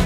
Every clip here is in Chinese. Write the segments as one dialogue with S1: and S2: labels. S1: 频。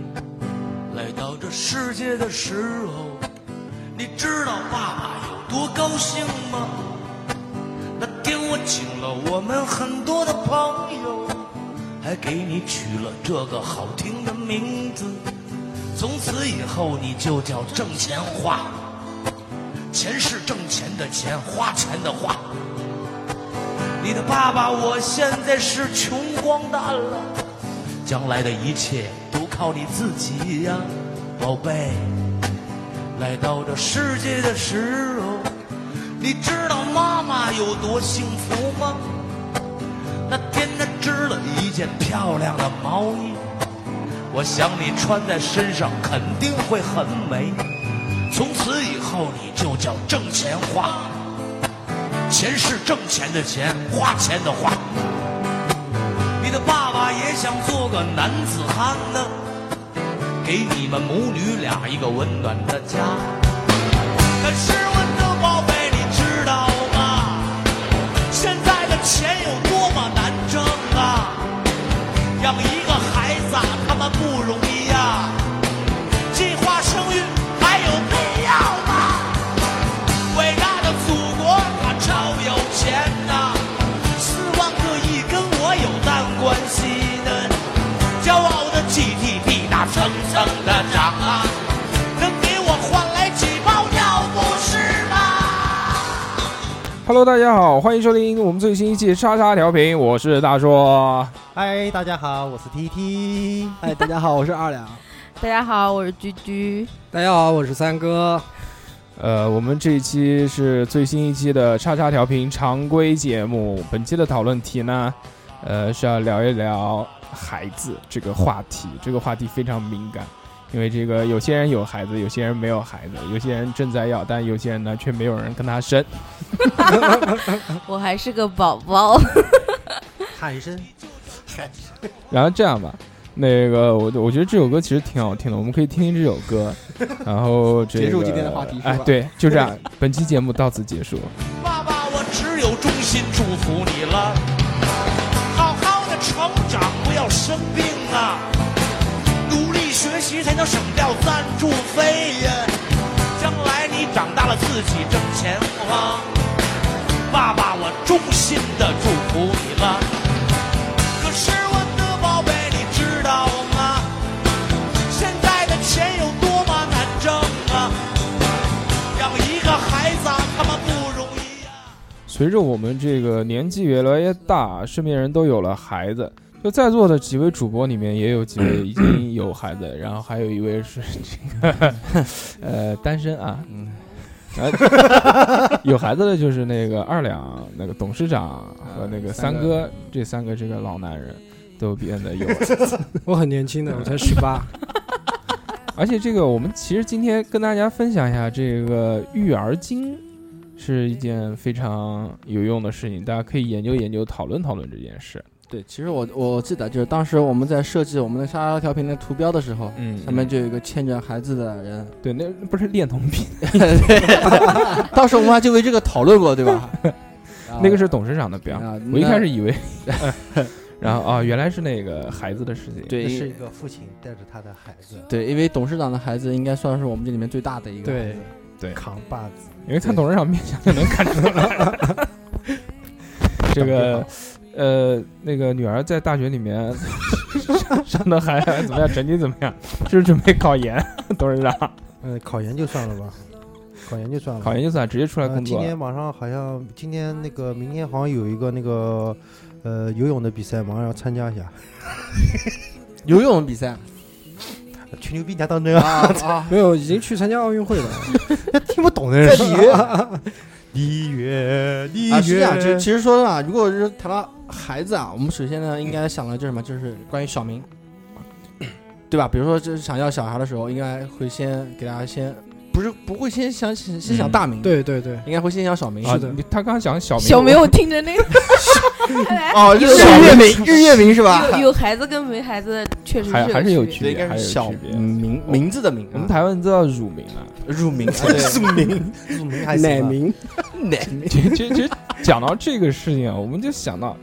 S1: 来到这世界的时候，你知道爸爸有多高兴吗？那天我请了我们很多的朋友，还给你取了这个好听的名字。从此以后你就叫挣钱花，钱是挣钱的钱，花钱的花。你的爸爸我现在是穷光蛋了，将来的一切。靠你自己呀、啊，宝贝。来到这世界的时候，你知道妈妈有多幸福吗？那天她织了一件漂亮的毛衣，我想你穿在身上肯定会很美。从此以后，你就叫挣钱花，钱是挣钱的钱，花钱的花。你的爸爸也想做个男子汉呢。给你们母女俩一个温暖的家。可是我的宝贝，你知道吗？现在的钱有多么难挣啊！养一个孩子啊，他们不容易呀、啊。计划生育还有必要吗？伟大的祖国它超有钱呐、啊，四万个亿跟我有蛋关系呢。骄傲的 GDP。层层的涨啊，能给我换来几包药不是吗
S2: ？Hello，大家好，欢迎收听我们最新一期叉叉调频，我是大硕。
S3: 嗨，大家好，我是 TT。
S4: 嗨，大家好，我是二两。
S5: 大家好，我是居居。
S6: 大家好，我是三哥。
S2: 呃，我们这一期是最新一期的叉叉调频常规节目，本期的讨论题呢，呃，是要聊一聊。孩子这个话题，这个话题非常敏感，因为这个有些人有孩子，有些人没有孩子，有些人正在要，但有些人呢却没有人跟他生。
S5: 我还是个宝宝，
S3: 喊声，喊
S2: 声。然后这样吧，那个我我觉得这首歌其实挺好听的，我们可以听听这首歌，然后、这个、
S4: 结束今天的话题。
S2: 哎，对，就这样，本期节目到此结束。
S1: 爸爸，我只有衷心祝福你了。成长不要生病啊！努力学习才能省掉赞助费呀、啊！将来你长大了自己挣钱花。爸爸，我衷心的祝福你了。可是我的宝贝，你知道吗？现在的钱有多么难挣啊！养一个孩子他妈不容易。啊
S2: 随着我们这个年纪越来越大，身边人都有了孩子。就在座的几位主播里面，也有几位 已经有孩子，然后还有一位是这 个呃单身啊。嗯呃、 有孩子的就是那个二两、那个董事长和那个三哥，这三个这个老男人都变得有。
S6: 我很年轻的，我才十八。
S2: 而且这个，我们其实今天跟大家分享一下这个育儿经。是一件非常有用的事情，大家可以研究研究、讨论讨论这件事。
S4: 对，其实我我记得就是当时我们在设计我们的沙拉调频的图标的时候，嗯，上面就有一个牵着孩子的人。
S2: 对，那不是恋童癖。
S4: 当时我们还就为这个讨论过，对吧？
S7: 啊
S4: 啊
S2: 那个是董事长的标，我一开始以为， 然后啊，原来是那个孩子的事情。
S4: 对，
S3: 是一个父亲带着他的孩子。
S4: 对，因为董事长的孩子应该算是我们这里面最大的一个。
S6: 对。
S2: 对，
S3: 扛把子，
S2: 因为看董事长面相就能看出 来。这个，呃，那个女儿在大学里面 上的还怎么样？成绩怎么样？是准备考研，董事长。
S6: 呃
S3: 嗯，考研就算了吧，考研就算了，
S2: 考研就算，直接出来工作。
S3: 呃、今天马上好像，今天那个，明天好像有一个那个，呃，游泳的比赛，马上要参加一下。
S4: 游泳比赛。
S3: 吹牛逼你还当真啊？
S4: 啊，
S6: 没有，已经去参加奥运会了。
S3: 听不懂的人说。里约，里约，
S4: 啊，是这样。其实其实说啊，如果是谈到孩子啊，我们首先呢应该想的就是什么，就是关于小名，对吧？比如说，就是想要小孩的时候，应该会先给大家先不是不会先想先
S2: 嗯
S4: 先想大名，，
S6: 对对对，
S4: 应该会先想小名。
S2: 啊
S6: 是的，
S2: 你他刚刚讲小明，
S5: 小明，我听着那个
S4: 哦，日
S5: 有
S4: 月明，日月明是吧？
S5: 有有孩子跟没孩子确实
S2: 还还
S5: 是
S2: 是有
S5: 区
S2: 区
S5: 别。
S4: 对，
S2: 别
S4: 应该
S2: 还是
S4: 是
S2: 有
S4: 小嗯
S2: 区别嗯
S4: 名名字的名
S2: 我
S4: 啊
S2: 们，台湾都叫乳名啊。
S4: 乳名，啊 对
S3: 名，著名还行吧
S6: 奶名，
S4: 奶名，
S2: 其实其实其实讲到这个事情啊，我们就想到，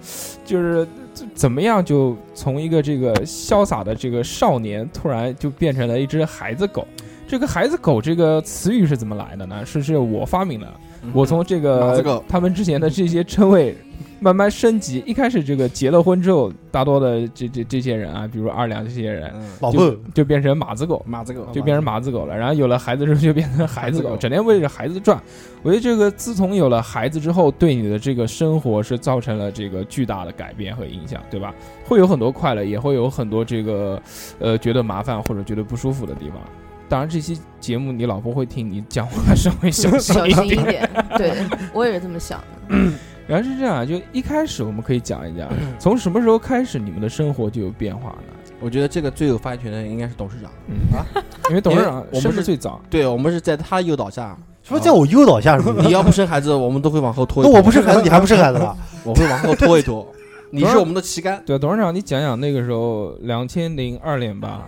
S2: 就是怎么样就从一个这个潇洒的这个少年，突然就变成了一只孩子狗。这个“孩子狗”这个词语是怎么来的呢？是是我发明的。我从这
S4: 马子
S2: 个
S4: 狗
S2: 他们之前的这些称谓慢慢升级。一开始这个结了婚之后，大多的这这这些人啊，比如二两这些人，
S4: 嗯
S3: 老
S2: 就
S3: 贺，
S2: 就变成马子狗。
S4: 马子狗
S2: 就变成马子狗了。然后有了孩子之后，就变成孩子
S4: 孩子
S2: 狗，
S4: 狗
S2: 整天围着孩子转。我觉得这个自从有了孩子之后，对你的这个生活是造成了这个巨大的改变和影响，对吧？会有很多快乐，也会有很多这个呃觉得麻烦或者觉得不舒服的地方。当然，这期节目你老婆会听，你讲话稍微小心
S5: 小
S2: 一
S5: 心
S2: 点
S5: 一。点，对我也是这么想的。
S2: 然后是这样，就一开始我们可以讲一讲，
S4: 嗯
S2: 从什么时候开始你们的生活就有变化呢？
S4: 我觉得这个最有发言权的应该是董事长。
S2: 啊，因为董事长
S4: 因为我们
S2: 生的
S4: 是
S2: 最早，
S4: 对，我们是在他诱导下，啊
S3: 什么叫我诱 导一下？是不
S4: 你
S3: 是
S4: 要不生孩子，我们都会往后拖一
S3: 那
S4: 拖。
S3: 我不生孩子，你还不生孩子吧？ 啊
S4: 我会往后拖一 拖。你是我们的旗杆，
S2: 对，董事长，你讲讲那个时候，两千零二年吧，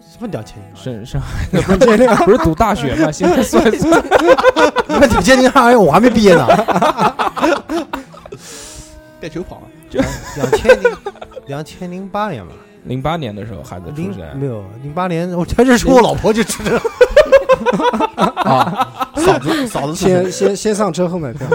S3: 什么两千零二？
S2: 上上 海的不是不是读大学嘛？现在算一算，
S3: 你看 两千零二，哎我还没毕业呢。
S4: 带球跑。
S3: 两千零两千零八年吧，
S2: 零八年的时候孩子出
S3: 零
S2: 生，
S3: 没有零八年，我这是我老婆就出生，
S4: 嫂子，嫂子
S6: 先先先上车后买票。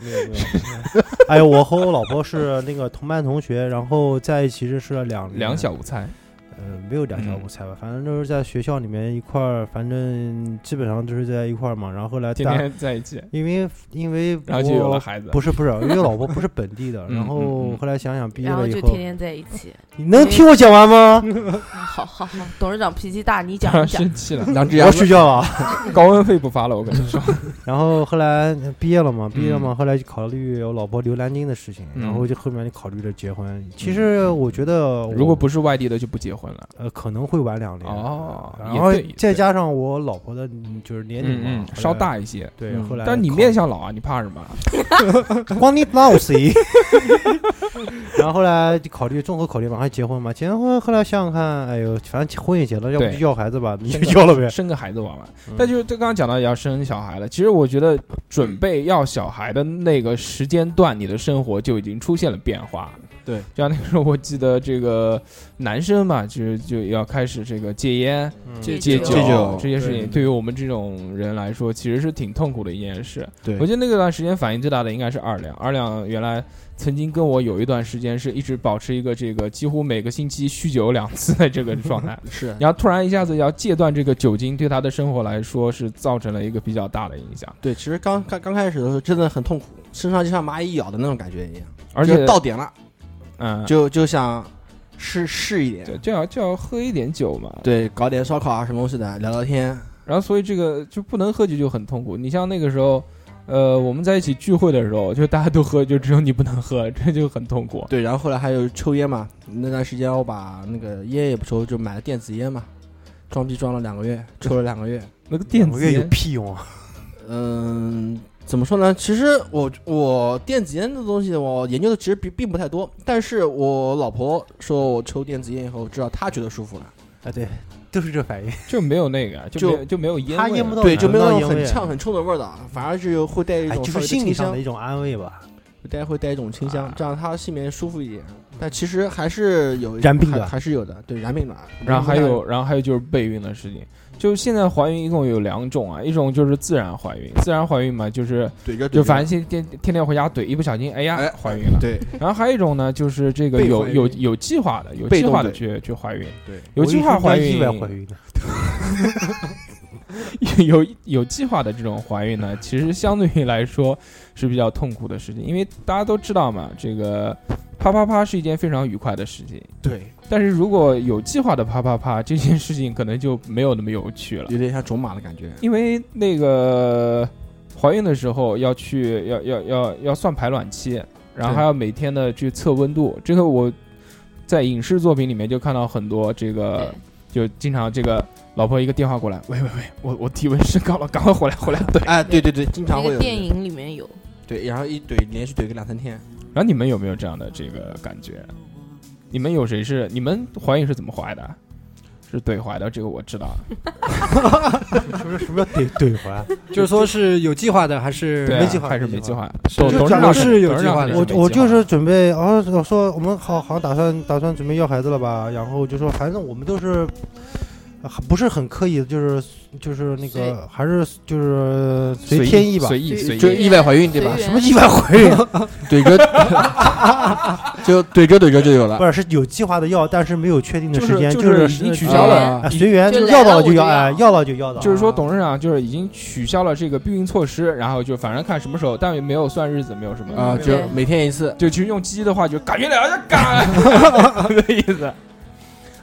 S3: 没有没有。 哎，我和我老婆是那个同班同学，然后在一起认识了两
S2: 两小，无猜，
S3: 呃，没有两小无猜吧，反正都是在学校里面一块儿，反正基本上都是在一块儿嘛。然后后来
S2: 天
S3: 大，
S2: 天在一起，
S3: 因为因为
S2: 然后就有了
S3: 我
S2: 孩子。
S3: 不是不是，因为老婆不是本地的，
S2: 嗯
S3: 然
S2: 嗯
S3: 后
S2: 嗯
S3: 后来想想毕业
S5: 然后
S3: 了
S5: 就
S3: 以
S5: 天
S3: 后，
S5: 天在一起。
S3: 你能听我讲完吗？
S5: 好好好，董事长脾气大，你
S2: 当然
S5: 讲你 讲。
S2: 生气了，
S4: 两只
S3: 我
S4: 羊
S3: 要睡觉了。
S2: 高温费不发了，我跟你说。
S3: 然后后来毕业了嘛，毕业了嘛，
S2: 嗯
S3: 后来就考虑我老婆留南京的事情，
S2: 嗯
S3: 然后就后面就考虑着结婚。其实我觉得 我，
S2: 如果不是外地的就不结婚了。
S3: 呃可能会晚两年，
S2: 哦，
S3: 然
S2: 也
S3: 后
S2: 对
S3: 再，加上我老婆的嗯就是
S2: 也
S3: 年
S2: 对
S3: 龄
S2: 嗯
S3: 嘛，
S2: 嗯，
S3: 后来
S2: 稍，大一些。
S3: 对，
S2: 嗯
S3: 后来
S2: 但你
S3: 考
S2: 面相老啊，你怕什么？
S3: 光你老 谁？ 然后后来就考虑综合考虑嘛，还结婚嘛？结婚后来想想看，哎呦，反正婚也结了，要不
S2: 对
S3: 就要孩子吧，你就
S2: 真的
S3: 要了呗。
S2: 生个孩子玩玩。
S3: 嗯
S2: 但就是这刚刚讲到要生小孩了，其实我觉得准备要小孩的那个时间段，你的生活就已经出现了变化。
S4: 对，
S2: 就像那个时候，我记得这个男生嘛，就就要开始这个戒烟、
S3: 嗯
S5: 戒
S2: 戒
S5: 酒
S2: 酒
S4: 戒酒
S2: 这些事
S4: 对
S2: 情，对于我们这种人来说，其实是挺痛苦的一件事。
S4: 对
S2: 我觉得那段时间反应最大的应该是二两，二两原来曾经跟我有一段时间是一直保持一个这个几乎每个星期酗酒两次的这个状态。
S4: 是
S2: 然后突然一下子要戒断这个酒精，对他的生活来说是造成了一个比较大的影响，
S4: 对。其实刚刚刚开始的时候真的很痛苦，身上就像蚂蚁咬的那种感觉一样，
S2: 而
S4: 就
S2: 且
S4: 到点了
S2: 嗯，就
S4: 就就想试试一点，
S2: 就要就要喝一点酒嘛，。
S4: 对，搞点烧烤啊什么东西的，聊聊天。
S2: 然后所以这个就不能喝酒就很痛苦。你像那个时候，呃，我们在一起聚会的时候，就大家都喝，就只有你不能喝，这就很痛苦。
S4: 对，然后后来还有抽烟嘛，那段时间我把那个烟也不抽，就买了电子烟嘛，装逼装了两个月，抽了两个月。
S2: 那个电
S3: 两个
S2: 子
S3: 月有
S2: 烟，
S3: 屁用啊！
S4: 嗯，怎么说呢？其实我我电子烟的东西我研究的其实并并不太多，但是我老婆说我抽电子烟以后，知道她觉得舒服了，
S3: 啊，对，都是这反应。
S2: 就没有那个，啊就
S4: 就
S2: 没有就没有烟
S3: 他
S2: 味啊
S3: 烟不
S2: 了。
S3: 到
S4: 对，
S3: 哪
S4: 就没有那
S3: 烟
S4: 种
S3: 味
S4: 很
S3: 啊
S4: 呛很冲的味儿道，反而是会带一
S3: 哎，
S4: 种
S3: 就
S4: 稍
S3: 是心理
S4: 微的清
S3: 上
S4: 香
S3: 的一，种安慰吧。
S4: 会带会带一种清香，这样她心里面舒服一点。但其实还是有
S3: 染病的
S4: 还还是有的，对燃病的。啊
S2: 然后还有，然后还有就是备孕的事情。就现在怀孕一共有两种啊，一种就是自然怀孕，自然怀孕嘛，就是
S4: 怼着怼
S2: 就
S4: 着
S2: 反正天天天天回家怼，一不小心，哎呀，
S4: 哎
S2: 怀孕了。
S4: 对
S2: 然后还有一种呢，就是这个
S4: 被
S2: 有
S4: 怀孕
S2: 有有计划的，有
S4: 被
S2: 计
S4: 动
S2: 划的
S4: 的
S2: 去去怀孕，
S4: 对
S2: 有计划怀
S3: 我
S2: 孕
S3: 一直在意外怀孕的，
S2: 有有计划的这种怀孕呢，其实相对于来说是比较痛苦的事情，因为大家都知道嘛，这个啪啪啪是一件非常愉快的事情。
S4: 对，
S2: 但是如果有计划的啪啪啪，这件事情可能就没有那么有趣了，
S4: 有点像种马的感觉。
S2: 因为那个怀孕的时候要去要要要要算排卵期，然后
S4: 对
S2: 还要每天的去测温度，这个我在影视作品里面就看到很多这个
S5: 对，
S2: 就经常这个老婆一个电话过来，喂喂喂，我我体温升高了，赶快回来回来。对，
S4: 哎，对对对，经常
S5: 那
S4: 会
S5: 个
S4: 有
S5: 电影里面有，
S4: 对，然后一怼连续怼个两三天。
S2: 然后你们有没有这样的这个感觉？你们有谁是你们怀孕是怎么怀的？是怼怀的，这个我知道。
S3: 什么什么叫怼怼还？
S6: 就是说是有计划的还是
S2: 对啊
S6: 没计划？
S2: 还是没计划？
S6: 就
S2: 董董事
S6: 讲
S2: 长
S6: 是有计划的
S2: 董事长肯定没
S3: 我
S6: 我
S2: 计划
S3: 我就是准备，啊，我说我们好好像打算打算准备要孩子了吧，然后就说反正我们都是。呃不是很刻意，就是就是那
S5: 随
S3: 个，还是就是随天意吧。
S2: 随意随
S5: 就
S2: 意。
S4: 就意外怀孕对吧？
S5: 随
S3: 什
S5: 缘
S3: 么意外怀 孕？
S4: 怼着，就怼着怼着就有了。
S3: 不是是有计划的要，但是没有确定的
S2: 就
S3: 时
S2: 是
S3: 间，
S2: 就是是已经取
S5: 消了
S3: 啊啊随缘，
S5: 就来
S3: 要到
S5: 了
S3: 了
S5: 我就
S3: 要，
S5: 要
S3: 哎，要了就要到。
S2: 就是说，董事长就是已经取消了这个避孕措施，然后就反正看什么时候，但也没有算日子，没有什么
S4: 啊，
S5: 嗯
S4: 就
S5: 对
S4: 每天 一次。
S2: 就其实用鸡的话，就感觉两就干 的意思。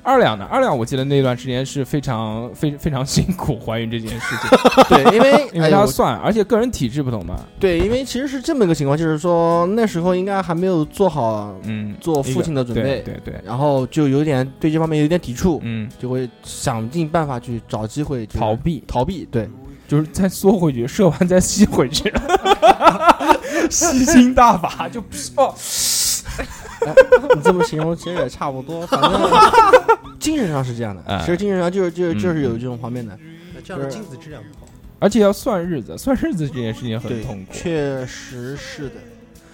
S2: 二两呢？二两，我记得那段时间是非常非非常辛苦怀孕这件事情，
S4: 对，因 为
S2: 因
S4: 哎
S2: 为
S4: 呀
S2: 他
S4: 我
S2: 算，而且个人体质不同嘛，
S4: 对，因为其实是这么一个情况，就是说那时候应该还没有做好
S2: 嗯，
S4: 做父亲的准备，
S2: 对对对，
S4: 然后就有点对这方面有点抵触，
S2: 嗯，
S4: 就会想尽办法去找机会就是
S2: 逃避
S4: 逃避。对，
S2: 就是再缩回去，射完再吸回 去，吸睛大法就 哦，
S4: 你这么形容其实也差不多，反正精神上是这样的
S2: 哎，
S4: 其实精神上就是就是就是
S2: 嗯
S4: 有这种方面的，
S3: 这
S4: 样的精
S3: 子质量不好。
S2: 而且要算日子，算日子这件事情很
S4: 对
S2: 痛，苦，
S4: 确实是的。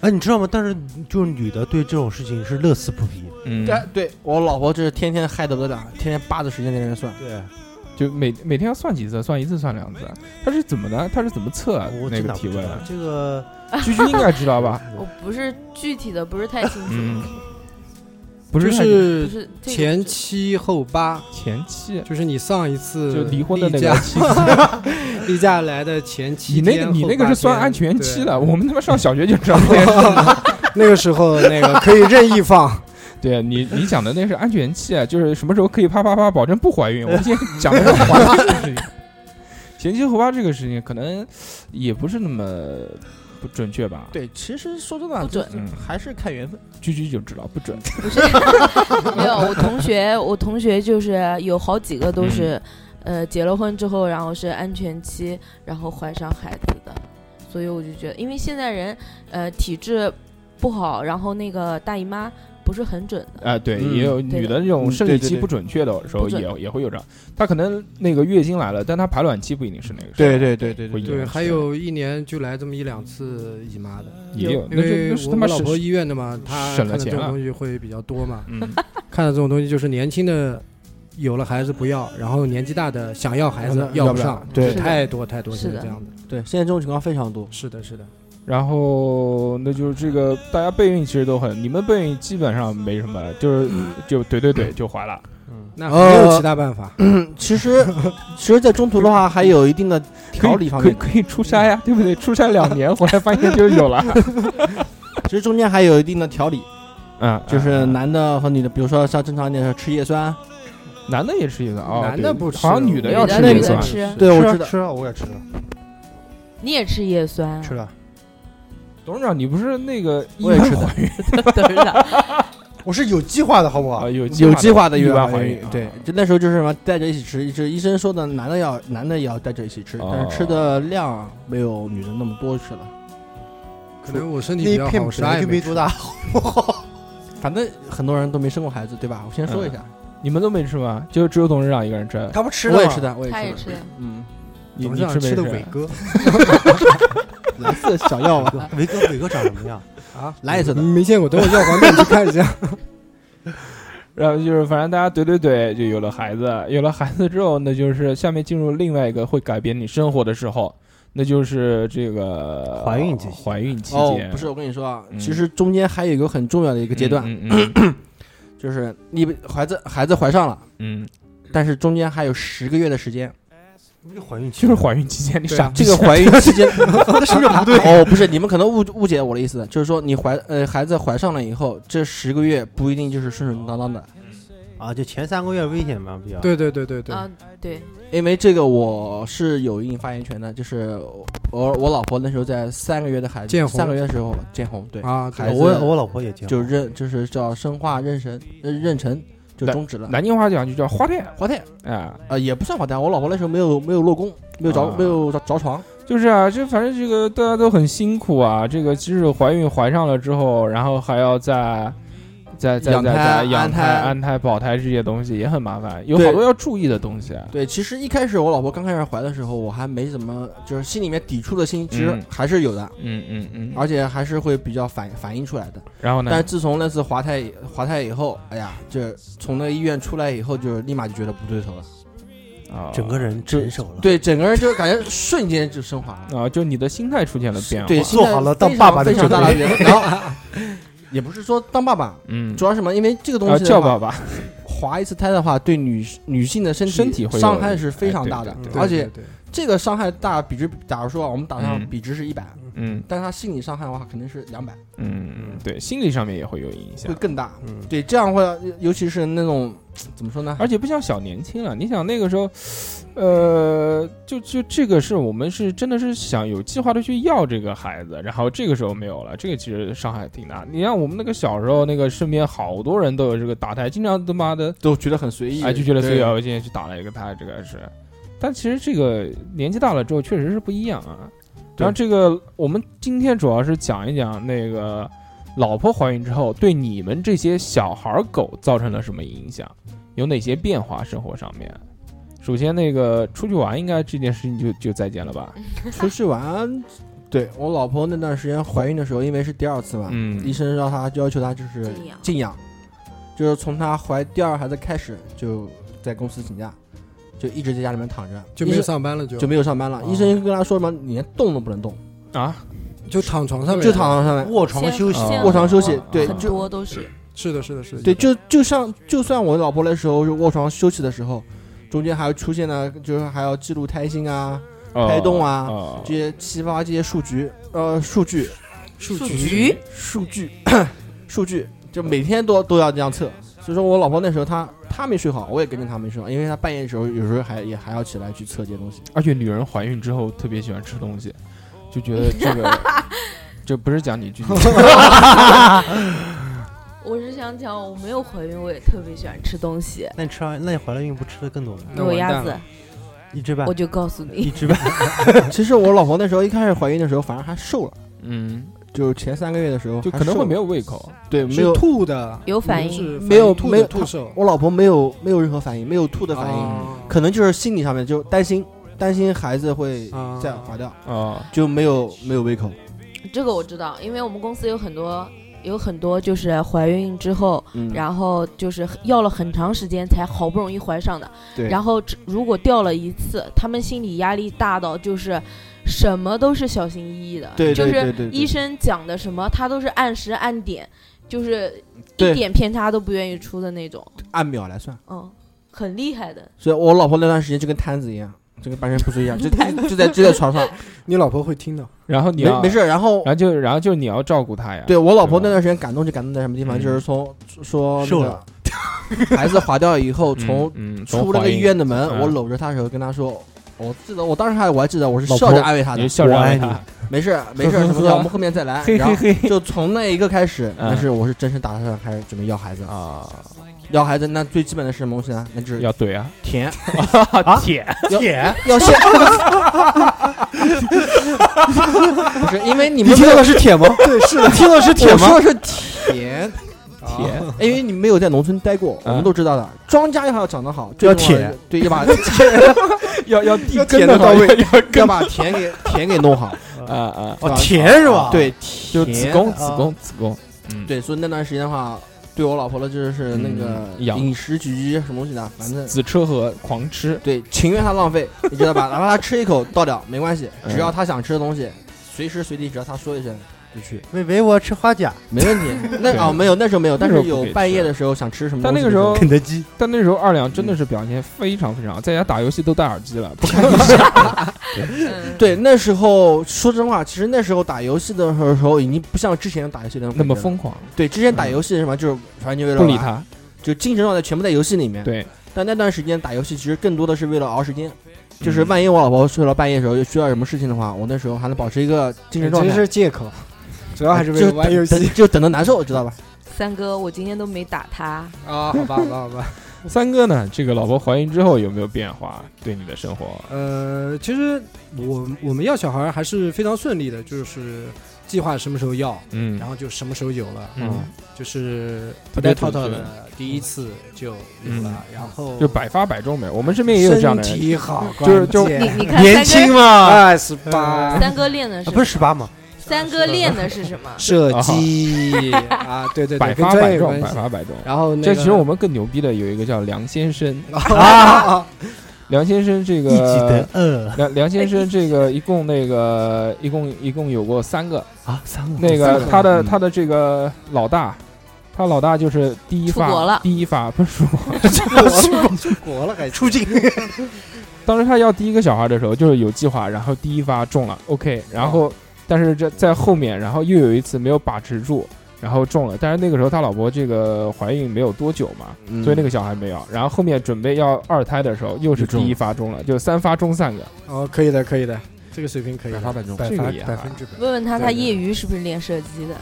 S3: 哎，你知道吗？但是就是女的对这种事情是乐此不疲。
S2: 嗯，
S4: 对，对我老婆这是天天害得不得了，天天扒着时间在那儿算。
S3: 对，
S2: 就每每天要算几次，算一次，算两次，他是怎么的？他是怎么测啊
S3: 我
S2: 那
S3: 真
S2: 个
S3: 的
S2: 体
S3: 不知
S2: 温
S3: 道
S2: 啊？
S3: 这个
S2: 居居应该知道吧？
S5: 我不是具体的不是太清
S2: 嗯
S5: 楚，
S2: 不
S6: 就是
S2: 太
S5: 不
S6: 是
S5: 是这个
S6: 前
S5: 不是
S6: 七后八，
S2: 前妻，
S6: 就是你上一次
S2: 就离婚的那
S6: 例
S2: 个
S6: 假
S2: 妻子。
S6: 例假来的前七
S2: 你 那个
S6: 天
S2: 你
S6: 后
S2: 那个
S6: 八
S2: 是算
S6: 天
S2: 安全期，
S6: 对
S2: 的，我们他妈上小学就知道这件事了。
S6: 那个时候那个可以任意放，
S2: 对你你讲的那是安全期啊，就是什么时候可以啪啪啪保证不怀孕。我们今天讲的是怀孕的 事情。前期后八这个事情可能也不是那么不准确吧？
S4: 对，其实说真的啊，
S5: 不准
S4: 就就还是看缘分。
S2: 居居就知道不准。
S5: 不是 没有，我同学我同学就是有好几个都是，呃，结了婚之后，然后是安全期，然后怀上孩子的，所以我就觉得，因为现在人呃体质不好，然后那个大姨妈不是很准的，
S2: 啊，对，
S4: 嗯
S2: 也有女的这种生理期不准确的时候
S5: 嗯对对对
S2: 也也会有这样，她可能那个月经来了，但她排卵期不一定是那个时候。
S4: 对对对
S2: 不一定
S6: 对，还有一年就来这么一两次姨妈的，
S2: 也有，
S6: 因
S2: 那是
S6: 为
S2: 那是
S6: 我
S2: 他妈
S6: 们老
S2: 是
S6: 婆医院的嘛，她
S2: 省
S6: 看
S2: 了
S6: 的这
S2: 钱
S6: 种
S2: 了
S6: 东西会比较多嘛，
S2: 嗯，
S6: 看到这种东西就是年轻的有了孩子不要，然后年纪大的想要孩子
S4: 要
S6: 要
S4: 不
S6: 不
S4: 了
S6: 上，
S4: 对
S6: 是太多太多
S5: 是
S6: 现在
S5: 的
S6: 这样的，
S4: 对，现在这种情况非常多。
S6: 是的，是的，
S2: 然后那就是这个大家备孕其实都很，你们备孕基本上没什么，就是就怼怼怼就怀了。
S6: 那没有其他办法，
S4: 其实，其实，在中途的话，还有一定的 调理方
S2: 可以
S4: 面。
S2: 可以可以出差呀，对不对？出差两年回来发现就有 了，
S4: 其实中间还有一定的调理，
S2: 嗯，
S4: 就是
S2: 男
S4: 男的和女的，比如说像正常一点的吃叶酸。
S2: 男的也吃叶酸啊，哦
S6: 男的
S2: 对
S6: 不吃
S2: 好像女的要吃
S5: 女的
S2: 叶
S5: 女
S2: 酸
S5: 的，吃，
S4: 对，我
S3: 吃啊
S4: 知道。
S3: 吃啊，我也吃了，
S5: 你也吃叶酸啊，
S3: 吃了。
S2: 董事长，你不是那个意
S4: 我也
S2: 外
S4: 吃的
S2: 怀孕
S5: 都知道，
S3: 我是有计划的，好不
S2: 啊？？
S3: 好
S2: 有
S4: 有计划
S2: 的
S4: 的
S2: 意
S4: 意
S2: 外
S4: 外
S2: 怀
S4: 怀
S2: 孕
S4: 孕，，对
S2: 啊，
S4: 就那时候就是什么带着一起吃，就是医生说的，男的要男的也要带着一起吃，
S2: 哦
S4: 但是吃的量没有女的那么多吃了。
S6: 可能我身体
S3: 那
S6: 比
S3: 一
S6: 较
S3: 片
S6: 好，我
S3: 本
S6: 啥
S3: 来
S6: 也
S3: 就
S6: 没
S3: 没
S6: 吃
S3: 多 大，
S4: 反正很多人都没生过孩子，对吧？我先说一下，
S2: 你们都没吃吗？就只有董事长一个人嗯吃，
S3: 他不吃
S4: 我也吃的，我
S5: 他也
S4: 也
S5: 吃
S4: 吃的，，嗯，
S2: 你
S6: 董
S2: 你
S6: 事长
S2: 没
S6: 吃的伟
S2: 吃？
S6: 哥，
S4: 蓝色小药 丸，
S3: 伟哥，伟哥长什么样？
S4: 蓝颜色
S2: 嗯
S4: 的，
S6: 没见过，等我药房店去看一下。
S2: 然后就是反正大家怼怼怼，就有了孩子。有了孩子之后，那就是下面进入另外一个会改变你生活的时候，那就是这个
S3: 怀孕期
S2: 怀孕期
S4: 哦
S2: 间，
S4: 不是，我跟你说啊，
S2: 嗯
S4: 其实中间还有一个很重要的一个阶段，
S2: 嗯嗯嗯
S4: 就是你孩子孩子怀上了，
S2: 嗯
S4: 但是中间还有十个月的时间，
S3: 不是怀孕期
S2: 就是怀孕期间你傻逼
S4: 这个怀孕期间，那是不是
S2: 啊
S4: 不对？哦，不是，你们可能误误解我的意思，就是说你怀呃孩子怀上了以后，这十个月不一定就是顺顺当当的，
S3: 啊，就前三个月危险嘛，比较
S6: 对对对对对，
S5: 啊，对，
S4: 因为这个我是有一定发言权的，就是我我老婆那时候在三个月的孩
S6: 见
S4: 子，
S6: 红
S4: 三个月的时候见红，对，
S6: 啊，对
S4: 孩子
S3: 我我老婆也结婚，
S4: 就认就是叫生化妊娠呃妊娠就终止了。
S2: 南京话讲就叫花店
S4: 怀胎
S2: 啊，
S4: 啊，也不算怀胎，我老婆那时候没有没有落宫，没有着、
S2: 啊
S4: 没有着着床，
S2: 就是啊，这反正这个大家都很辛苦啊。这个即使怀孕怀上了之后，然后还要再再再
S4: 养
S2: 再
S4: 胎
S2: 再养
S4: 安
S2: 胎、
S4: 胎
S2: 安胎、保胎这些东西也很麻烦，有
S4: 对
S2: 好多要注意的东西啊。
S4: 对，其实一开始我老婆刚开始怀的时候，我还没怎么，就是心里面抵触的心，其实
S2: 嗯
S4: 还是有的，
S2: 嗯嗯嗯。
S4: 而且还是会比较反反映出来的。
S2: 然后呢
S4: 但？是自从那次滑胎以滑胎以后，哎呀，这从那个医院出来以后，就立马就觉得不对头了。
S2: 啊，
S3: 整个人成熟了，
S4: 对，整个人就感觉瞬间就升华了，
S2: 啊，就你的心态出现了变化。
S4: 对，
S3: 做好了当
S4: 现在
S3: 爸爸的
S4: 非常非常
S3: 准
S4: 大的变化。然后也不是说当爸爸，
S2: 嗯，
S4: 主要是什么？因为这个东
S2: 啊，
S4: 西
S2: 叫
S4: 的
S2: 爸
S4: 话
S2: 爸。
S4: 滑一次胎的话，对女女性的身体
S2: 身体会有
S4: 伤害是非常大的
S2: 哎对，
S6: 对
S4: 而且
S6: 对对
S4: 这个伤害大比值，假如说啊我们打上
S2: 嗯
S4: 比值是一百、
S2: 嗯
S4: 但是他心理伤害的话，肯定是两百，
S2: 嗯，对，心理上面也会有影响
S4: 会。更大。
S3: 嗯，
S4: 对，这样会，尤其是那种怎么说呢？
S2: 而且不像小年轻啊了，你想那个时候，呃，就就这个是我们是真的是想有计划的去要这个孩子，然后这个时候没有了，这个其实伤害挺大。你像我们那个小时候，那个身边好多人都有这个打胎，经常他妈的
S4: 都觉得很随意
S2: 哎就觉得随
S4: 对
S2: 遥今天去打了一个胎，这个是。但其实这个年纪大了之后确实是不一样啊。然后这个我们今天主要是讲一讲那个老婆怀孕之后对你们这些小孩儿狗造成了什么影响，有哪些变化生活上面。首先，那个出去玩应该这件事情就就再见了吧？
S4: 出去玩，对我老婆那段时间怀孕的时候，因为是第二次嘛，
S2: 嗯
S4: 医生让她要求她就是
S5: 静养
S4: 静养，就是从她怀第二孩子开始就在公司请假，就一直在家里面躺着，
S6: 就
S4: 医
S6: 没有
S4: 生
S6: 上班了就
S4: 就没有上班了。
S6: 哦
S4: 医生跟她说什么，你连动都不能动，
S2: 啊，哦
S6: 就躺床上面，
S4: 就躺床上面。
S3: 卧床
S5: 先
S3: 休息，
S5: 先
S4: 卧床休息
S5: 很
S4: 对
S5: 很
S4: 就
S5: 多都是
S6: 是的，是的，是的，
S4: 对，就就像就算我老婆那时候是卧床休息的时候，中间还会出现了，就是还要记录胎心啊胎动啊
S2: 哦
S4: 这些七八这些数据，呃，数据
S6: 数
S5: 数
S6: 据
S5: 据
S4: 数据 数据，就每天都都要这样测。所以说我老婆那时候她她没睡好，我也跟着她没睡好，因为她半夜的时候有时候还也还要起来去测这些东西。
S2: 而且女人怀孕之后特别喜欢吃东西，就觉 得这个这不是讲你具体，
S5: 我是想讲，我没有怀孕，我也特别喜欢吃东西，
S3: 那你吃完，那你怀了孕不吃的更多吗？
S5: 给我鸭子，
S3: 一只半
S5: 我，就告诉
S3: 一
S5: 你，
S3: 只半，
S4: 其实我老婆那时候一开始怀孕的时候，反而还瘦了，
S2: 嗯，
S4: 就是前三个月的时候
S2: 就
S4: 还
S2: 可能会
S4: 瘦
S2: 没有胃口。
S4: 对没
S6: 是
S4: 有。
S6: 吐的，
S5: 有反应
S6: 是反
S4: 没有
S6: 吐
S4: 没
S6: 的
S4: 有
S6: 吐手
S4: 我老婆没有没有任何反应，没有吐的反应，
S6: 啊
S4: 可能就是心理上面就担心担心孩子会
S6: 啊
S4: 再滑掉，
S2: 啊，
S4: 就没有没有胃口。
S5: 这个我知道，因为我们公司有很多有很多就是怀孕之后，
S4: 嗯，
S5: 然后就是要了很长时间才好不容易怀上的，
S4: 对
S5: 然后只如果掉了一次，他们心理压力大到就是什么都是小心翼翼的，
S4: 对对
S5: 就
S4: 对
S5: 是
S4: 对对
S5: 医生讲的什么他都是按时按点，就是一
S4: 对
S5: 点偏差都不愿意出的那种，
S4: 按秒来算。
S5: 嗯，很厉害的。
S4: 所以我老婆那段时间就跟摊子一样，就跟半身不遂一样，就就就在就在床上，
S6: 你老婆会听的，
S2: 然后你啊哎
S4: 没
S2: 要
S4: 没事。然后
S2: 然后就然后就你要照顾他呀。
S4: 对我老婆
S2: 对吧
S4: 那段时间感动就感动在什么地方，
S2: 嗯
S4: 就是从说
S3: 瘦了，
S4: 孩子滑掉以后，
S2: 嗯，
S4: 从
S2: 嗯从
S4: 出那
S2: 怀
S4: 个
S2: 孕
S4: 医院的门，
S2: 嗯
S4: 我搂着她的时候跟她说。我记得，我当时还我还记得，我是
S3: 老
S4: 笑
S3: 婆
S4: 着安慰她
S2: 你
S4: 的
S2: 就，笑着
S3: 我爱
S2: 安慰
S3: 你
S2: 他，
S4: 没事儿没 事儿，什么的，我们后面再来。
S2: 嘿
S4: 然
S2: 嘿
S4: 后
S2: 嘿
S4: 就从那一个开始，
S2: 嗯
S4: 但是我是真是打算开始准备要孩子啊，
S2: 啊，
S4: 要孩子那最基本的是什么东西呢？那就是
S2: 要怼啊，
S4: 甜，
S2: 舔
S3: 舔，
S4: 要先， 不是因为你们没有
S3: 是舔 吗？对，是的，听到是
S4: 我说的是甜甜，因为你没有在农村待过，我们都知道的。庄稼要长得好，最
S3: 啊要
S4: 重的
S3: 舔
S4: 是，对，要把
S2: 要要地
S4: 要
S2: 根
S4: 舔得
S2: 的
S4: 到位
S2: 要
S4: 要
S2: 根
S4: 把田给田给 弄好，
S2: 啊啊，
S3: 哦，甜是吧？，
S4: 对，
S2: 就
S4: 就
S2: 子宫子
S4: 啊
S2: 宫子宫，嗯，
S4: 对，所以那段时间的话，对我老婆的就是那个
S2: 嗯养
S4: 饮食局什么东西的，反正
S2: 子车和狂吃，
S4: 对，情愿她浪费，你知道吧？哪怕她吃一口倒掉没关系，
S2: 嗯
S4: 只要她想吃的东西，随时随地只要她说一声，就去，
S3: 喂喂，我吃花甲，
S4: 没问题。那啊、没有，那时候没有，但是有半夜的时候想吃什么
S2: 但
S4: 东
S2: 那个
S4: 西的
S2: 时
S4: 时
S2: 候，
S3: 肯德基，
S2: 但那时候二两真
S4: 嗯
S2: 的是表现非常非常好，在家打游戏都戴耳机了， 不看
S5: 嗯，
S4: 对那时候说真话，其实那时候打游戏的时候已经不像之前打游戏的
S2: 那么
S4: 疯。
S2: 疯狂，
S4: 对，之前打游戏是什么？就是反正就为了
S2: 不理
S4: 玩，
S2: 他。
S4: 就精神状态全部在游戏里面。
S2: 对，
S4: 但那段时间打游戏其实更多的是为了熬时间，就是万一我老婆睡到半夜的时候又需要什么事情的话，我那时候还能保持一个精神状
S6: 其实
S4: 态。
S6: 是借口，主
S2: 哎
S6: 要还是为
S4: 就
S6: 了玩游戏
S4: 等就等的难受，知道吧？
S5: 三哥，我今天都没打他，
S6: 啊。好吧，好吧，好吧。
S2: 三哥呢？这个老婆怀孕之后有没有变化？对你的生活？
S6: 呃，其实我我们要小孩还是非常顺利的，就是计划什么时候要，
S2: 嗯
S6: 然后就什么时候有了，
S2: 嗯，
S6: 就是
S2: 特
S6: 不
S2: 别
S6: 带
S2: 准
S6: 套套
S2: 确
S6: 的，第一次就有了，然后
S2: 嗯就百发百中呗。我们身边也有这样的
S6: 身
S2: 人，
S6: 体好，
S2: 就是嗯就
S6: 关
S5: 你
S6: 键
S5: 你看
S3: 年
S5: 三
S3: 轻
S5: 哥，
S3: 嘛，
S6: 二十八
S5: 三哥练的是
S3: 啊不是十八嘛？
S5: 三哥练的是什 么？
S6: 射击啊，对对对，
S2: 百
S6: 跟
S2: 发
S6: 专
S2: 百
S6: 业有
S2: 中，
S6: 关
S2: 百
S6: 系
S2: 发百中。
S6: 然后那
S2: 这
S6: 个
S2: 其 实我们更牛逼的有一个叫梁先生，
S6: 啊，
S2: 梁先生这
S3: 一呃举得
S2: 个
S3: 二
S2: 梁梁先生这个一共那个一共一共有过三个，
S3: 啊，三个
S2: 那
S6: 三
S2: 个
S6: 个
S2: 他的
S6: 嗯
S2: 他的这个老大，他老大就是第一
S5: 出国
S2: 发
S5: 了
S2: 第一发不是出国，
S6: 出国了还出境，
S2: 当时他要第一个小孩的时候就是有计划，然后第一发中了，OK，然后
S3: 哦
S2: 但是这在后面，然后又有一次没有把持住。然后中了，但是那个时候他老婆这个怀孕没有多久嘛，
S3: 嗯
S2: 所以那个小孩没有。然后后面准备要二胎的时候，又是第一发中了，就三发中三个。
S6: 哦，可以的，可以的，这个水平可以的，
S7: 百发百中
S6: 百
S2: 这
S6: 发
S2: 个也
S6: 百
S2: 好
S6: 分之百，
S5: 问问他，
S6: 对
S5: 他业余是不是练射击的？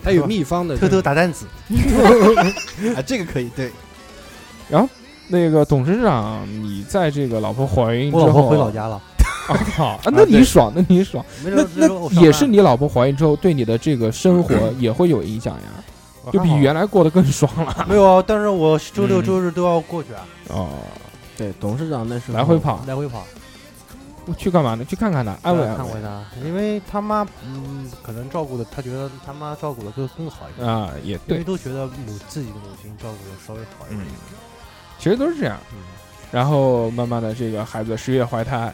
S6: 他有秘 方的，
S3: 偷偷打弹子，
S4: 啊，这个可以，对，
S2: 那个董事长，你在这个老婆怀孕之
S3: 我
S2: 后，
S3: 老
S6: 哦
S3: 婆回老家了，
S2: 啊，好啊，那你爽，那你爽，
S3: 没
S2: 那
S3: 准那时候我
S2: 那
S3: 上
S2: 也
S3: 班
S2: 是你老婆怀孕之后对你的这个生活也会有影响呀，就比原来过得更爽了。
S3: 没有啊，但是我周
S2: 嗯
S3: 六周日都要过去啊，
S2: 哦，
S4: 对，董事长那时候
S2: 来回跑，
S3: 来回跑，
S2: 去干嘛呢？去看看他，安慰
S3: 对看
S2: 安
S3: 回
S2: 慰
S3: 他，因为他妈嗯，可能照顾的，他觉得他妈照顾的更更好一点，
S2: 啊，也
S3: 因为
S2: 对，
S3: 都觉得母自己的母亲照顾的稍微好一
S2: 嗯
S3: 点，，
S2: 其实都是这样。
S3: 嗯，
S2: 然后慢慢的，这个孩子十月怀胎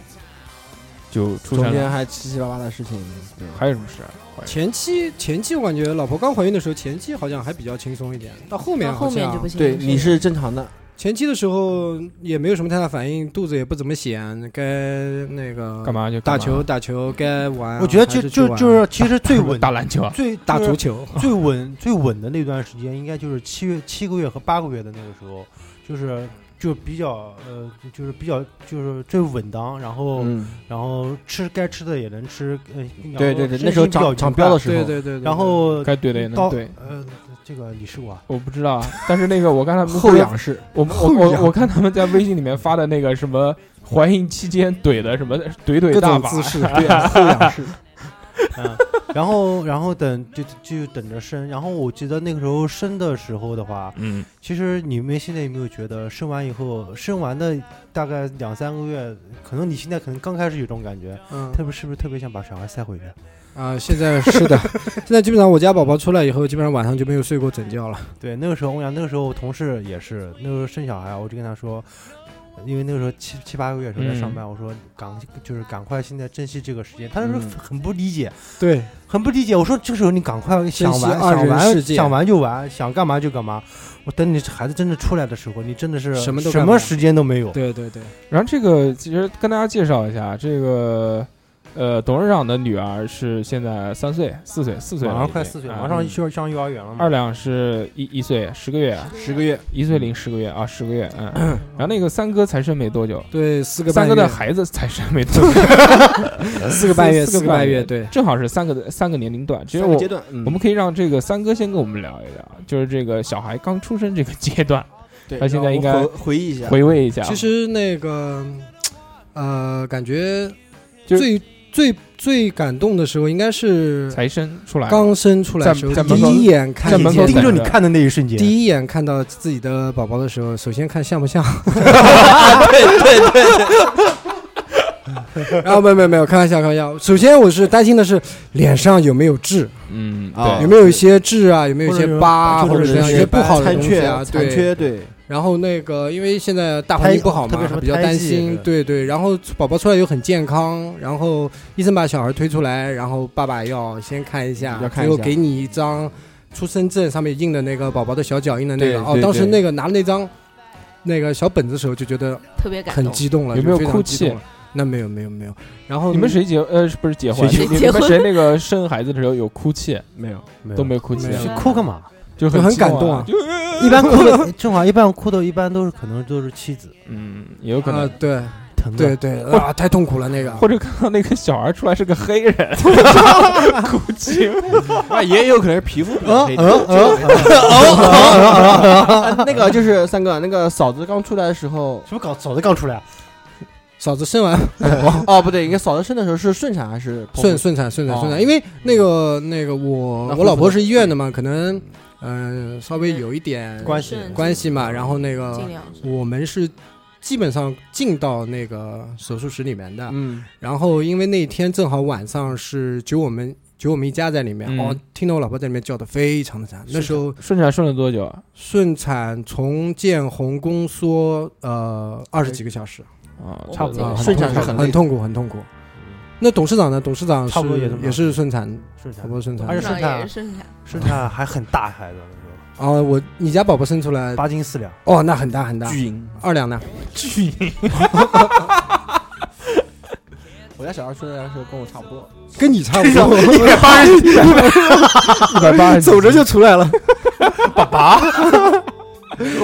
S2: 就出
S4: 中
S2: 生
S4: 间
S2: 了，
S4: 还七七八八的事情，对，
S2: 还有什么事啊？怀孕
S6: 前期前期我感觉老婆刚怀孕的时候，前期好像还比较轻松一点，到后面
S5: 到后
S6: 好像
S5: 面就不行。
S4: 对，你是正常的，
S6: 前期的时候也没有什么太大反应，肚子也不怎么显，该那个
S2: 干嘛就干
S6: 打
S2: 嘛
S6: 球打球，该玩
S3: 我觉得
S6: 嗯还
S3: 就是
S6: 去
S3: 就
S6: 玩
S3: 就是其实最稳
S2: 打篮球啊，
S3: 最
S6: 打
S3: 就是
S6: 足球，
S3: 最稳最稳的那段时间，应该就是七月七个月和八个月的那个时候，就是就比较呃，就是比较就是最稳当，然后、
S4: 嗯，
S3: 然后吃该吃的也能吃，呃，然后
S4: 对对对，那
S3: 身
S4: 时候
S3: 心比较
S4: 长长膘的
S3: 愉
S4: 时
S6: 对
S4: 候，
S6: 对对对，
S3: 快，然后
S2: 该对的也能
S3: 到
S2: 对。
S3: 呃，这个你是我啊，
S2: 我不知道啊，但是那个我看他们
S4: 后仰式，
S2: 我们我我我看他们在微信里面发的那个什么怀孕期间怼的什么怼怼
S6: 各
S2: 大
S6: 种
S2: 法
S6: 姿，势，
S4: 对，后仰式，
S3: 嗯，然后然后等就就等着生，然后我记得那个时候生的时候的话，
S2: 嗯，
S3: 其实你们现在有没有觉得生完以后，生完的大概两三个月，可能你现在可能刚开始有这种感觉，
S6: 嗯
S3: 特别是不是特别想把小孩塞回去？
S6: 啊，现在是的， 现在基本上我家宝宝出来以后，基本上晚上就没有睡过整觉了。
S3: 对，那个时候我想，那个时候我同事也是，那个时候生小孩，我就跟他说，因为那个时候七七八个月的时候在上班，
S2: 嗯
S3: 我说赶就是赶快现在珍惜这个时间。他那时候
S4: 嗯
S3: 很不理解，
S6: 对，
S3: 很不理解。我说这时候你赶快想
S6: 珍惜
S3: 玩
S6: 二
S3: 想
S6: 人世
S3: 玩
S6: 界
S3: 想玩就玩，想干嘛就干嘛。我等你孩子真的出来的时候，你真的是
S6: 什么都
S3: 什
S6: 干不
S3: 么
S6: 了
S3: 时间都没有。
S6: 对对对，
S2: 然后这个其实跟大家介绍一下，这个呃董事长的女儿是现在三岁、四岁、四岁了已经，
S3: 马上快四岁了，
S6: 嗯
S2: 啊
S3: 马上就要上幼儿园了嘛
S2: 二。两是一一岁十个月，
S4: 十个月，
S2: 一岁零十个月啊，十个月，嗯，然后那个三哥才生没多久，
S6: 对四个
S2: 三
S6: 半
S2: 哥的
S6: 月，
S2: 孩子才生没多久，
S6: 四个半 月，
S2: 四四
S6: 四
S2: 个
S6: 个
S2: 半
S6: 半
S2: 月
S6: 月，对，
S2: 正好是三个的三个年龄段。其实
S4: 三个
S2: 我
S4: 阶段，嗯
S2: 我们可以让这个三哥先跟我们聊一聊，就是这个小孩刚出生这个阶段，
S4: 对
S2: 他现在
S4: 让我
S2: 应该
S4: 回回忆一下，
S2: 回味一下。
S6: 其实那个，呃，感觉
S2: 就
S6: 最最最感动的时候，应该是
S2: 才生出来，
S6: 刚生出来的时候
S2: 在，在
S6: 第
S2: 门口
S6: 一眼看
S2: 在门口
S6: 见
S3: 盯着你看的那一瞬间，
S6: 第一眼看到自己的宝宝的时候，首先看像不像。对 对对。然后没有没有没有，开玩笑开玩笑。首先我是担心的是脸上有没有痣，
S2: 嗯，
S4: 啊
S2: 对
S6: 有，没有一些痣啊，有没有一
S3: 或者
S6: 些
S3: 有
S6: 疤啊，
S3: 或者
S6: 或者
S3: 是
S6: 是一些不好的
S4: 残
S6: 东西
S4: 缺
S6: 啊，
S4: 残
S6: 对
S4: 缺，对，
S6: 然后那个，因为现在大环境不好
S3: 胎特别
S6: 嘛
S3: 什，么
S6: 比较担
S3: 胎
S6: 心
S3: 记。
S6: 对对，然后宝宝出来又很健康，然后医生把小孩推出来，然后爸爸要先看一下
S4: 要，看一
S6: 最
S4: 下
S6: 后给你一张出生证，上面印的那个宝宝的小脚印的那
S4: 对
S6: 个。哦
S4: 对，
S6: 当时
S4: 对
S6: 那个拿那张那个小本子的时候，就觉得
S5: 特别感
S6: 很
S5: 动。
S6: 激动了，
S2: 有没有
S6: 就非常
S2: 哭
S6: 激
S2: 泣
S6: 动了？那没有没有没有。然后
S2: 你们谁结呃不是结婚？
S5: 谁
S2: 你你
S5: 结婚
S2: 们谁那个生孩子的时候有哭泣？
S4: 没有，
S2: 都没有哭泣
S6: 没，有
S3: 去哭干 嘛？
S2: 就
S6: 啊就很
S2: 激动
S6: 感动啊
S2: 就
S3: 一般哭的，正好一般哭的，一般都是可能都是妻子
S2: 嗯，也有可
S6: 啊
S2: 能。，
S6: 对
S3: 疼的。
S6: 对对啊，太痛苦了那个。
S2: 或者看到那个小孩出来是个黑人，哭泣。
S4: 啊，也有可能是皮肤比较
S3: 嗯
S4: 黑。
S3: 嗯嗯，
S4: 那个就是三哥，那个嫂子刚出来的时候，
S3: 什么搞嫂子刚出来啊？
S6: 嫂子生完
S4: 哦不对，应该嫂子生的时候是顺产还是剖腹
S6: 顺？顺产顺产
S4: 哦
S3: 啊
S6: 顺产，因为那个那个我
S4: 那
S6: 我老
S4: 恢复
S6: 婆
S4: 的
S6: 是医院的嘛，可能嗯稍微有一点
S3: 关系嗯
S5: 顺
S6: 关呃系嘛，然后那个
S5: 尽量是
S6: 我们是基本上进到那个手术室里面的，
S4: 嗯，
S6: 然后因为那天正好晚上是只有我们只有我们一家在里面，
S2: 嗯
S6: 哦，听到我老婆在里面叫的非常的惨，那时候
S2: 顺产顺了多久啊？
S6: 顺产从见红宫缩呃二十几个小时，
S2: 啊，
S5: 我
S2: 差不
S5: 记得
S2: 多。
S6: 啊
S4: 顺产是
S6: 痛
S4: 很累
S6: 苦
S4: 的
S6: 很痛苦很痛苦。那董事长呢？董事长
S3: 嗯差不多也这
S6: 是
S3: 么嗯
S6: 也是顺产，
S3: 顺
S6: 差不
S3: 产，
S6: 多顺产
S3: 而且。顺
S5: 也
S3: 产
S5: 是顺产，
S3: 顺产还很大孩子，那时候
S6: 啊、我你家宝宝生出来，
S3: 八斤四两，
S6: 哦，那很大很大。
S4: 巨婴。
S6: 二两呢？
S4: 我家小孩出来的时候跟我差不多，
S6: 跟你差不多，一百八
S2: 一百八十，
S6: 走着就出 来了。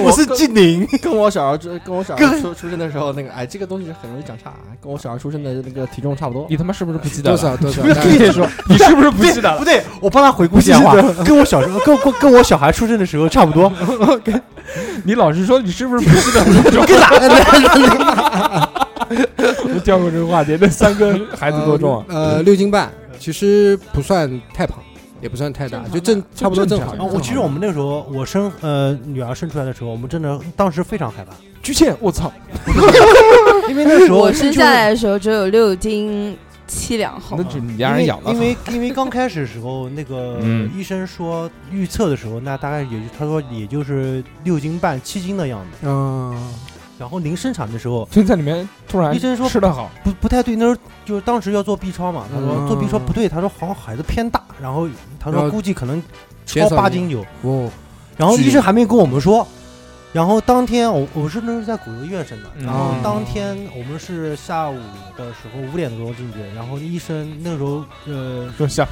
S4: 我
S3: 是晋宁，
S4: 跟我小孩出跟我小孩出出生的时候，那个哎，这个东西很容易长差，啊，跟我小孩出生的那个体重差不多。
S2: 你他妈是不是不记得
S6: 多
S2: 了？
S6: 少多少？
S2: 你说，你是不是不记得了？
S3: 不对，我帮他回顾一下话，跟我小时候跟跟跟我小孩出生的时候差不多，
S2: 你老实说，你是不是不记得了？
S6: 跟哪？
S2: 我跳过这个话题。那三个孩子多重啊？
S6: 呃，六斤半，其实不算太胖，也不算太大，就正差不多正好
S2: 正。
S3: 啊，我其实我们那时候我生呃女儿生出来的时候，我们真的当时非常害 怕，
S2: 巨蟹，我操！
S3: 因为那时候
S5: 我生下来的时候只有六斤七两好
S2: 那
S5: 吗，
S2: 就你
S3: 因
S2: 家人
S3: 为
S2: 养了
S3: 因。为因为刚开始的时候，那个
S2: 嗯
S3: 医生说预测的时候，那大概也就他说也就是六斤半七斤的样子，
S6: 嗯，
S3: 然后临生产的时候
S2: 就在里面突然
S3: 医生说
S2: 吃的好，
S3: 不不太对，那时候就是当时要做 B 超嘛，他说
S6: 嗯
S3: 做 B 超不对，他说好像孩子偏大，然后他
S6: 然
S3: 说
S6: 后
S3: 估计可能
S6: 减
S3: 超
S6: 少
S3: 八
S6: 你
S3: 斤有，
S6: 哦，
S3: 然后
S4: 巨
S3: 医生还没跟我们说，然后当天我我是那是啊在骨科医院生的，
S2: 嗯
S3: 然后当天我们是下午的时候五点多钟进去，然后医生那时候呃，
S2: 就像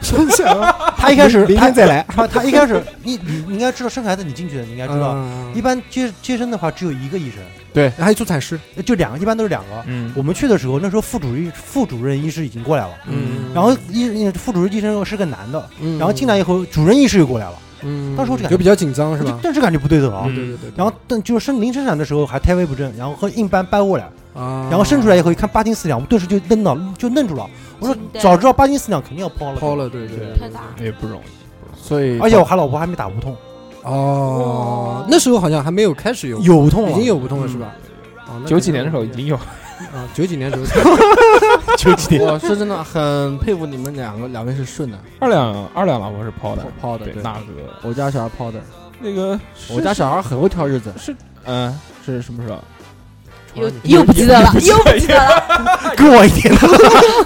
S6: 生下来
S3: 他一开始
S6: 明
S3: 他
S6: 天再来。
S3: 他他一开始你你你应该知道生孩子你进去的你应该知道，
S6: 嗯
S3: 一般接接生的话只有一个医生，
S6: 还有助产师，
S3: 呃就两个，一般都是两个。
S2: 嗯，
S3: 我们去的时候，那时候副主任副主任医师已经过来了，
S6: 嗯
S3: 然后医副主任医生是个男的，
S6: 嗯
S3: 然后进来以后主任医师又过来了，
S6: 嗯
S3: 当时我就感觉
S6: 就比较紧张是
S3: 就
S6: 吧？
S3: 但是感觉不对头啊。
S6: 对对对。
S3: 然后但就是生临生产的时候还胎位不正，然后和硬搬掰过来，
S6: 啊，
S3: 然后生出来以后一看八斤四两，我顿时就愣到就愣住了。我说早知道八斤四两肯定要剖了，
S6: 抛了，对对
S3: 对
S6: 对。
S5: 太大了。
S2: 也不容易。
S4: 所以
S3: 而且我还老婆还没打无痛，
S6: 哦
S5: 哇，
S6: 那时候好像还没有开始有，
S3: 有痛啊
S6: 已
S3: 了
S6: 经，有不痛了是吧？哦那
S2: 九几年的时候已经有，
S6: 啊，九几年的时候
S3: 九几天。
S4: 我是真的很佩服你们两个，两位是顺的，
S2: 二两二两老婆是抛的，
S4: 抛的
S2: 对，
S4: 对。
S2: 那个
S4: 我家小孩抛的，
S2: 那个
S4: 我家小孩很会挑日子，
S2: 是嗯是什么时候？
S5: 又又不记得了，又不记得了。
S3: 跟我一天的，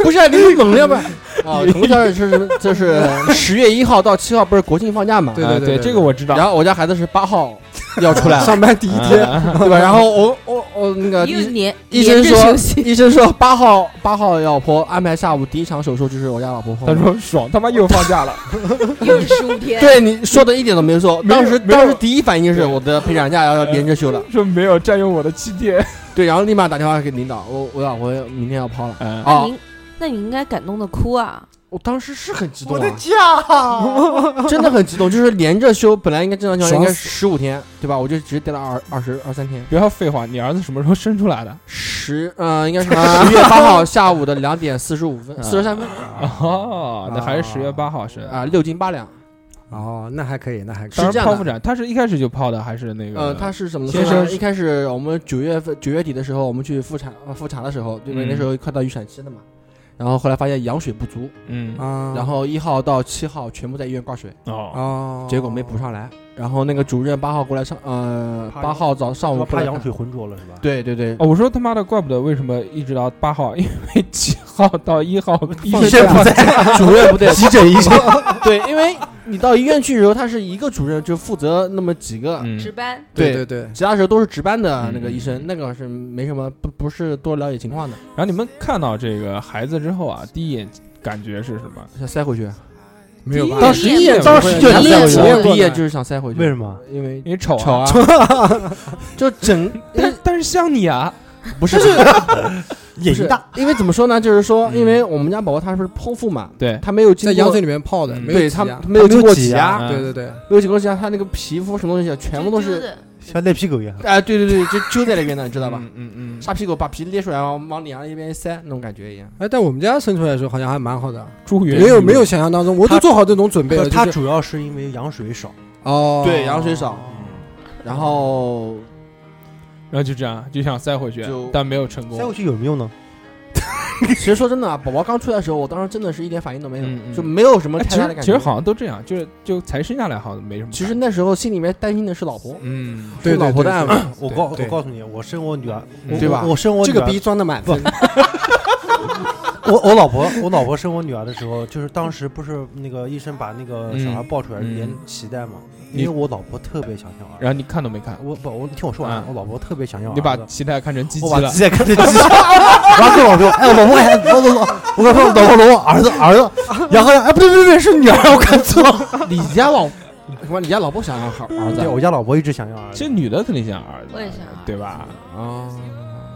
S4: 不是你冷了吧？ 啊，很会挑日子是就是十月一号到七号不是国庆放假嘛？
S6: 对
S2: 啊
S6: 对
S2: 这个我知道
S4: 然。后我家孩子是八号要出来了，
S6: 上班第一 天，
S2: 啊
S4: 对吧？然后我我我那个
S5: 又
S4: 医
S5: 连
S4: 医
S5: 连
S4: 生
S5: 着
S4: 说
S5: 休息，
S4: 医生说八号八号要剖，安排下午第一场手术就是我家老婆剖。
S2: 他说爽，他妈又放假了。
S5: 又是十五天。
S4: 对你说的一点都没错，
S2: 没有
S4: 当时
S2: 没有
S4: 当时第一反应是我的陪产假要要连着休了，
S2: 说没有占用我的七天。
S4: 对，然后立马打电话给领导，我我老婆明天要剖了。
S2: 嗯，
S5: 那
S4: 啊！
S5: 你那你应该感动的哭啊！
S4: 我当时是很激动、啊，我的啊假， 真的很激动，就是连着休，本来应该正常情况下应该
S6: 爽死
S4: 十五天，对吧？我就直接待了二二十二三天，
S2: 不要废话，你儿子什么时候生出来的？
S4: 十呃应该是 啊十月八号下午的两点四十五分，四十三分
S2: 哦，那还是十月八号生。
S4: 啊，六斤八两。
S6: 哦，那还可以，那还可以
S4: 是
S2: 当
S4: 这
S2: 时
S4: 样的
S2: 剖腹产，他是一开始就剖的，还是那个？
S4: 呃，他是什么呢？
S2: 先
S4: 说
S2: 生
S4: 一开始我们九月份九月底的时候，我们去复查呃复查的时候，对吧？
S2: 嗯
S4: 那时候快到预产期了嘛。然后后来发现羊水不足，
S2: 嗯
S6: 啊，
S4: 然后一号到七号全部在医院挂水，
S2: 哦，
S6: 哦，
S4: 结果没补上来。然后那个主任八号过来上，呃，
S3: 怕
S4: 八号早上午
S3: 我
S4: 过
S3: 怕
S4: 来
S3: 羊
S4: 看
S3: 水浑浊了是吧？
S4: 对对对，
S2: 哦，我说他妈的，怪不得为什么一直到八号，因为七号到一号医
S4: 放
S2: 生
S4: 假
S2: 不在，
S4: 主任不对，
S8: 急诊医生，
S4: 对，因为你到医院去的时候，他是一个主任就负责那么几个，
S2: 嗯
S5: 值班，
S6: 对
S4: 对
S6: 对对，
S4: 其他时候都是值班的那个医生，
S2: 嗯
S4: 那个是没什么，不不是多了解情况的，
S2: 然后你们看到这个孩子之后啊，第一眼感觉是什么？
S4: 想塞回去。
S6: 没有吧？
S2: 当
S5: 时
S2: 一眼
S4: 当
S2: 时
S4: 时
S2: 就
S4: 就
S2: 想塞回
S4: 想塞回
S2: 去
S4: 去，
S6: 我也过
S4: 第
S6: 来
S4: 一眼就是想塞回去。
S3: 为什么？
S4: 因为
S2: 你丑啊，
S4: 丑啊， 就整
S2: 但但是像你啊，
S4: 不是
S3: 眼
S4: 不是
S3: 大，，
S4: 因为怎么说呢？就是说，
S2: 嗯
S4: 因为我们家宝宝他是剖腹嘛，
S2: 对，
S4: 他没有经
S6: 在
S4: 过
S6: 羊水里面泡的，
S2: 嗯
S6: 没有
S4: 对
S6: 挤
S4: 他
S6: 压
S4: 没有经过
S3: 挤
S4: 挤
S3: 压
S2: 嗯
S4: 压，
S6: 对对对，
S4: 没有经过挤压，他那个皮肤什么东西啊，全部都
S5: 丢
S4: 是
S5: 的
S3: 像赖皮狗一样。
S4: 哎，对对对，就揪在里面的，知道吧？
S2: 嗯嗯嗯，
S4: 沙屁股把皮裂出来，然后往脸上一边一塞，那种感觉一样。
S6: 哎，但我们家生出来的时候好像还蛮好的，啊
S2: 朱元
S6: 没有没有，想象当中，我都做好这种准备了。
S3: 它
S6: 就是
S3: 主要是因为羊水少，
S6: 哦，
S4: 对，羊水少，然后
S2: 然后就这样就想塞回去
S4: 就，
S2: 但没有成功
S3: 塞。回去有没用呢？
S4: 其实说真的 啊，宝宝刚出来的时候，我当时真的是一点反应都没有，
S2: 嗯嗯
S4: 就没有什么
S2: 哎
S4: 太
S2: 其
S4: 大的
S2: 实
S4: 感觉。
S2: 其实好，像都这样，就是就才生下来好像没什么感觉。
S4: 其实那时候心里面担心的是老婆，
S2: 嗯，
S6: 对
S4: 是
S6: 对
S4: 老婆
S6: 对
S4: 的 案子。
S3: 我告我
S6: 对嗯
S3: 告诉你，我生我女儿，我
S4: 对吧
S3: 我我生我
S6: 这
S3: 女
S6: 个
S3: 儿
S6: 逼装的满分，
S3: 我我老婆，我老婆生我女儿的时候，就是当时不是那个医生把那个小孩抱出来
S2: 嗯嗯
S3: 连脐带嘛，
S6: 嗯
S2: 你
S3: 因为我老婆特别想要儿
S2: 然后你看都没看
S3: 子，，我不，我你听我说完，
S2: 嗯
S3: 我老婆特别啊想要儿子，
S2: 你把脐带看成鸡鸡
S3: 我把
S2: 了
S3: 鸡，带看成鸡， 然后跟我说，哎，老婆，哎，老老老，我跟老婆老婆老婆儿子儿 子，然后哎，不对不对不对，是女儿，我看错 了。
S4: 你家老，什么？你家老婆想要孩儿子
S3: 对，我家老婆一直想要儿
S2: 其实
S3: 子，
S2: 女的肯定想要儿子，
S5: 我也想要儿子嗯
S2: 对吧？哦
S4: 啊？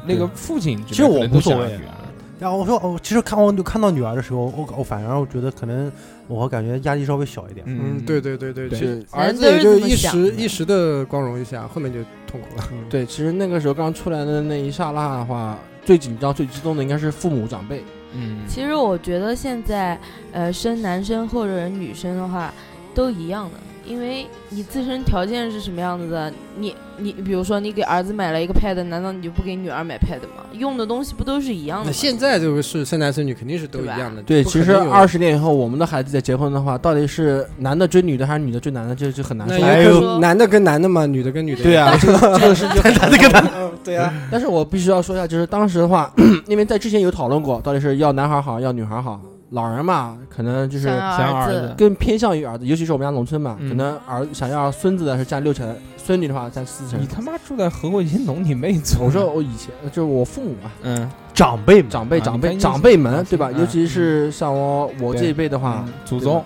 S2: 那个父亲
S3: 其实我无所
S2: 可能
S3: 谓
S2: 都想要女儿
S3: 然后我说，哦，其实看我看到女儿的时候，我我反而我觉得可能我感觉压力稍微小一点，
S6: 嗯，对对对对，
S2: 对
S6: 其实
S5: 男
S6: 儿
S5: 人
S6: 子
S5: 都是
S6: 也就
S5: 这么
S6: 一
S5: 想
S6: 时一时的光荣一下，后面就痛苦了。
S4: 对，其实那个时候刚出来的那一刹那的话，最紧张、最激动的应该是父母长辈。
S2: 嗯，
S5: 其实我觉得现在，呃，生男生或者女生的话，都一样的，因为你自身条件是什么样子的，你你比如说你给儿子买了一个 pad，难道你就不给女儿买 pad 吗？用的东西不都是一样的
S6: 那
S5: 吗？
S6: 现在这个是生男生女肯定是都一样的，
S4: 对，
S6: 不
S4: 其
S6: 可
S4: 实
S6: 能有
S4: 二十年以后，我们的孩子在结婚的话，到底是男的追女的还是女的追男的，这就很难
S6: 那
S4: 说。
S6: 也
S5: 哎
S6: 可
S5: 呦
S6: 男的跟男的嘛，女的跟女的。
S4: 对啊，这个这个是就
S3: 他这个他
S6: 对啊，
S4: 但是我必须要说一下，就是当时的话， 因为在之前有讨论过，到底是要男孩好，要女孩好。老人嘛，可能就是
S5: 想要
S2: 想要儿
S5: 儿
S2: 子，
S4: 更偏向于儿子，尤其是我们家农村嘛，
S2: 嗯
S4: 可能儿想要孙子的是占六成，孙女的话占四成
S2: 你。他妈住在河过一农，你妹子！
S4: 我说，我以前就是我父母啊，
S2: 嗯，
S3: 长辈嘛，
S4: 长辈
S2: 啊
S4: 长
S2: 你看
S4: 辈
S2: 你
S4: 长辈们
S2: 嗯，
S4: 对吧？
S2: 嗯
S4: 尤其是像我我
S2: 对
S4: 这一辈的话
S2: 嗯，祖宗
S4: 啊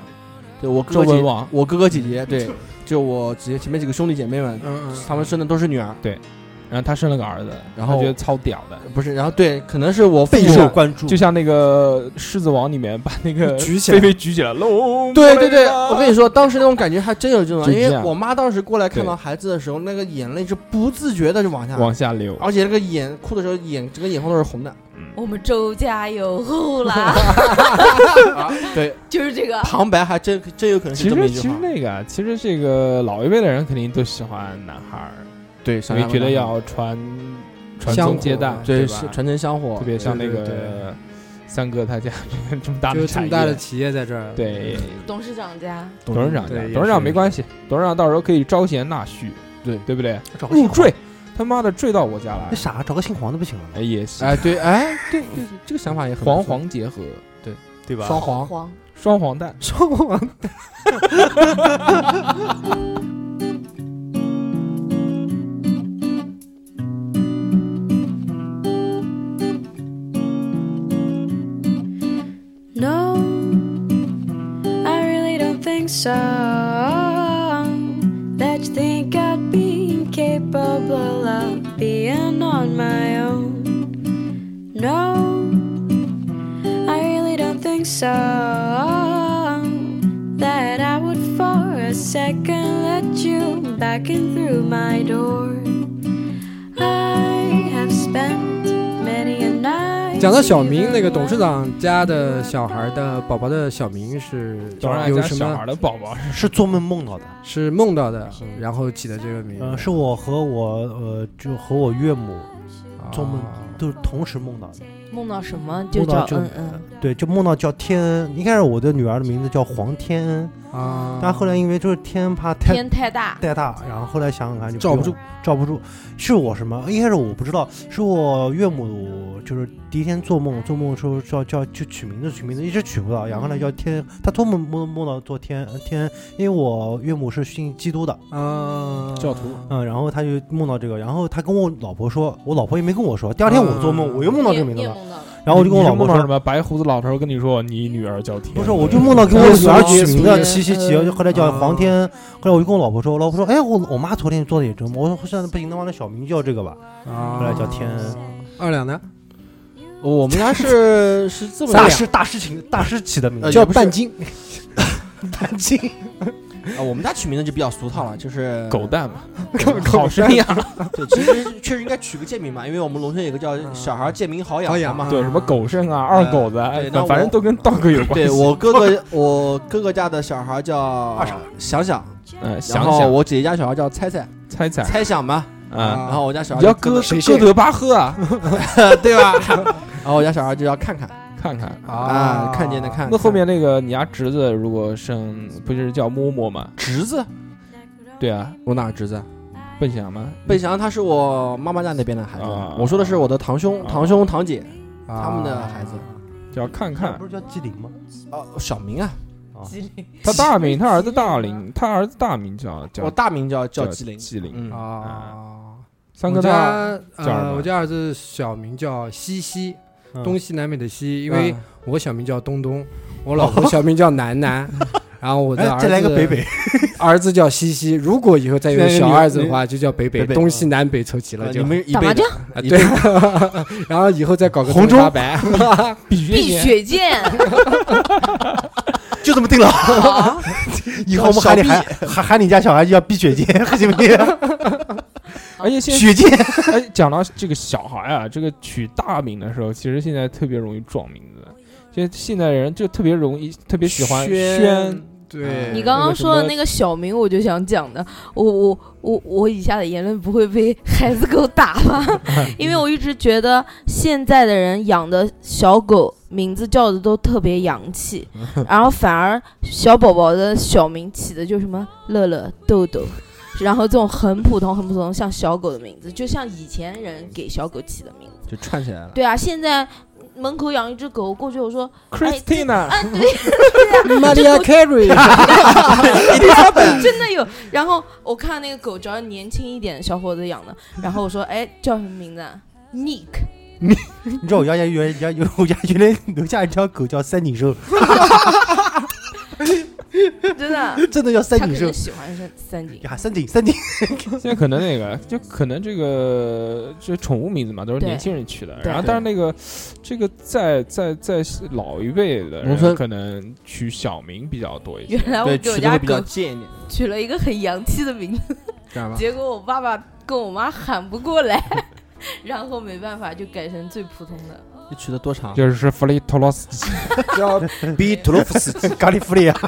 S4: 对我
S2: 周
S4: 哥哥
S2: 文
S4: 姐，
S2: 王，
S4: 我哥哥姐姐，对，
S2: 嗯
S4: 就我姐前面几个兄弟姐妹们，
S6: 嗯嗯，
S4: 他们生的都是女儿，
S2: 然后他生了个儿子，
S4: 然后
S2: 他觉得超屌的，
S4: 不是？然后对，可能是我父
S3: 备
S4: 母
S3: 受关注
S2: 就，像那个《狮子王》里面把那个
S6: 举起来
S2: 菲菲 举起来，龙
S4: 对对对，我跟你说，当时那种感觉还真有这种，
S2: 就
S4: 因
S2: 这
S4: 为
S2: 样
S4: 我妈当时过来看
S2: 对
S4: 到孩子的时候，那个眼泪是不自觉的就往 下，
S2: 往下流，
S4: 而且那个眼哭的时候，眼整个眼眶都是红的。
S5: 我们周家有后啦，
S4: 啊对，
S5: 就是这个。
S4: 旁白还真真有可能
S2: 其
S4: 是这么
S2: 实
S4: 一
S2: 其实
S4: 句话。
S2: 那个啊，其实这个老一辈的人肯定都喜欢男孩儿，
S4: 对，
S2: 因
S4: 想
S2: 为
S4: 想
S2: 觉得
S4: 看
S2: 要传传
S6: 香
S2: 宗
S6: 火
S2: 接代，
S4: 对
S2: 吧
S4: 是？传承香火，
S2: 特别像那
S6: 对对对
S2: 个三哥他家这么大
S6: 就
S2: 的
S6: 是这
S2: 产
S6: 么大的
S2: 业，
S6: 企业在这儿，
S2: 对。
S5: 董事长家，
S2: 董事长家
S6: 对，也
S2: 董事长没
S6: 是
S2: 关系，董事长到时候可以招贤纳婿，
S4: 对
S2: 对不对？
S3: 找个
S2: 入
S3: 姓黄
S2: 赘，他妈的赘到我家来
S3: 那，啥，啊找个姓黄的不行了吗
S2: 哎？也行，
S4: 哎，对，哎，对对，对这个想法也很不
S2: 黄
S4: 错
S2: 黄结合，
S3: 对吧？
S4: 双黄，
S5: 黄
S2: 双黄蛋。
S6: 双黄
S9: No, I really don't think so. That you think I'd be incapable of being on my own. No, I really don't think so. That I would for a second let you back in through my door. I have spent many a night.
S6: 讲到小明那个董事长家的小孩的宝宝的小名是
S2: 董事长
S6: 有
S2: 家
S6: 什
S2: 小
S6: 么
S2: 孩的宝宝是
S3: 是做梦梦到的。
S6: 是梦到的，然后起的这个名
S3: 呃，
S6: 字。
S3: 是我和我呃，就和我岳母做梦
S6: 啊
S3: 都是同时梦到的。
S5: 梦到什么就
S3: 梦
S5: 叫
S3: 到这
S5: 嗯嗯，
S3: 对，就梦到叫天恩。一开始我的女儿的名字叫黄天恩，
S4: 啊
S3: 但后来因为就是天恩怕太
S5: 天太大，
S3: 太大，然后后来想想看就
S4: 罩不
S3: 用
S4: 住，
S3: 罩不住。是我什么？一开始我不知道，是我岳母就是第一天做梦，做梦的时候叫叫就取名字，取名字一直取不到，然后呢叫天，她做梦梦梦到做天天，因为我岳母是信基督的，
S4: 啊，
S2: 教徒
S3: 嗯，然后她就梦到这个，然后她跟我老婆说，我老婆也没跟我说，第二天我做梦、
S4: 嗯
S3: 我又梦到这个名
S5: 你
S3: 字
S5: 也
S3: 了，
S5: 梦到了，
S3: 然后我就跟我老婆
S2: 你是梦到什
S3: 说。
S2: 么白胡子老头跟你说你女儿叫天，
S3: 不是，我就梦到给我女儿取名
S5: 嗯
S3: 字，琪琪琪，
S5: 嗯
S3: 就后来叫黄天恩。后来我就跟我老婆说，我老婆说，哎，我我妈昨天做的也这个梦，我说算了，不行，那妈的小名叫这个吧。
S4: 啊
S3: 后来叫天恩。
S6: 二两呢？
S4: 我们 家是是这么
S3: 大
S4: 俩
S3: 师大师请大师起的名
S4: 呃
S3: 字
S6: 叫
S4: 也不是
S6: 半斤，
S3: 半 斤，
S4: 啊，我们家取名字就比较俗套了，就是
S2: 狗蛋 嘛，
S4: 好生养。对，其实确实应该取个贱名嘛，因为我们龙泉有个叫
S2: 嗯
S4: “小孩贱名好养”
S6: 好养
S4: 嘛。
S2: 对，什么狗剩啊、二狗子啊
S4: 对那，我
S2: 反正都跟 dog 有关系。
S4: 对我哥 哥，我哥哥家的小孩叫想想，
S2: 嗯，想
S4: 然后
S2: 想，
S4: 我姐姐家小孩叫猜猜，
S2: 猜猜
S4: 猜想嘛。
S2: 啊，
S4: 然后我家小孩
S2: 你要
S4: 就
S2: 哥
S6: 谁
S2: 哥德巴赫啊，
S4: 对吧？然后我家小孩就叫看看
S2: 看看。
S4: 啊，看见的看。
S2: 那后面那个你家侄子如果生，不就是叫嬷嬷吗？
S4: 侄子，
S2: 对啊，
S4: 我哪儿侄子啊？
S2: 笨翔吗？
S4: 贝翔他是我妈妈家那边的孩子
S2: 啊，
S4: 我说的是我的堂兄、
S2: 啊
S4: 堂兄、堂姐
S6: 他
S4: 他们的孩子。
S2: 叫看看
S3: 不，是叫纪灵吗？
S4: 哦，小明啊，
S2: 他大名，他儿子大名，他儿子大名叫
S4: 我
S2: 叫
S4: 大名叫叫
S2: 叫
S4: 纪灵，
S2: 纪灵。啊
S4: 嗯，
S6: 啊。
S2: 三
S6: 我
S2: 哥大
S6: 家
S2: 叫什么
S6: 呃，我家儿子小名叫西西，
S3: 嗯
S6: 东西南北的西，
S4: 嗯
S6: 因为我小名叫东东，我老婆小名叫 楠楠，然后我的儿
S3: 哎，
S6: 子
S3: 再来个北北，
S6: 儿子叫西西。如果以后再有小儿子的话，就叫北北
S4: 北，北
S6: 东西南北凑齐了
S4: 呃
S6: 就
S4: 你。们一
S5: 打
S4: 辈
S5: 麻
S4: 子
S5: 将、
S6: 啊对， 然后以后再搞个
S3: 红
S6: 中
S3: 中
S6: 八白，
S2: 必须
S5: 碧
S2: 先
S5: 血剑，
S3: 就这么定了。
S5: 好
S3: 以后我们喊你喊喊喊你家小孩就叫碧血剑， 行不行？
S2: 而且现在
S3: 血剑，
S2: 哎，讲到这个小孩啊，这个取大名的时候，其实现在特别容易撞名字。现现代人就特别容易，特别喜欢啊
S4: 轩
S2: 轩，
S6: 对，
S5: 你刚刚说的那个小明，我就想讲的，我我我我以下的言论不会被孩子狗打 吗？因为我一直觉得现在的人养的小狗名字叫的都特别洋气，然后反而小宝宝的小名起的就什么乐乐、豆豆。然后这种很普通、很普通，像小狗的名字，就像以前人给小狗起的名字。
S4: 就串 起来了。
S5: 对啊，现在门口养一只狗，过去我说
S2: Christina，
S5: 啊， 对，啊
S6: Maria Carey，
S5: 真的有。然后我看那个狗，主要年轻一点的小伙子养的，然后我说，哎，叫什么名字啊？Nick，
S3: 你知道我家原家有我家原来楼下一条狗叫三井寿，
S5: 真的，
S3: 真的叫
S5: 他
S3: 三
S5: 可
S3: 井寿
S5: 能。喜欢上 三井。
S3: 呀，三井三井，
S2: 现在可能那个就可能这个这宠物名字嘛，都是
S5: 对
S2: 年轻人取的。
S5: 对
S2: 然后但是那个这个在在在老一辈的
S4: 农村
S2: 人可能取小名比较多一些。
S5: 原来我
S4: 对，
S5: 给我
S4: 取的
S5: 家
S4: 会比较
S5: 狗
S4: 贱一点，
S5: 取了一个很洋气的名字，
S4: 知
S6: 啊
S4: 道吧？
S5: 结果我爸爸跟我妈喊不过来， 然后没办法就改成最普通的。
S4: 你取的多长？
S2: 就是弗里托洛斯基，
S4: 叫 B 图洛夫斯基，
S3: 咖喱弗里啊，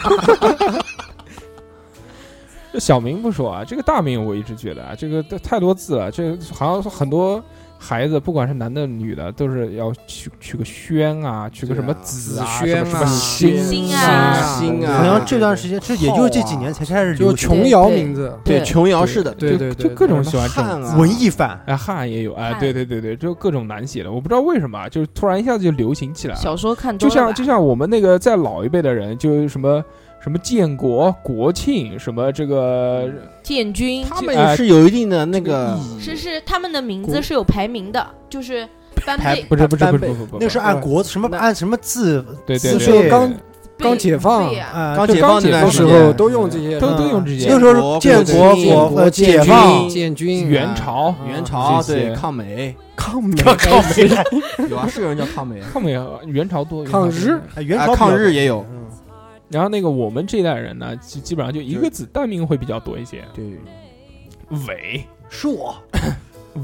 S2: 这 小名不说啊，这个大名我一直觉得啊，这个太多字了，这好像很多孩子，不管是男的女的，都是要取取个轩啊，取个什么子啊，
S6: 对啊
S2: 什么什么
S6: 轩
S5: 啊
S2: 星
S5: 啊
S4: 星啊
S3: 好像这段时间，这也就是这几年才开始
S6: 就
S3: 流行
S6: 琼瑶名字，
S4: 对，琼瑶式的，
S6: 对对
S2: 就
S6: 对，
S2: 就各种
S6: 对
S2: 喜欢这种
S4: 汉啊，
S3: 文艺范。
S2: 哎，汉也有哎，
S5: 汉
S2: 对对对对，就各种难写的，我不知道为什么啊，就是突然一下子就流行起来了。
S5: 小时候看多
S2: 啊就
S5: 了吧
S2: 像就像我们那个再老一辈的人，就是什么什么建国、国庆，什么这个
S5: 建军，
S4: 他们也是有一定的那个
S2: 意义
S5: 是是他们的名字是有排名的，就是翻
S4: 排
S5: 倍
S2: 不是不是
S4: 翻
S2: 不是
S4: 倍
S2: 不是不
S3: 那是按国什么
S4: 那
S3: 按什么字
S2: 对对
S3: 字
S2: 对
S3: 数
S6: 对
S3: 刚
S6: 刚解放
S5: 对啊，
S3: 啊
S4: 刚解放那段
S6: 那
S4: 时
S6: 时
S2: 对
S6: 候
S4: 间，
S6: 都用这些
S2: 都都用这些
S3: 那时候建国
S4: 建
S3: 国呃解放
S6: 建军
S2: 元朝
S4: 元朝
S2: 啊嗯这些
S4: 对抗美
S6: 抗美
S3: 抗美援
S4: 有啊，是有人叫抗美，
S2: 抗美元朝多
S6: 抗日，
S3: 元
S4: 啊
S3: 朝
S4: 抗
S3: 比较
S4: 日也有
S3: 多，嗯
S2: 然后那个我们这一代人呢，基基本上就一个字，单名会比较多一些。
S4: 对，
S2: 伟
S3: 是我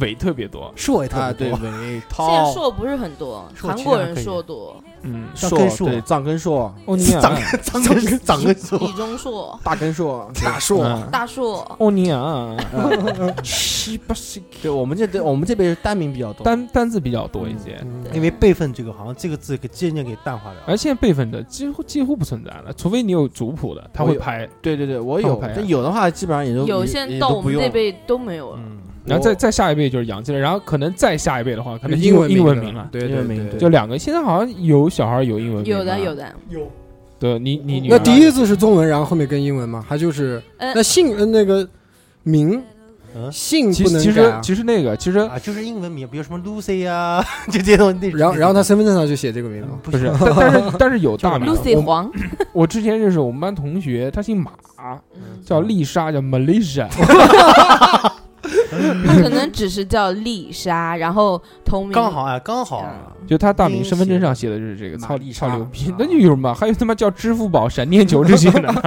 S2: 尾特别多，
S3: 硕也特
S4: 啊，
S3: 别
S4: 对，
S3: 多，
S4: 尾
S5: 现在
S4: 涛、
S5: 硕不是很多，
S3: 硕
S5: 韩
S3: 其实
S5: 国
S3: 还
S5: 人
S3: 可以
S5: 硕多，
S2: 嗯，
S3: 像根
S4: 硕
S3: 硕
S4: 对藏根硕、
S2: 欧尼
S3: 长
S2: 亚，
S3: 长根长根硕，
S5: 李钟硕、
S4: 大根硕、
S6: 大硕
S2: 嗯
S5: 大硕，
S2: 欧尼亚，西巴西，
S4: 对，我们这对我们这边是单名比较多，
S2: 单单字比较多一些，
S3: 因为辈分这个好像这个字给渐渐给淡化掉了。啊
S2: 而现在辈分的几乎几乎不存在了，除非你有族谱的，他
S4: 我
S2: 会
S4: 有
S2: 排。
S4: 对对对，我
S2: 套
S4: 有，
S2: 牌啊
S4: 但有的话基本上也就
S5: 有
S4: 也
S5: 现在
S4: 也
S5: 到
S4: 都
S5: 我
S4: 不
S5: 们
S4: 用
S5: 这
S4: 了
S5: 辈都没有了。
S3: 嗯，
S2: 然后再
S4: 我
S2: 再下一辈就是洋气了，然后可能再下一辈的话，可能英
S6: 英文
S2: 英文
S6: 名
S2: 名了，
S6: 对
S4: 英文
S6: 对
S4: 名
S6: 对，
S2: 就两个。现在好像有小孩有英文名，
S5: 有的有。的，
S2: 对你你你
S6: 那第一次是中文，然后后面跟英文吗？还就是
S5: 嗯
S6: 那姓呃那个名
S3: 嗯
S6: 姓
S2: 呃其
S6: 不
S2: 实
S6: 能
S2: 其
S6: 改
S2: 实
S6: 啊，
S2: 其实那个其实
S3: 啊，就是英文名，比如什么 Lucy 啊， 就这些东西。
S6: 然后然后他身份证上就写这个名字
S3: 嗯
S6: 吗？
S3: 不
S2: 不是
S3: 是，
S2: 但但是但是有大名。
S5: Lucy
S2: 我
S5: 黄，
S2: 我之前认识我们班同学，他姓马，
S5: 嗯
S2: 叫丽莎，叫 Malaysia。
S6: 哦
S5: 他可能只是叫丽莎，然后同名
S3: 刚好啊，刚好啊，
S2: 就他大名身份证上写的就是这个，
S4: 玛
S2: 操
S4: 丽莎
S2: 操牛逼
S4: 啊！
S2: 那就有什么？还有他妈叫支付宝、闪电球这些的 呢。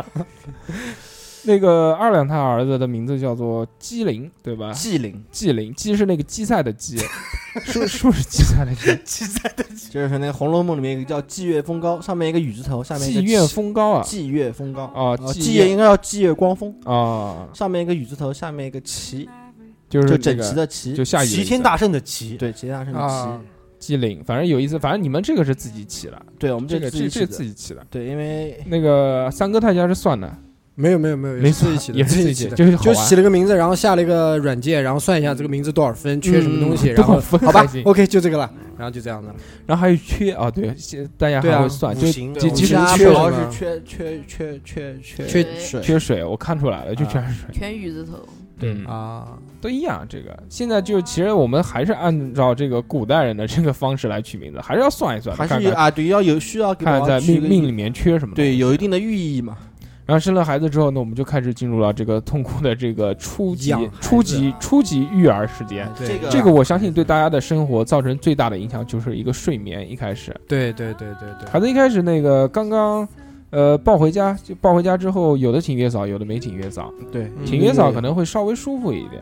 S2: 那个二两他儿子的名字叫做鸡灵，对吧？
S4: 纪灵，
S2: 鸡灵，鸡是那个荠菜的荠，是是不是荠菜的荠？
S4: 就是那《红楼梦》里面有一个叫霁月风高，上面一个雨字头，下面一个
S2: 霁月风高啊
S4: 霁月风高啊，
S2: 啊！
S4: 霁月应该叫霁月光风，
S2: 啊，
S4: 上面一个雨字头，下面一个齐，
S2: 就是
S4: 就
S2: 这
S4: 整
S2: 个
S4: 齐的齐，
S2: 就下雨的
S3: 齐天
S2: 意
S3: 大圣的齐，
S4: 齐对，齐大圣
S2: 思
S4: 的
S2: 啊
S4: 齐，，
S2: 鸡灵，反正有意思，反正你们这个是自己起的，
S4: 对，我们
S2: 这
S4: 个
S2: 个
S4: 自己
S2: 这
S4: 起
S2: 这
S4: 的
S2: 自，己起的。
S4: 对，因为
S2: 那个三哥他家是算的，
S6: 没有没有没有，也
S2: 没
S6: 是自己
S2: 算
S6: 起的，
S2: 也是
S6: 自
S2: 自己
S6: 起
S2: 起
S6: 的
S2: 的，。就是好
S6: 就
S2: 玩
S6: 写了个名字，然后下了一个软件，然后算一下这个名字多少分，缺什么东西，
S2: 嗯
S6: 然后
S2: 多少分
S6: 好吧
S2: 还行
S6: ，OK，就这个了，然后就这样的。
S2: 然后还有缺啊，对，现大家
S6: 对啊
S2: 还会算，
S3: 五
S2: 就
S3: 行
S2: 就
S6: 五
S2: 其实
S6: 行啊
S4: 家
S6: 缺
S4: 主
S6: 什
S4: 要
S6: 么
S4: 是缺缺缺缺缺
S6: 缺
S5: 水
S2: 缺水，我看出来了，就
S4: 啊
S2: 全是水。
S5: 全雨字头，
S2: 嗯，
S4: 啊，
S2: 都一样。这个现在就其实我们还是按照这个古代人的这个方式来取名字，还是要算一算，
S4: 还
S2: 看
S4: 是有
S2: 看
S4: 啊，对，要有需要给
S2: 看
S4: 宝宝
S2: 在
S4: 取
S2: 命
S4: 个
S2: 命里面缺什么。
S4: 对，有一。定的寓意嘛，
S2: 然后生了孩子之后呢，我们就开始进入了这个痛苦的这个初级
S6: 养孩、子
S2: 初级、初级育儿时间。
S6: 对
S4: 这个
S2: 这个我相信对大家的生活造成最大的影响就是一个睡眠。一开始，
S6: 对对对对对，
S2: 孩子一开始那个刚刚，呃，抱回家就抱回家之后，有的请月嫂，有的没请月嫂。
S4: 对，
S3: 嗯
S2: 请月
S6: 嗯
S2: 嫂可能会稍微舒服一点，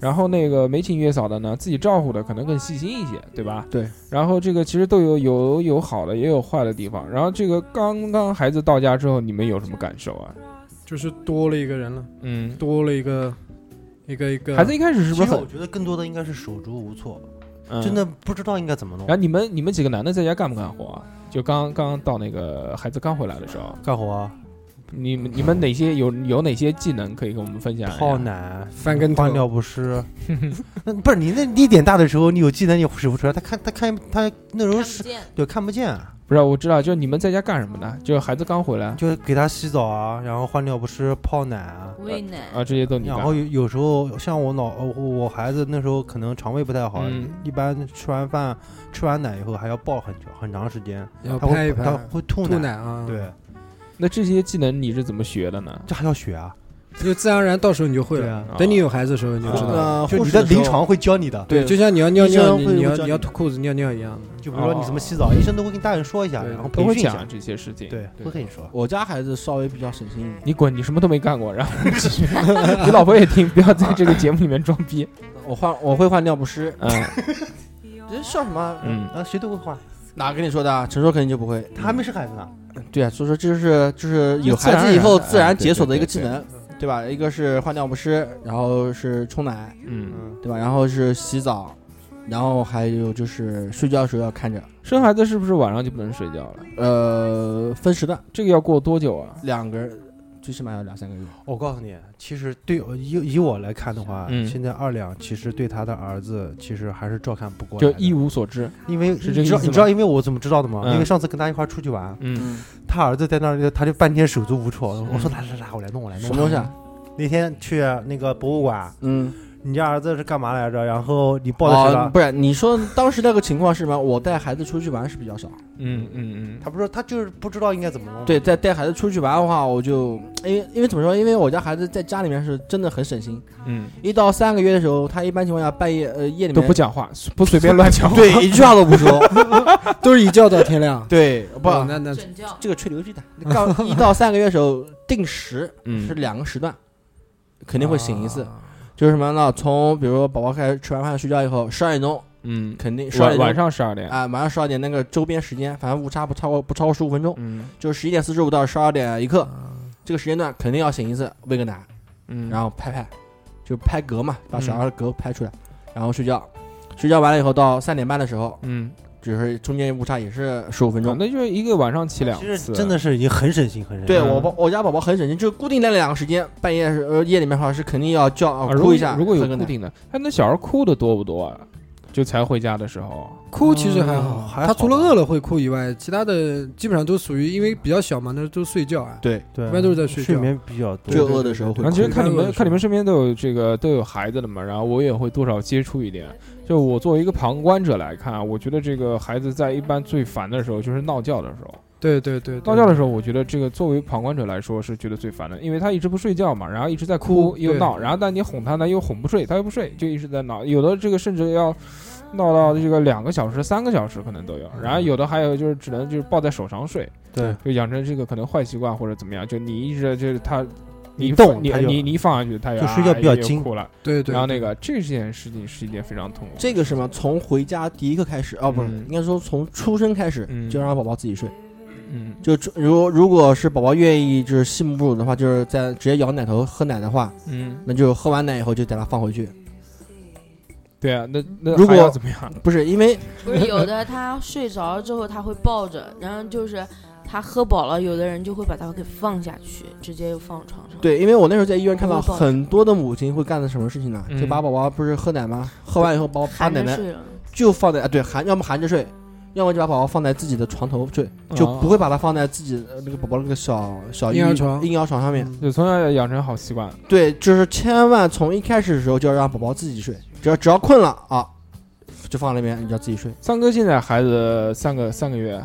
S2: 然后那个没请月嫂的呢，自己照顾的可能更细心一些，对吧？
S4: 对。
S2: 然后这个其实都有有有好的，也有坏的地方。然后这个刚刚孩子到家之后，你们有什么感受啊？
S6: 就是多了一个人了，
S2: 嗯，
S6: 多了一个一个一个
S2: 啊孩子一开始是
S3: 其
S2: 不是
S3: 实我
S2: 很
S3: 觉得更多的应该是手足无措，
S2: 嗯
S3: 真的不知道应该怎么弄
S2: 然后。你们你们几个男的在家干不干活啊？就刚刚到那个孩子刚回来的时候，
S3: 干活啊，
S2: 你们你们哪些有有哪些技能可以跟我们分享一
S3: 泡
S2: 下？
S3: 奶、
S6: 翻跟头
S3: 换，尿不湿。那啊 不是你那你脸大的时候，你有技能你使不出来，他看他看他那时候
S5: 看
S3: 是
S5: 不见。
S3: 对看不见啊，
S2: 不是，我知道，就你们在家干什么呢？就孩子刚回来
S3: 就给他洗澡啊，然后换尿不湿、泡奶啊。
S5: 喂奶，
S2: 啊，这些都你干
S3: 然。后有有时候像我老我我孩子那时候可能肠胃不太好，
S2: 嗯
S3: 一般吃完饭吃完奶以后还要抱很久很长时间，
S6: 要
S3: 他
S6: 拍
S3: 会
S6: 一
S3: 他
S6: 拍，
S3: 会吐
S6: 吐奶啊，，
S3: 对，
S2: 那这些技能你是怎么学的呢？
S3: 这还要学啊，
S6: 就自然而然到时候你就会
S3: 对
S6: 了。
S3: 啊，
S6: 等你有孩子的时候你就知道了。
S4: 呃，
S3: 就
S4: 护
S3: 你
S4: 士
S3: 的
S4: 的时候
S3: 临床会教你的，
S4: 对，
S6: 就像你要尿
S4: 医生
S6: 尿，
S4: 会
S6: 你你要
S4: 会教
S6: 你要
S4: 你
S6: 脱裤子尿尿一样的。
S3: 就比如说你怎么洗澡，医生都会跟大人说一下，
S6: 对
S3: 然后
S2: 哦都
S3: 培
S2: 会
S3: 训一下
S2: 讲，这些事情。，
S3: 对，会跟你说。
S4: 我家孩子稍微比较省心一点。
S2: 你滚，你什么都没干过， 然后你老婆也听，不要在这个节目里面装逼。
S4: 我换我会换尿不湿，
S2: 嗯
S4: 这笑什么？
S2: 嗯，
S3: 啊，谁都会换，
S4: 哪跟你说的啊？陈硕肯定就不会。
S3: 他还没生孩子呢。
S4: 对啊，所以说这就是就是有
S2: 自然
S4: 孩子以后
S2: 而然啊
S4: 自然
S2: 对
S4: 解锁的一个
S2: 对
S4: 技
S2: 对对
S4: 能，对吧？一个是换尿不湿，然后是冲奶，
S2: 嗯，
S3: 嗯，
S4: 对吧？然后是洗澡，然后还有就是睡觉的时候要看着。
S2: 生孩子是不是晚上就不能睡觉了？
S4: 呃，分时段，
S2: 这个要过多久啊？
S4: 两个人最起码要两三个月。
S3: 我告诉你，其实对我以以我来看的话，
S2: 嗯
S3: 现在二两其实对他的儿子其实还是照看不过来
S2: 就
S3: 的，
S2: 一无所知。
S3: 因为
S2: 是这个
S3: 你知
S2: 意
S3: 道
S2: 思
S3: 你知道
S2: 吗
S3: 因为我怎么知道的吗？
S2: 嗯
S3: 因为上次跟他一块儿出去玩，
S2: 嗯，
S3: 他儿子在那儿，他就半天手足无措。我说来来来，我来弄，我来弄。
S4: 什么东西？啊？
S3: 那天去那个博物馆，
S4: 嗯，
S3: 你家儿子是干嘛来着？然后你抱在手
S4: 哦，
S3: 上，
S4: 不是，你说当时那个情况是什么？我带孩子出去玩是比较少。
S2: 嗯嗯
S3: 他不是他就是不知道应该怎么弄。
S4: 对，带带孩子出去玩的话，我就因为因为怎么说？因为我家孩子在家里面是真的很省心。
S2: 嗯嗯，
S4: 一到三个月的时候，他一般情况下半夜呃夜里面
S2: 都不讲话，不随便乱讲话。
S4: 对，一句话都不说。。
S6: 都是一觉到天亮
S4: 对，不，
S6: 哦那那
S5: 整 觉
S4: 这个吹牛逼的。到一到三个月的时候，定时
S2: 嗯
S4: 是两个时段，肯定会醒一次。就是什么呢？从比如说宝宝开始吃完饭睡觉以后，十二点钟
S2: 嗯，
S4: 肯定十二
S2: 晚
S4: 点
S2: 晚
S4: 钟
S2: 上十二点，
S4: 啊，晚上十二点那个周边时间，反正误差不超过不超过十五分钟，
S2: 嗯
S4: 就是十一点四十五到十二点一刻，这个时间段肯定要醒一次，喂个奶，
S2: 嗯，
S4: 然后拍拍，就拍嗝嘛，把小孩的嗝拍出来，然后睡觉。睡觉完了以后，到三点半的时候，
S2: 嗯，
S4: 就是中间误差也是十五分
S2: 啊
S4: 钟。
S2: 那就是一个晚上起两
S3: 其实
S2: 次，
S3: 真的是已经很省心，很省心。
S4: 对
S2: 嗯
S4: 我宝我家宝宝很省心，就固定那两个时间，半夜是呃夜里面的话是肯定要叫、
S2: 啊
S4: 呃
S2: 如
S4: 哭
S2: 果
S4: 一下，
S2: 如果有
S4: 喝个
S2: 固
S4: 奶
S2: 定的，哎，那小孩哭的多不多啊？就才回家的时候，
S6: 哭其实还好，
S3: 嗯还好
S6: 他除了饿了会哭以外，其他的基本上都属于因为比较小嘛，那都睡觉啊。
S4: 对，
S3: 对，
S6: 一般都是在睡觉
S3: 睡眠比较多。
S4: 就饿的时候会
S2: 然后其实看你
S6: 看到
S2: 们
S6: 的
S2: 看你们身边都有这个都有孩子的嘛，然后我也会多少接触一点。就我作为一个旁观者来看啊，我觉得这个孩子在一般最烦的时候就是闹觉的时候，
S6: 对对对，对
S2: 闹觉的时候，我觉得这个作为旁观者来说是觉得最烦的，因为他一直不睡觉嘛，然后一直在哭
S6: 哭
S2: 又
S6: 对
S2: 闹，然后但你哄他呢又哄不睡，他又不睡，就一直在闹，有的这个甚至要。闹到这个两个小时、三个小时可能都有，然后有的还有就是只能就是抱在手上睡，
S3: 对，
S2: 就养成这个可能坏习惯或者怎么样，就你一直就是他，你
S3: 你
S2: 放
S3: 动
S2: 你
S3: 他就
S2: 你你一放下去，他
S3: 就睡觉比较精
S2: 苦了。
S6: 对对，
S2: 然后那个这件事情是一件非常痛苦，
S4: 这个什么，从回家第一个开始，哦，不是，
S2: 嗯
S4: 应该说从出生开始
S2: 嗯
S4: 就让宝宝自己睡。
S2: 嗯
S4: 就出如果如果是宝宝愿意就是吸母乳的话，就是在直接咬奶头喝奶的话，
S2: 嗯，
S4: 那就喝完奶以后就给他放回去。
S2: 对啊，那那
S4: 如果
S2: 还要怎么样？
S4: 不是因为
S5: 不是有的他睡着了之后他会抱着，然后就是他喝饱了，有的人就会把他给放下去，直接就放床上。
S4: 对，因为我那时候在医院看到
S5: 我懂
S4: 很多的母亲会干的什么事情呢？
S2: 嗯
S4: 就把宝宝不是喝奶吗？喝完以后把把
S5: 含
S4: 奶
S5: 着
S4: 奶
S5: 睡了。
S4: 就放在啊，对，含要么含着睡，要么就把宝宝放在自己的床头睡，就
S2: 哦
S4: 不会把它放在自己呃那个宝宝那个小小
S6: 婴儿床嗯
S4: 婴儿床上面。
S2: 就从小要养成好习惯，
S4: 对，就是千万从一开始的时候就要让宝宝自己睡，只要只要困了啊，就放那边，你就要自己睡。
S2: 三哥现在孩子三个三个月，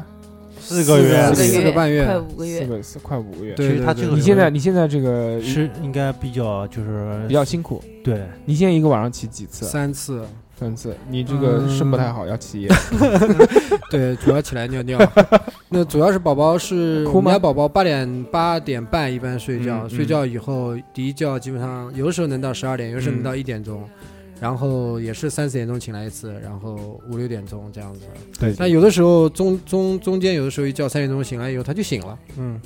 S3: 四个月，
S6: 四个半月
S5: 快五个
S2: 四
S5: 月，
S2: 个四快五个月。
S6: 对
S3: 其实
S6: 对
S3: 他
S6: 对
S3: 这个
S2: 你现在你现在这个
S3: 是应该比较就是
S2: 比较辛苦，
S3: 对，
S2: 你现在一个晚上起几次？
S6: 三次，
S2: 三次，你这个
S3: 嗯
S2: 肾不太好，要起夜。
S6: 对，主要起来尿尿。那主要是宝宝是
S2: 哭吗
S6: 我们家宝宝八点八点半一般睡觉，
S2: 嗯嗯
S6: 睡觉以后第一觉基本上有的时候能到十二点，
S3: 嗯
S6: 有的时候能到一点钟。然后也是三四点钟醒来一次，然后五六点钟这样子。
S2: 对
S6: 但有的时候中中中间有的时候一觉三点钟醒来以后他就醒了，嗯，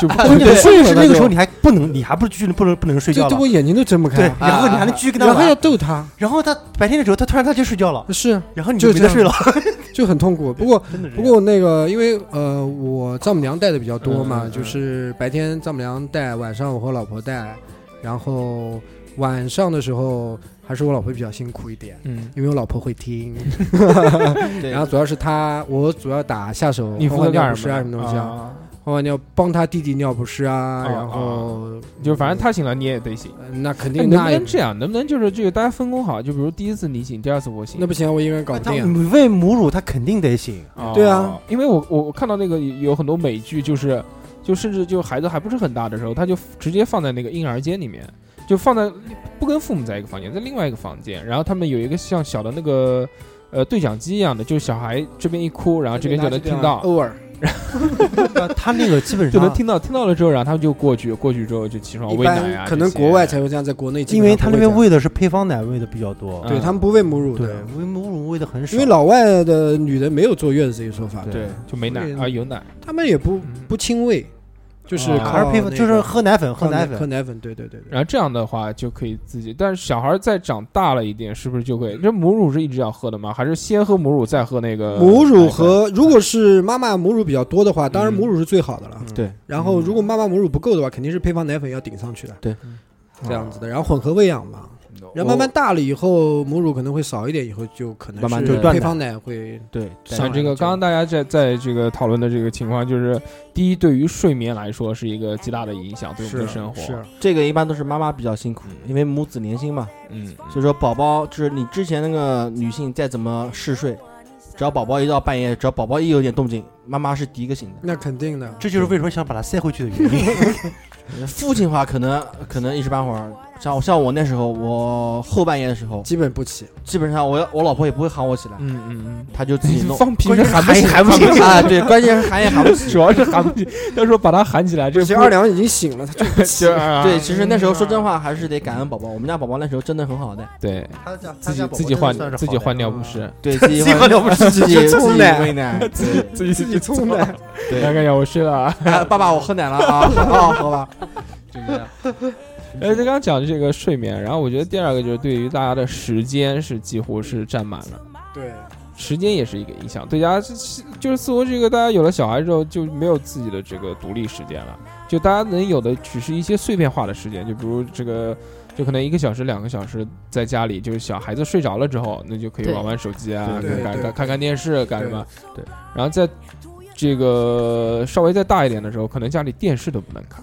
S2: 就不
S3: 关键
S4: 睡了
S3: 是
S4: 那
S3: 那个
S4: 就
S3: 时候你还不能，你还不是继续不能不能睡
S6: 这
S3: 觉
S6: 这
S3: 了
S6: 我，眼睛都睁不
S3: 对
S6: 开，，
S3: 然后你
S4: 啊
S3: 还能继续跟他
S6: 然后要
S3: 玩，
S6: 逗他，
S3: 然后他白天的时候他突然他就睡觉了，
S6: 是啊
S3: 然后你
S6: 就
S3: 就没得
S6: 这
S3: 睡了，
S6: 就很痛苦。不过
S3: 真的是这
S6: 不
S3: 样
S6: 过那个，因为呃，我丈母娘带的比较多嘛，
S2: 嗯嗯嗯
S6: 就是白天丈母娘带，晚上我和老婆带，然后晚上的时候还是我老婆比较辛苦一点，
S2: 嗯，
S6: 因为我老婆 会听，
S4: 对
S6: 然后主要是她，我主要打下
S3: 嗯
S6: 手，
S2: 你
S6: 换
S2: 负责
S6: 换尿
S2: 干
S6: 不
S2: 什
S6: 湿
S2: 么
S6: 啊
S2: 呢？
S6: 什么东西啊，
S2: 啊
S6: 换换尿帮她弟弟尿不湿啊，
S2: 哦
S6: 然后
S2: 就反正他醒了，你也得醒。
S6: 呃那肯
S2: 哎
S6: 定
S2: 能不
S6: 那也
S2: 能这样？能不能就是这个大家分工好？就比如第一次你醒，第二次我醒。
S6: 那不行，我一个人搞不
S3: 他
S6: 定。啊
S3: 喂母乳他肯定得 醒，
S2: 哦
S6: 对啊，
S2: 因为我我我看到那个有很多美剧，就是就甚至就孩子还不是很大的时候，他就直接放在那个婴儿间里面，就放在不跟父母在一个房间，在另外一个房间，然后他们有一个像小的那个呃对讲机一样的，就是小孩这边一哭，然后这边就能听到。
S6: 偶尔
S3: 啊他那个基本
S2: 就能
S3: 上。
S2: 听到，听到了之后，然后他们就过去，过去之后就起床
S6: 一
S2: 喂奶
S6: 般
S2: 啊。
S6: 可能
S2: 这些
S6: 国外才会这样，在国内基
S3: 因
S6: 本
S3: 为
S6: 上
S3: 他
S6: 不
S3: 那
S6: 会
S3: 边
S6: 这样
S3: 喂的是配方奶喂的比较多，
S6: 对
S2: 嗯
S6: 他们不喂母乳
S3: 对啊
S6: 的，，
S3: 喂母乳喂的很少，
S6: 因为老外的女人没有坐月子这一说法，
S3: 对
S2: 就没奶
S6: 所以
S2: 啊，有奶。
S6: 他们也不
S2: 嗯
S6: 不亲喂，就是
S2: 啊
S6: 靠
S3: 还是配方
S6: 那
S3: 就是
S6: 个
S3: 喝奶哦粉，喝
S6: 靠
S3: 奶
S6: 喝
S3: 粉，
S6: 奶粉，对对对对，
S2: 然后这样的话就可以自己，但是小孩再长大了一点，是不是就 会？这母乳是一直要喝的吗？还是先喝母乳再喝那个
S6: 母
S2: 呃奶
S6: 乳
S2: 粉
S6: 和如果是妈妈母乳比较多的话，当然
S2: 嗯
S6: 母乳是最好的了。
S4: 对，
S6: 然后如果妈妈母乳不够的话，肯定是配方奶粉要顶上去的。
S4: 对
S2: 嗯，
S6: 这样子的，然后混合喂养嘛。然后慢慢大了以后，母乳可能会少一点，以后就可能
S4: 慢慢
S6: 是
S4: 就
S3: 断
S6: 配
S3: 奶
S6: 方奶会
S4: 对，
S6: 上
S2: 像
S6: 来
S2: 这个
S6: 就
S2: 刚刚大家在在这个讨论的这个情况，就是第一，对于睡眠来说是一个极大的影响，对我们的生活。
S6: 是，
S4: 这个一般都是妈妈比较辛苦，因为母子连心嘛，
S2: 嗯，
S4: 所以说宝宝就是你之前那个女性再怎么嗜睡，只要宝宝一到半夜，只要宝宝一有点动静，妈妈是第一个醒的。
S6: 那肯定的，
S3: 这就是为什么想把它塞回去的原因。
S4: 父亲的话，可能可能一时半会儿，像像我那时候，我后半夜的时候，
S6: 基本不起。
S4: 基本上我要我老婆也不会喊我起来，
S2: 嗯嗯
S4: 她就自己弄。
S2: 放屁
S4: 关键是
S2: 喊不
S4: 喊也喊不起 啊！对，关键是喊也喊不 起
S2: 主。要是喊不起。他说把他喊起来，这
S6: 其实二两已经醒了，他就不起。
S4: 对，其实那时候说真话还是得感恩宝宝，我们家宝宝那时候真的很好 带，
S2: 对
S3: 他家
S2: 自己自己换自己换尿
S3: 嗯
S2: 不湿，
S4: 对自己
S3: 换尿不湿
S4: 自己自己
S6: 冲奶
S4: 喂 奶，对
S2: 自己自己
S6: 冲的，
S4: 对
S2: 大概要我睡 了 啊。
S4: 啊爸爸我喝奶了啊，好不好？好 吧，
S2: 呃，就刚刚讲的这个睡眠，然后我觉得第二个就是对于大家的时间是几乎是占满了。
S6: 对，
S2: 时间也是一个影响，对大家是就是似乎这个大家有了小孩之后就没有自己的这个独立时间了，就大家能有的只是一些碎片化的时间，就比如这个就可能一个小时两个小时在家里，就是小孩子睡着了之后，那就可以
S5: 对
S2: 玩玩手机啊，
S6: 对对
S2: 干
S6: 对
S2: 干看看电视干什么，
S4: 对，
S2: 然后在这个稍微再大一点的时候，可能家里电视都不能开，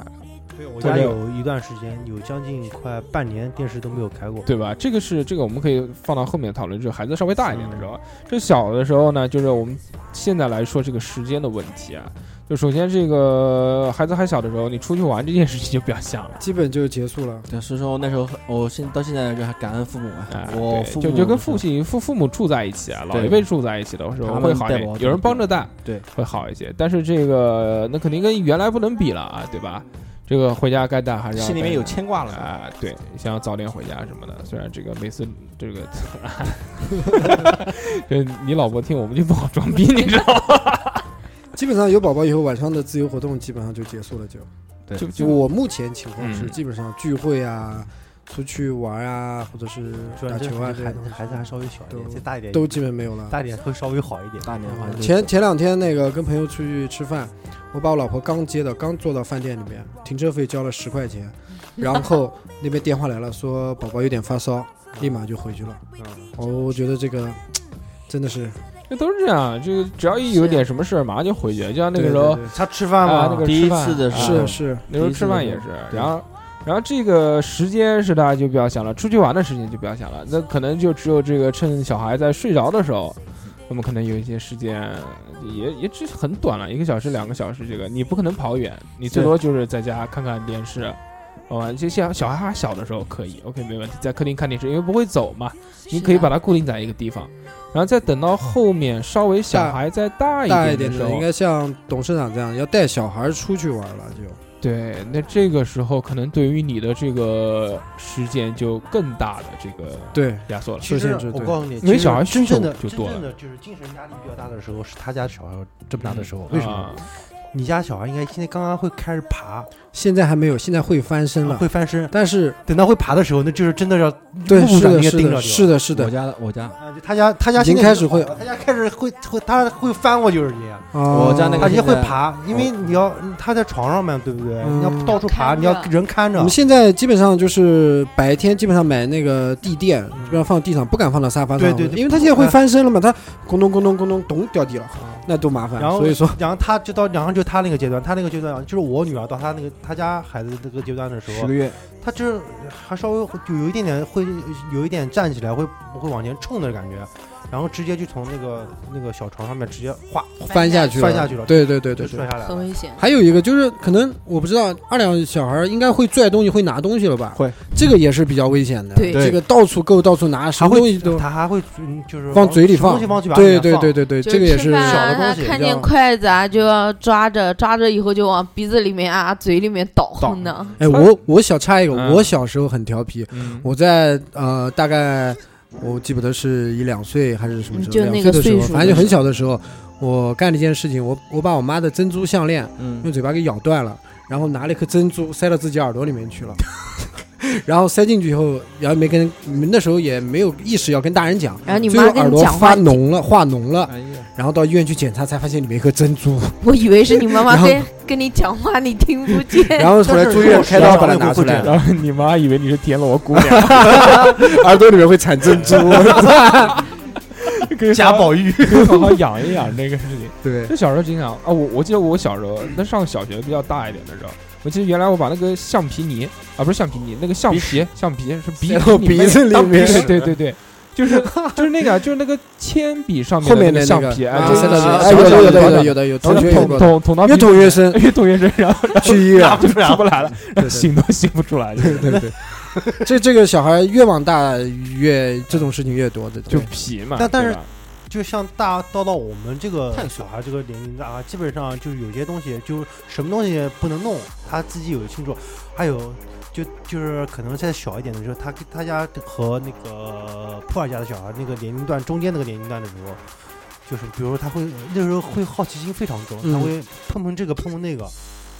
S3: 我家有一段时间，有将近快半年电视都没有开过。
S2: 对吧？这个是这个我们可以放到后面讨论，就是孩子稍微大一点的时
S4: 嗯
S2: 候。这小的时候呢，就是我们现在来说这个时间的问题啊。就首先这个孩子还小的时候，你出去玩这件事情就不要想了。
S6: 基本就结束了。
S4: 对，所以说那时候我现到现在就还感恩父母
S2: 啊
S4: 啊，，我
S2: 对
S4: 父
S2: 就
S4: 母
S2: 就跟父亲父父母住在一起啊，老
S4: 对
S2: 一辈住在一起的时候
S4: 他们
S2: 会好一
S4: 带我
S2: 点，有人帮着带，
S4: 对，
S2: 会好一些。但是这个那肯定跟原来不能比了啊，对吧？这个回家该带还是要
S4: 心里面
S2: 带
S4: 有牵挂了。
S2: 啊，对，想要早点回家什么的。虽然这个每次这个， 这你老婆听我们就不好装逼，你知道吗？
S6: 基本上有宝宝以后，晚上的自由活动基本上就结束了就。
S2: 就
S6: 就
S2: 就
S6: 我目前情况是，
S2: 嗯
S6: 基本上聚会啊、出去玩啊，或者是
S3: 主
S6: 打
S3: 要这
S6: 球啊
S3: 孩
S6: 这些
S3: 子
S6: 东西，
S3: 孩子还稍微小一点，
S6: 都
S3: 再大一点
S6: 都基本没有了。
S3: 大一点会稍微好一点。嗯
S4: 大年话就
S6: 前前两天那个跟朋友出去吃饭，我把我老婆刚接的，刚坐到饭店里面，停车费交了十块钱，然后那边电话来了，说宝宝有点发烧，立马就回去了。我我觉得这个真的是
S2: 这都是这样，这个只要一有点什么事儿，马上就回去。就像那个时候
S6: 对对嗯
S3: 他吃饭
S2: 啊，那
S3: 嘛，
S2: 个
S4: 第一
S2: 吃饭
S4: 次的
S2: 啊
S4: 时候
S6: 对是
S2: 那时候
S4: 第一次
S2: 吃饭
S4: 的
S2: 也
S4: 时
S2: 是
S4: 候，对
S2: 然后。然后这个时间是大家就不要想了，出去玩的时间就不要想了，那可能就只有这个趁小孩在睡着的时候，我们可能有一些时间，也也只很短了，一个小时、两个小时，这个你不可能跑远，你最
S4: 对
S2: 多就是在家看看电视，好吧？就像小孩还小的时候可以，OK 没问题，在客厅看电视，因为不会走嘛，你可以把它固定在一个地方，然后再等到后面稍微小
S6: 大
S2: 孩再大一
S6: 大一
S2: 点
S6: 点
S2: 的时
S6: 的，
S2: 候
S6: 应，该像董事长这样，要带小孩出去玩了就。
S2: 对，那这个时候可能对于你的这个时间就更大的这个
S6: 对，
S2: 压缩了。
S6: 其实
S3: 我
S6: 我
S3: 告
S6: 告
S3: 诉你，
S2: 因为小孩需
S3: 真
S2: 求
S3: 正的
S2: 就
S3: 真
S2: 多了
S3: 正的就是精神压力比较大的时候，是他家小孩这么大的时候。
S2: 嗯
S3: 为什么？
S2: 啊
S3: 你家小孩应该现在刚刚会开始爬，
S6: 现在还没有，现在会翻身了，
S3: 啊会翻身。
S6: 但是
S3: 等他会爬的时候，那就是真的要
S6: 对，
S3: 步
S6: 是
S3: 步感
S6: 的，
S3: 应该
S6: 是
S3: 盯着
S6: 的，
S3: 你。
S6: 是的，是
S4: 我
S6: 的
S4: 家的我家
S3: 啊，就他家他家
S6: 已经
S3: 现在
S6: 开始会
S3: 他家开始会会他会翻过就是你，
S6: 哦
S4: 我家那个
S3: 他也会
S4: 现在
S3: 爬，因为你要他在床上嘛，对不对？
S6: 嗯
S3: 你要到处爬，
S5: 看着
S3: 你要人看
S6: 我
S3: 着
S6: 们。现在基本上就是白天基本上买那个地垫，基本上放地上，不敢放到沙发上。
S3: 嗯对对对
S6: 因为它现在会翻身了嘛，它咕咚咕咚咕咚咚掉地了，那多麻烦。
S3: 啊然后
S6: 所以说，
S3: 然后他就到，然后就他那个阶段，他那个阶段就是我女儿到她那个她家孩子那个阶段的时
S4: 十
S3: 候
S4: 个，月，
S3: 她就是还稍微就有一点点会有一点站起来会会往前冲的感觉，然后直接就从那个那个小床上面直接哗
S6: 翻下去了，
S3: 翻下去了
S6: 对对对
S3: 就
S6: 对对
S3: 摔。下来
S5: 很
S3: 了。
S5: 危险。
S6: 还有一个就是，可能我不知道二两小孩应该会拽东西，会拿东西了吧？
S4: 会，
S6: 这个也是比较危险的。
S5: 对
S6: 这个到处够，到处拿，什
S3: 还
S6: 么东西
S3: 会
S6: 都
S3: 他还会嗯就是
S6: 往嘴里
S3: 什么
S6: 放
S3: 东西往嘴。巴里
S6: 对
S3: 面
S6: 对
S3: 放
S6: 对对对，
S5: 就
S6: 这个也是
S5: 吃饭
S3: 小
S5: 啊
S3: 的东
S5: 他
S3: 西
S5: 看
S3: 这
S5: 见
S3: 样
S5: 筷子啊，就要抓着，抓着以后就往鼻子里面啊、嘴里面倒
S2: 倒
S5: 横的。
S6: 哎，我我小插一个，
S2: 嗯
S6: 我小时候很调皮，
S2: 嗯，
S6: 我在呃大概我记不得是一两岁还是什么时候，
S5: 就那个
S6: 两岁的时候
S5: 岁数
S6: 反正就很小的时候，我干了一件事情，我我把我妈的珍珠项链
S4: 嗯，
S6: 用嘴巴给咬断了，然后拿了一颗珍珠塞到自己耳朵里面去了。 然后塞进去以后，然后没跟那时候也没有意识要跟大人讲，
S5: 然后你
S6: 最
S5: 妈
S6: 后耳
S5: 跟你
S6: 朵
S5: 讲话
S6: 发，脓了，化脓了，
S4: 哎呀，
S6: 然后到医院去检查才发现里面有一颗珍珠，
S5: 我以为是你妈
S6: 然
S5: 妈
S6: 后
S5: 跟跟你讲话，你听不见。
S6: 然后后来住 院开刀把它拿出来，
S2: 然后你妈以为你是田螺姑娘，
S6: 耳朵里面会产珍珠。
S2: 可以
S3: 贾
S2: 好
S3: 宝玉，
S2: 好好养一养这个事情。
S6: 对，
S2: 就小时候经常啊，我我记得我小时候，那上小学比较大一点的时候，我记得原来我把那个橡 皮泥啊，不是橡皮泥，那个橡皮橡皮是鼻
S6: 塞到
S2: 鼻
S6: 哦鼻子里面
S2: 对对对，就是就是那个就是那个铅笔上面
S6: 后面
S2: 那
S6: 的
S2: 个橡
S6: 那个
S2: 皮，哎，
S6: 啊
S2: 就
S6: 塞
S2: 是
S6: 到
S2: 小小
S6: 里哎，有
S2: 小
S6: 的
S2: 的
S6: 有的有的
S2: 的，
S6: 有的有
S2: 然
S6: 同
S2: 后
S6: 学有
S2: 捅
S6: 过的，
S2: 捅捅到
S6: 越
S2: 鼻
S6: 捅越 深，
S2: 越捅 越深，然后
S6: 去医 院
S2: 拉。不出出不来了，然后 醒都醒不出来，就
S6: 对对对，这这个小孩越往大越这种事情越多的，
S2: 就
S6: 就
S2: 皮嘛。
S3: 但但是
S2: 对吧
S3: 就像大到到我们这个
S4: 探索
S3: 小孩这个年龄啊，基本上就是有些东西就是什么东西不能弄，他自己有清楚。还有就就是可能再小一点的时候，他他家和那个普洱家的小孩那个年龄段中间那个年龄段的时候，就是比如说他会那时候会好奇心非常重，
S6: 嗯
S3: 他会碰碰这个碰碰那个。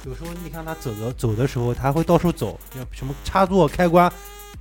S3: 有时候你看他走的走的时候，他会到处走，就什么插座开关，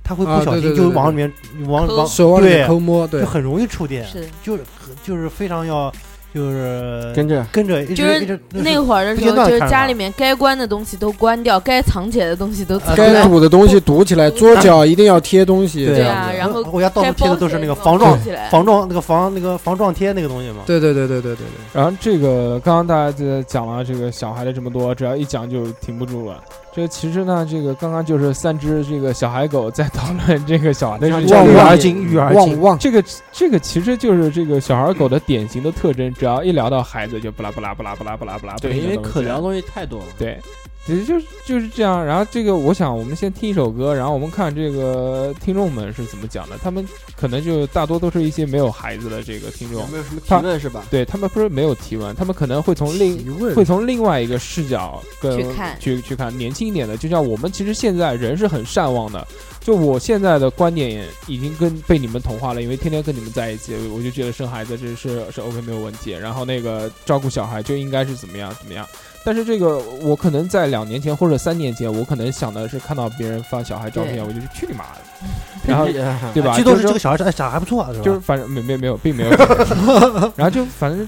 S3: 他会
S6: 啊
S3: 不小
S6: 对对
S3: 心
S6: 对
S3: 就
S6: 对
S3: 往
S6: 对
S3: 里面往
S5: 抠
S3: 往
S6: 手往里面
S3: 对
S6: 抠摸，对
S3: 就，很容易触电。
S5: 是的
S3: 就是可就是非常要就是
S6: 跟着
S3: 跟着一直
S5: 就是
S3: 一直
S5: 那会儿的
S3: 不
S5: 时
S3: 间
S5: 候，
S3: 断
S5: 就是
S3: 看着
S5: 家
S3: 它
S5: 里面该关的东西都关掉，该藏起来的东西都藏起
S6: 该
S5: 来，
S6: 堵的东西堵起来，桌角一定要贴东西，
S3: 对
S5: 对
S6: 这样
S5: 啊，
S6: 子
S5: 然后
S3: 我家到
S5: 该
S3: 处贴
S5: 包
S3: 的都
S5: 起
S3: 是
S5: 来
S3: 那个
S5: 都
S3: 防
S5: 包
S3: 撞
S5: 起来。
S3: 防撞那个防那个防撞贴那个东西嘛。
S6: 对对对对对对对，
S2: 然后这个刚刚大家在讲了这个小孩的这么多，只要一讲就停不住了。这其实呢，这个刚刚就是三只这个小海狗在讨论这个小孩的事
S6: 望
S2: 情。
S6: 望
S3: 经育儿
S6: 旺旺，
S2: 这个这个其实就是这个小孩狗的典型的特征，只要一聊到孩子就不拉不拉不拉不拉不拉不拉。
S4: 对，因为可聊
S2: 的。
S4: 东西太多了。
S2: 对，其实就是就是这样。然后这个我想我们先听一首歌，然后我们看这个听众们是怎么讲的。他们可能就大多都是一些没有孩子的这个听众
S4: 有，没有什么提
S2: 他
S4: 问是吧？
S2: 对他们不是没有提问，他们可能会从另
S6: 提问
S2: 会从另外一个视角跟
S5: 去看
S2: 去去看年轻一点的，就像我们其实现在人是很善忘的，就我现在的观点已经跟被你们同化了，因为天天跟你们在一起，我就觉得生孩子这是是 OK 没有问题，然后那个照顾小孩就应该是怎么样怎么样。但是这个我可能在两年前或者三年前，我可能想的是看到别人发小孩照片，
S5: 对
S2: 我就是去你妈的，然 后对吧？
S3: 这
S2: 就
S3: 都
S2: 是说
S3: 是这个小孩哎，小孩还不错啊，是吧？
S2: 就是反正没没没有，并没有。然后就反正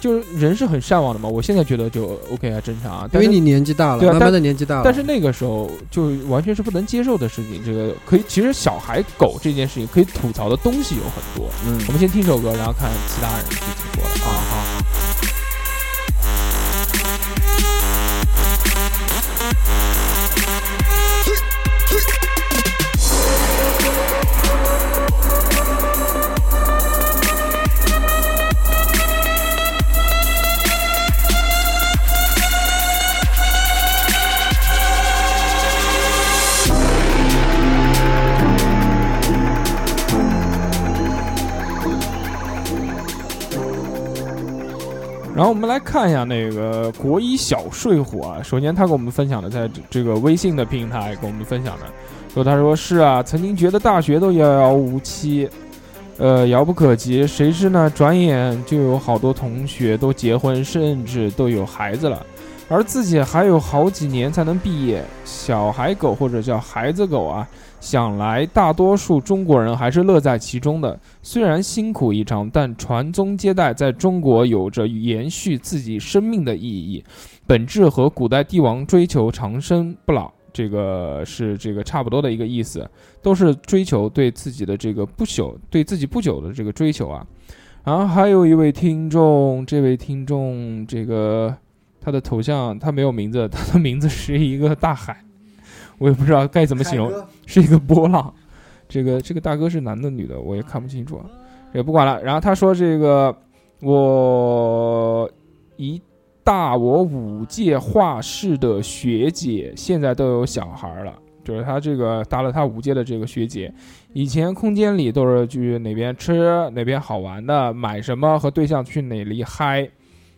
S2: 就是人是很善忘的嘛。我现在觉得就 OK 还正常啊，
S6: 因
S2: 但
S6: 为
S2: 是
S6: 你年纪大了，
S2: 对啊
S6: 慢慢的年纪大了，
S2: 但是那个时候就完全是不能接受的事情。这个可以，其实小孩狗这件事情可以吐槽的东西有很多。
S4: 嗯
S2: 我们先听首歌，然后看其他人是怎么说的啊。好。然后我们来看一下那个国一小睡虎啊，首先他给我们分享的，在这这个微信的平台给我们分享的，说他说是啊，曾经觉得大学都遥遥无期，呃，遥不可及，谁知呢，转眼就有好多同学都结婚，甚至都有孩子了。而自己还有好几年才能毕业，小孩狗或者叫孩子狗啊，想来大多数中国人还是乐在其中的。虽然辛苦一场，但传宗接代在中国有着延续自己生命的意义，本质和古代帝王追求长生不老这个是这个差不多的一个意思，都是追求对自己的这个不朽，对自己不朽的这个追求啊。然后还有一位听众，这位听众这个他的头像他没有名字，他的名字是一个大海，我也不知道该怎么形容。是一个波浪。这个这个大哥是男的女的，我也看不清楚，啊也不管了。然后他说这个我一大我五届画室的学姐现在都有小孩了。就是他这个大了他五届的这个学姐，以前空间里都是去哪边吃哪边好玩的，买什么和对象去哪里嗨。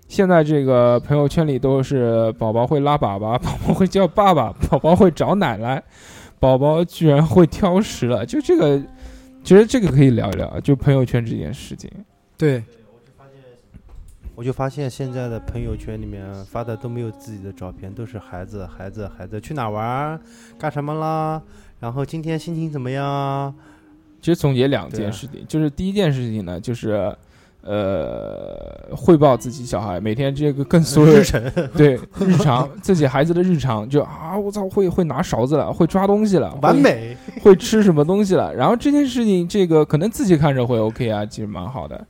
S2: 现在这个朋友圈里都是宝宝会拉粑粑，宝宝会叫爸爸，宝宝会找奶奶，宝宝居然会挑食了，就这个，其实这个可以聊一聊，就朋友圈这件事情。
S6: 对，
S3: 我就发现现在的朋友圈里面发的都没有自己的照片，都是孩子、孩子、孩子去哪玩儿、干什么啦，然后今天心情怎么样啊？
S2: 其实总结两
S3: 对
S2: 件
S3: 啊
S2: 事情，就是第一件事情呢，就是呃汇报自己小孩每天这个跟所有
S3: 日
S2: 人
S3: 程，
S2: 对日常自己孩子的日常，就啊我操会会拿勺子了，会抓东西了，
S3: 完美。
S2: 会会吃什么东西了。然后这件事情，这个可能自己看着会 OK 啊，其实蛮好的。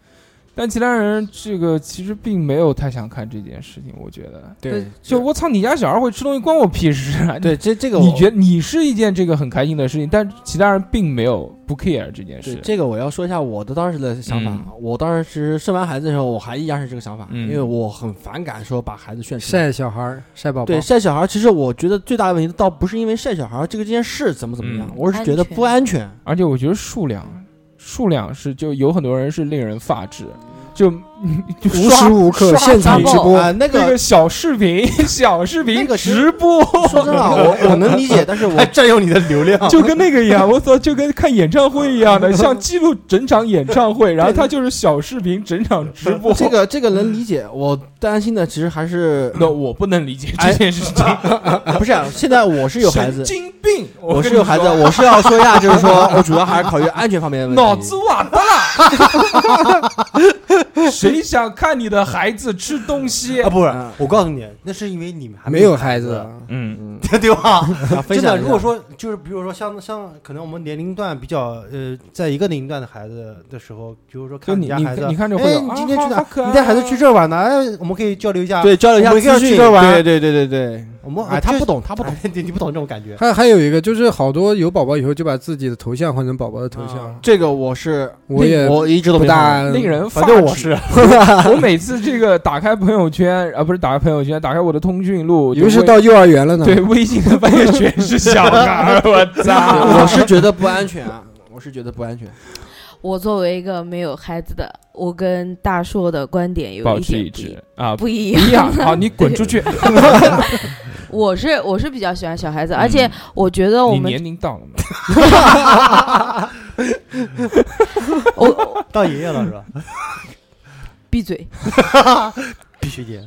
S2: 但其他人这个其实并没有太想看这件事情，我觉得，
S4: 对，
S2: 就我操，你家小孩会吃东西关我屁事啊！
S4: 对这这个
S2: 你
S4: 我
S2: 你觉得你是一件这个很开心的事情，但其他人并没有不 care 这件
S4: 对
S2: 事。
S4: 这个我要说一下我的当时的想法。啊
S2: 嗯
S4: 我当时生完孩子的时候，我还依然是这个想法，
S2: 嗯
S4: 因为我很反感说把孩子炫出来。
S6: 晒小孩儿，晒宝宝，
S4: 对晒小孩，其实我觉得最大的问题倒不是因为晒小孩这个这件事怎么怎么样，
S2: 嗯
S4: 我是觉得不安全。
S2: 而且我觉得数量，数量是就有很多人是令人发指，就 就
S6: 无
S2: 刷
S6: 时无刻
S2: 刷
S6: 现场直播
S4: 啊、，那
S2: 那
S4: 个
S2: 个小视 频，小视频
S4: 那个其实
S2: 直播，
S4: 说真的啊， 我我能理解，但是我
S7: 占用你的流量
S2: 就跟那个一样，我操，就跟看演唱会一 样的，像记录整场演唱会，然后他就是小视频整场直播。
S4: 这个这个能理解。我担心的其实还是
S2: 那我不能理解这件事 情，
S4: 不是啊、现在我是有孩
S2: 神，
S4: 子
S2: 经病！
S4: 我
S2: 跟
S4: 是
S2: 你
S4: 有孩子，
S2: 说
S4: 我是要说一下，就是说我主要还是考虑安全方面的问题。
S2: 脑子瓦大 了，谁想看你的孩子吃东西
S3: 啊，？不是
S4: 嗯，
S3: 我告诉你，那是因为你们还
S6: 没有孩子，
S2: 嗯，
S4: 嗯，
S3: 对吧？
S4: 啊分
S3: 真
S4: 享
S3: 的，
S4: 一下
S3: 如果说就是比如说像像可能我们年龄段比较呃，在一个年龄段的孩子的时候，比如说
S2: 就
S3: 看
S2: 你
S3: 家
S2: 你
S3: 孩子
S2: 看你，看这会
S3: 哎，
S2: 有，
S3: 你
S2: 啊
S3: 今天去
S2: 好
S3: 哪
S2: 好可爱？啊
S3: 你带孩子去这儿玩呢？哎，我们可以交流一下。，
S4: 对交流一下
S3: 我们一定
S4: 资
S3: 要
S4: 讯
S3: 去这儿玩
S4: 对对对对对，
S3: 我们
S4: 哎，他
S3: 这
S4: 不懂，他不懂
S3: 哎，你你不懂这种感觉。
S6: 还还有一个就是好多有宝宝以后就把自己的头像换成宝宝的头像，
S4: 这个我是
S6: 我也
S4: 我一直都
S6: 不
S4: 没看
S6: 大
S4: 过。
S2: 令人发
S3: 反正我
S2: 指。 我每次这个打开朋友圈啊，不是打开朋友圈，打开我的通讯录，
S6: 尤其
S2: 就是
S6: 到幼儿园了呢。
S2: 对微信的发现全是小孩儿， 我
S4: 对
S2: 操！
S4: 我是觉得不安全啊，我是觉得不安全。
S5: 我作为一个没有孩子的，我跟大硕的观点有
S2: 保
S5: 一
S2: 持
S5: 点
S2: 一致啊，
S5: 不一
S2: 不一样
S5: 样。
S2: 好，你滚出去！
S5: 我是我是比较喜欢小孩子，而且我觉得
S2: 嗯
S5: 我
S2: 你
S5: 们
S2: 年龄到了嘛？
S5: 我
S3: 到爷爷了是吧？
S5: 闭嘴
S3: 必须得。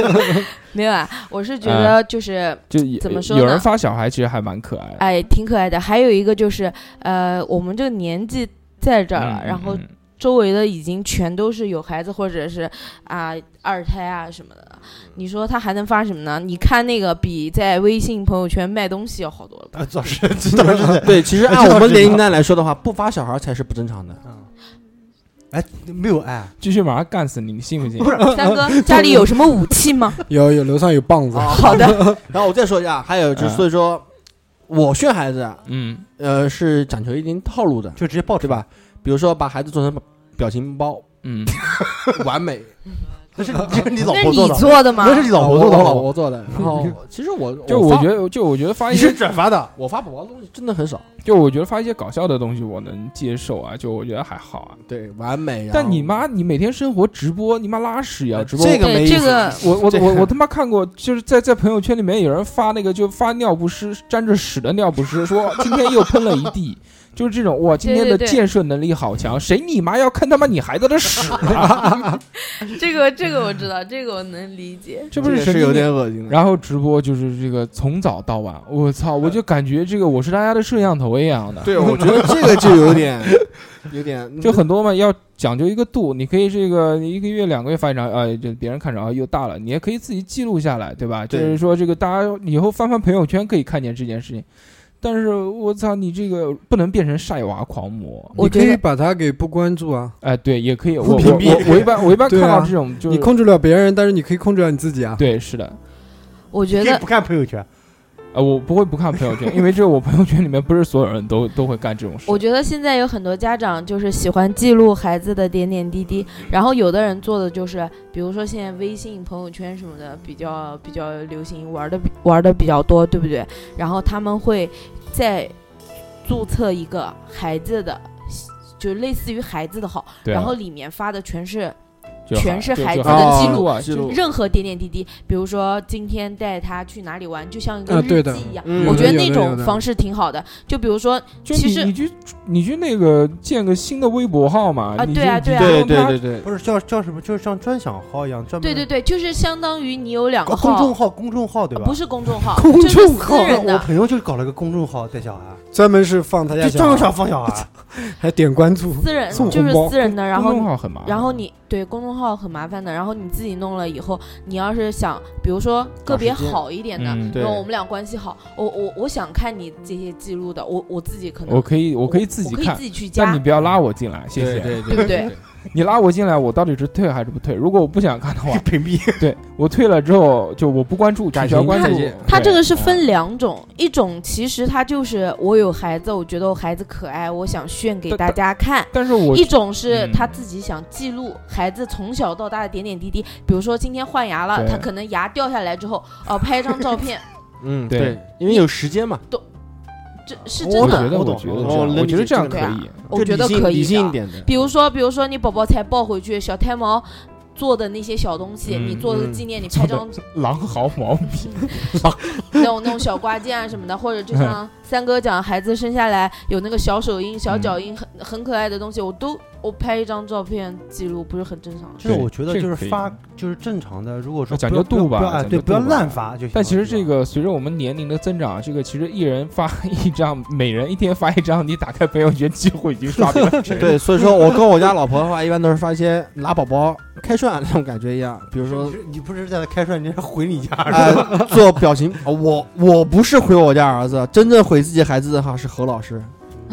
S5: 没有啊，我是觉得就是
S2: 就有
S5: 怎么说呢
S2: 有人发小孩，其实还蛮可爱的。
S5: 哎挺可爱的。还有一个就是呃，我们这个年纪在这儿了，
S2: 嗯
S5: 然后
S2: 嗯
S5: 周围的已经全都是有孩子或者是啊、二胎啊什么的，你说他还能发什么呢？你看那个比在微信朋友圈卖东西要好多了 吧？
S3: 啊，老师，这倒是的。
S4: 对，其实按
S3: 这倒
S4: 我们
S3: 是
S4: 年龄段来说的话，不发小孩才是不正常的。
S3: 哎，没有爱，
S2: 继续马上干死你，你信不信？
S5: 三哥家里有什么武器吗？
S6: 有有楼上有棒子，
S4: 啊
S5: 好的，
S4: 然后我再说一下，还有就是，
S2: 嗯
S4: 所以说我训孩子啊，
S2: 嗯，
S4: 呃，是讲究一定套路的，
S3: 就直接抱
S4: 对
S3: 出来。
S4: 吧？比如说把孩子做成表情包，
S2: 嗯，
S4: 完美，
S3: 这 是这是你老
S5: 那是
S3: 婆
S5: 你
S3: 做的，
S5: 做的吗？
S3: 那是你老婆做的，
S4: 我
S3: 好
S4: 哦老
S3: 不好
S4: 婆做的。然后其实我
S2: 就
S4: 我
S2: 我
S4: 发
S2: 觉得，就我觉得发一
S3: 你
S2: 些
S3: 是，转发的。
S4: 我发宝宝的东西真的很少，
S2: 就我觉得发一些搞笑的东西，我能接受啊，就我觉得还好啊。
S4: 对，完美。然后
S2: 但你妈，你每天生活直播，你妈拉屎也要直播。
S4: 呃这个没
S5: 对
S4: 意思
S5: 这个
S2: 我我
S4: 这个
S2: 我我他妈看过，就是在在朋友圈里面有人发那个，就发尿不湿沾着屎的尿不湿， 说今天又喷了一地，就是这种哇，今天的
S5: 对对对
S2: 建设能力好强，谁你妈要看他妈你孩子的屎 啊？
S5: 这个这个我知道，这个我能理解。
S2: 这不
S4: 这
S2: 是
S4: 个
S2: 神
S4: 是
S2: 经
S4: 有
S2: 病
S4: 点恶心的。
S2: 然后直播就是这个从早到晚，我操，我就感觉这个我是大家的摄像头一样的，
S4: 对，我觉得这个就有点，有
S5: 嗯
S4: 点
S2: 就很多嘛，要讲究一个度，你可以这个一个月、两个月发一张，啊，就别人看着啊又大了，你也可以自己记录下来，对吧？就
S4: 对
S2: 是说这个大家以后翻翻朋友圈可以看见这件事情，但是我操，你这个不能变成晒娃狂魔，
S5: 我
S6: 你
S5: 觉
S6: 可以
S5: 得
S6: 把他给不关注啊。
S2: 哎，对，也可以，我我
S4: 屏蔽
S2: 我我一 般我一般看
S6: 对
S2: 到
S6: 啊
S2: 这种就
S6: 你
S2: 是
S6: 控制不了别人，但是你可以控制了你自己啊。
S2: 对，是的，
S5: 我觉
S3: 你可以
S5: 得
S3: 不看朋友圈，
S2: 啊，我不会不看朋友圈，因为这我朋友圈里面不是所有人都 都会干这种事
S5: 我。觉得现在有很多家长就是喜欢记录孩子的点点滴滴，
S2: 嗯
S5: 然后有的人做的就是，比如说现在微信朋友圈什么的比较比较流行，玩的玩的比较多，对不对？然后他们会再注册一个孩子的，就类似于孩子的号，
S2: 对啊
S5: 然后里面发的全是
S2: 就
S5: 全是
S2: 就
S5: 孩
S2: 就
S5: 子的
S2: 孩
S5: 记
S2: 子
S5: 录
S2: 啊，
S4: 哦记录，
S5: 任何点点滴滴，比如说今天带他去哪里玩，就像一
S6: 啊
S5: 个
S6: 对
S5: 日
S6: 的
S5: 记一样。
S4: 嗯
S5: 我觉得
S6: 有的
S5: 那
S6: 有
S5: 种
S6: 的
S5: 方式挺好的，就比如说，
S2: 就
S5: 其
S2: 你
S5: 实
S2: 你去你去那个建个新的微博号嘛？
S5: 啊
S2: 你
S5: 对啊
S2: 就
S5: 对啊
S4: 对对对，对，
S3: 不是叫叫什么？就是像专享号一样，专门
S5: 对对对，就是相当于你有两个
S3: 搞嗯公众
S5: 号，
S3: 号，公众号对吧？
S5: 啊
S3: 哦
S5: 不是公众号，
S6: 公
S5: 就是
S6: 众
S5: 私
S6: 号
S5: 人
S3: 我
S5: 的。
S3: 朋友就搞了个公众号带小孩，
S6: 专门是放他家
S3: 就专门
S6: 小孩，
S3: 想放小孩，
S6: 还点关注。
S5: 私人
S6: 送
S5: 就是
S6: 红包
S5: 私人的，然
S2: 公众
S5: 后
S2: 号啊很麻烦。
S5: 然后你对公众号很麻烦的，然后你自己弄了以后，你要是想，比如说个别
S4: 找时间
S5: 好一点的，
S2: 嗯，
S4: 对
S5: 然后我们俩关系好，我我我想看你这些记录的，我我自己可能
S2: 我可以我可以自己
S5: 我可以
S2: 看
S5: 自，己去加
S2: 但你，不要拉我进来，谢
S4: 对
S2: 谢。
S4: 对
S5: 对不对？
S2: 你拉我进来，我到底是退还是不退？如果我不想看的话，
S3: 屏蔽，
S2: 对我退了之后，就我不关注，取
S4: 感
S2: 消
S4: 情
S2: 关
S4: 再
S2: 注嗯
S4: 见。
S2: 他
S5: 它这个是分两种，一种其实它就是我有孩子，我觉得我孩子可爱，我想炫给
S2: 但
S5: 大家看。
S2: 但是我
S5: 一种是
S2: 嗯
S5: 他自己想记录孩子从小到大的点点滴滴，比如说今天换牙了，
S2: 对
S5: 他可能牙掉下来之后，哦、拍一张照片，
S4: 嗯，
S2: 对
S4: 对，因为有时间嘛，
S5: 这是
S2: 我
S5: 真
S2: 觉
S5: 的，
S2: 得
S3: 我
S2: 我
S3: 懂
S2: 觉得
S3: 我
S2: 这样
S4: 懂
S2: 我觉得这样可
S5: 对啊
S2: 以。
S5: 我觉得
S4: 就理性
S5: 可以
S4: 理性一
S5: 的。
S4: 点的。
S5: 比如说，比如说你宝宝才抱回去小胎毛做的那些小东西，
S2: 嗯
S5: 你做的
S4: 嗯
S5: 纪念，你拍张
S2: 狼毫毛笔，
S5: 那种那种小挂件啊什么的，或者就 像三哥讲，孩子生下来有那个小手印、小
S2: 嗯
S5: 脚印，很很可爱的东西，我都我拍一张照片记录，不是很正常？
S3: 就是
S2: 对
S3: 我觉得
S2: 这
S3: 就
S2: 个
S3: 是
S2: 可以
S3: 发就是正常的，如果说
S2: 讲
S3: 不要
S2: 究度吧
S3: 不要哎
S2: 讲
S3: 对，
S2: 究
S3: 不要
S2: 度吧
S3: 滥发就行了。
S2: 但其实这
S3: 对吧
S2: 个随着我们年龄的增长，这个其实一人发 一张，每人一天发一张，你打开朋友圈几乎已经刷遍了全。
S4: 对，所以说我跟我家老婆的话，一般都是发一些拿宝宝开涮那种感觉一样，比如说
S3: 你是你不是在开涮，你是回 你家是吧？
S4: 啊，做表情。啊我我不是毁我家儿子，真正毁自己孩子的话是何老师。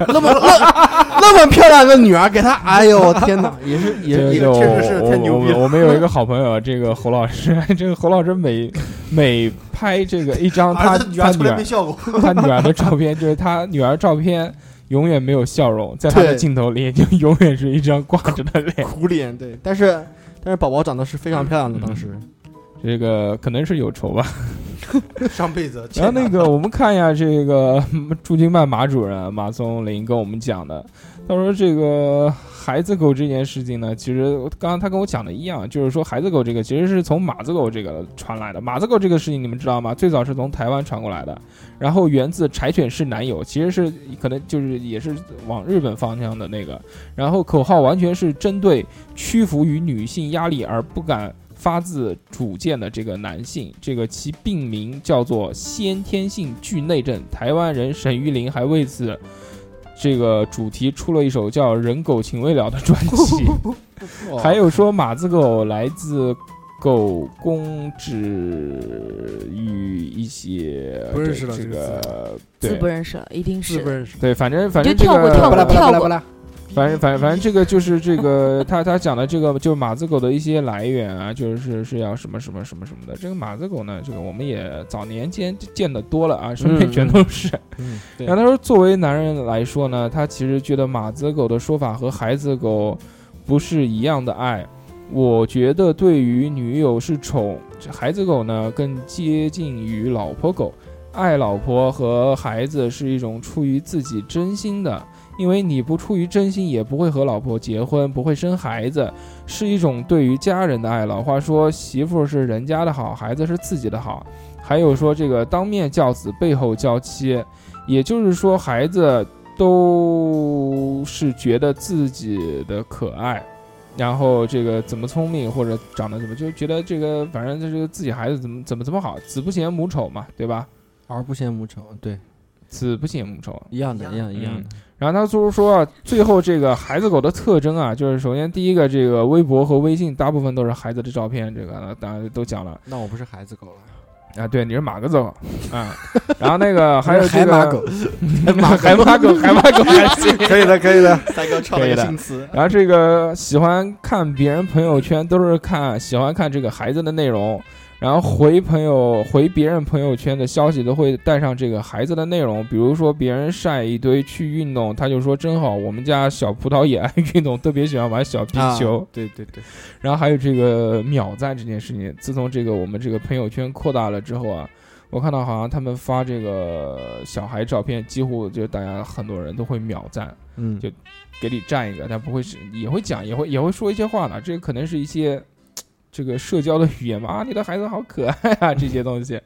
S4: 那么那那么漂亮的女儿给他，哎呦天哪，也是也
S2: 这
S4: 是也
S2: 个
S4: 确实是
S2: 我
S4: 太牛逼
S2: 我
S4: 了。
S2: 我们有一个好朋友，啊这个侯老师， 这个侯老师每每拍这个一张他
S3: 儿子女儿
S2: 他
S3: 从
S2: 女
S3: 来
S2: 儿
S3: 没笑过，
S2: 他女儿的照片，就是他女儿照片永远没有笑容，在他的
S4: 对
S2: 镜头里就永远是一张挂着的脸。
S4: 苦脸对，但是但是宝宝长得是非常漂亮的，当时
S2: 这个可能是有仇吧。
S3: 上辈子。
S2: 然后那个，我们看一下这个 嗯驻京办马主任马松林跟我们讲的，他说这个孩子狗这件事情呢，其实刚刚他跟我讲的一样，就是说孩子狗这个其实是从马子狗这个传来的。马子狗这个事情你们知道吗？最早是从台湾传过来的，然后源自柴犬市南友，其实是可能就是也是往日本方向的那个。然后口号完全是针对屈服于女性压力而不敢发自主见的这个男性，这个其病名叫做先天性惧内症。台湾人沈玉琳还为此这个主题出了一首叫《人狗情未了》的专辑。 还有说马子狗来自狗公制与一些
S6: 不认识了
S2: 这
S6: 这个
S2: 个
S5: 字
S2: 对
S5: 不认识了，一定
S6: 是
S5: 是
S6: 不认识？
S2: 对，反正反
S5: 就
S2: 正这
S5: 跳过
S2: 个
S5: 跳
S6: 巴拉
S5: 过
S6: 巴拉巴拉巴拉，
S2: 反正反正反正这个就是这个他他讲的这个就是马子狗的一些来源啊，就是是要什么什么什么什么的。这个马子狗呢，这个我们也早年间见的多了啊，身边全都是。
S4: 嗯，对
S2: 然后他说，作为男人来说呢，他其实觉得马子狗的说法和孩子狗不是一样的爱。我觉得对于女友是宠，这孩子狗呢更接近于老婆狗。爱老婆和孩子是一种出于自己真心的，因为你不出于真心，也不会和老婆结婚，不会生孩子，是一种对于家人的爱。老话说，媳妇是人家的好，孩子是自己的好。还有说这个当面教子，背后教妻，也就是说，孩子都是觉得自己的可爱，然后这个怎么聪明或者长得怎么，就觉得这个反正就是自己孩子怎么怎么怎么好，子不嫌母丑嘛，对吧？
S4: 儿不嫌母丑，对，
S2: 子不嫌母丑，
S4: 一样的，一嗯样一样的。
S2: 嗯然后他就是说啊，最后这个孩子狗的特征啊，就是首先第一个，这个微博和微信大部分都是孩子的照片，这个当然都讲了
S4: 那我不是孩子狗了，
S2: 啊。对，你是马子狗啊，然后那个还有这
S6: 海
S2: 个
S6: 马狗，
S2: 海马狗，海马狗还行。
S6: 可以的，可以的。
S4: 三哥创
S2: 了一个新
S4: 新词，
S2: 然后这个喜欢看别人朋友圈，都是看喜欢看这个孩子的内容，然后回朋友回别人朋友圈的消息都会带上这个孩子的内容，比如说别人晒一堆去运动，他就说真好，我们家小葡萄也爱运动，特别喜欢玩小皮球。
S4: 啊对对对，
S2: 然后还有这个秒赞这件事情，自从这个我们这个朋友圈扩大了之后啊，我看到好像他们发这个小孩照片，几乎就大家很多人都会秒赞。
S4: 嗯
S2: 就给你占一个，但不会是也会讲，也会也会说一些话呢。这个可能是一些嘖这个社交的语言吧。啊，你的孩子好可爱啊，这些东西。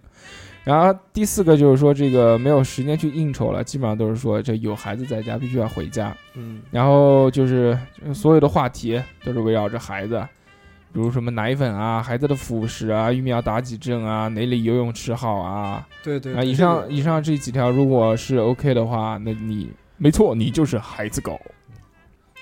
S2: 然后第四个就是说，这个没有时间去应酬了，基本上都是说这有孩子在家必须要回家。
S4: 嗯，
S2: 然后就是呃所有的话题都是围绕着孩子，比如什么奶粉啊、孩子的辅食啊、育苗打几针啊、哪里游泳池好啊，
S6: 对对
S2: 啊，以上以上这几条如果是 OK 的话，那你没错，你就是孩子狗。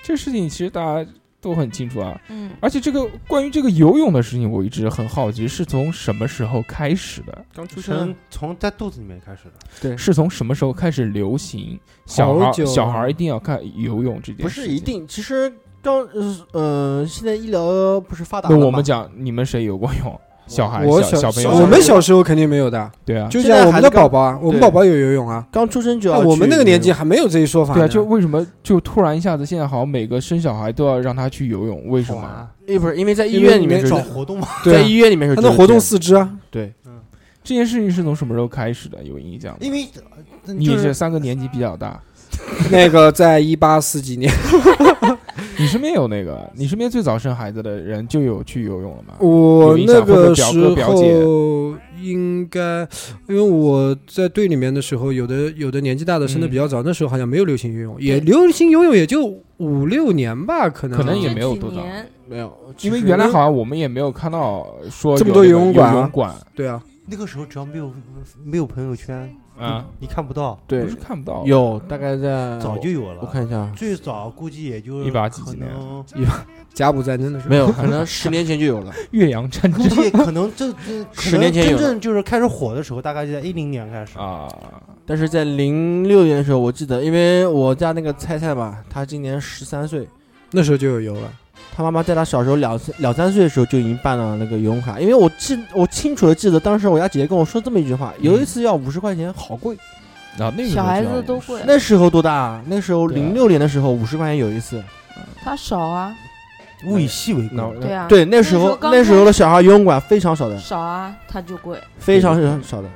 S2: 这事情其实大家都很清楚啊，
S5: 嗯，
S2: 而且这个关于这个游泳的事情，我一直很好奇，是从什么时候开始的？
S4: 刚出生
S3: 从从在肚子里面开始的，
S2: 是从什么时候开始流行小孩
S6: 好久
S2: 小孩一定要看游泳这件
S4: 不
S2: 事情？
S4: 是一定，其实当呃，现在医疗不是发达
S2: 那
S4: 了吗
S2: 我们讲，你们谁有过用？小孩、
S6: 我
S2: 啊小朋友，
S6: 我们小时候肯定没有的，
S2: 对啊，
S6: 就
S4: 现在
S6: 像我们
S4: 孩
S6: 的
S4: 子
S6: 宝宝啊，我们
S4: 对
S6: 宝宝有游泳啊，
S4: 刚出生就要
S6: 但
S4: 去
S6: 我们那个年纪还没有这一说法呢。
S2: 对啊，就为什么就突然一下子，现在好像每个生小孩都要让他去游泳，为什么？
S4: 哎不是因为在医
S6: 因为
S4: 院里面
S6: 没
S4: 是
S3: 找
S6: 找
S3: 活动嘛，
S4: 在
S6: 对啊
S4: 医院里面是
S6: 他
S4: 就
S6: 能
S4: 是
S6: 活
S4: 这
S6: 动
S4: 样
S6: 四肢啊，
S4: 对
S2: 这件事情是从什么时候开始的？有印象吗？
S3: 因 为呃
S2: 你
S3: 就是
S2: 这三个年纪比较大，
S6: 那个在一八四几年，
S2: 你身边有那个，你身边最早生孩子的人就有去游泳了吗？
S6: 我那个时
S2: 有印象或者表
S6: 候应该，因为我在队里面的时候，有的有的年纪大的
S2: 嗯
S6: 生的比较早，那时候好像没有流行游泳，也流行游泳也就五六年吧，可能
S2: 可能也
S5: 这
S2: 没有
S5: 几
S2: 多大
S5: 年
S4: 没有，
S3: 哦
S2: 因为原来好像我们也没有看到说
S6: 这么
S2: 有
S6: 多
S2: 那个
S6: 游泳馆啊
S2: 游泳馆
S6: 对啊，
S3: 那个时候只要没有没有朋友圈
S2: 啊，
S3: 你看不到，
S2: 不
S4: 嗯对
S2: 是看不到
S4: 有大概
S2: 嗯
S4: 在
S3: 早就有了。
S4: 我看一下，啊
S3: 最早估计也就
S2: 18几几年
S3: 可能
S6: 甲午战争的时候
S4: 没有，可能十年前就有了。
S2: 岳阳战
S3: 估
S2: 争
S3: 计可能这这 可
S4: 十
S3: 能
S4: 年前
S3: 真
S4: 有
S3: 正就是开始火的时候，大概就在一零年开始。
S2: 啊，
S4: 但是在零六年的时候，我记得，因为我家那个菜菜嘛，她今年十三岁，
S6: 那时候就有游了，
S4: 她妈妈在她小时候两岁两三岁的时候就已经办了那个游泳卡，因为我记我清楚的记得，当时我家姐姐跟我说这么一句话，有一次要五十块钱，好贵。
S2: 然后啊那个时候
S5: 小孩
S2: 就要
S5: 子都会，
S4: 那时候多大啊？那时候
S2: 对啊
S4: 零六年的时候，五十块钱有一次。
S5: 他少啊，
S3: 物以稀为贵，
S2: 嗯那
S5: 对啊，
S4: 对，那
S5: 那
S4: 时候
S5: 刚
S4: 那时候
S5: 开
S4: 的小孩游泳馆非常少的，
S5: 少啊，他就贵。
S4: 非常少的。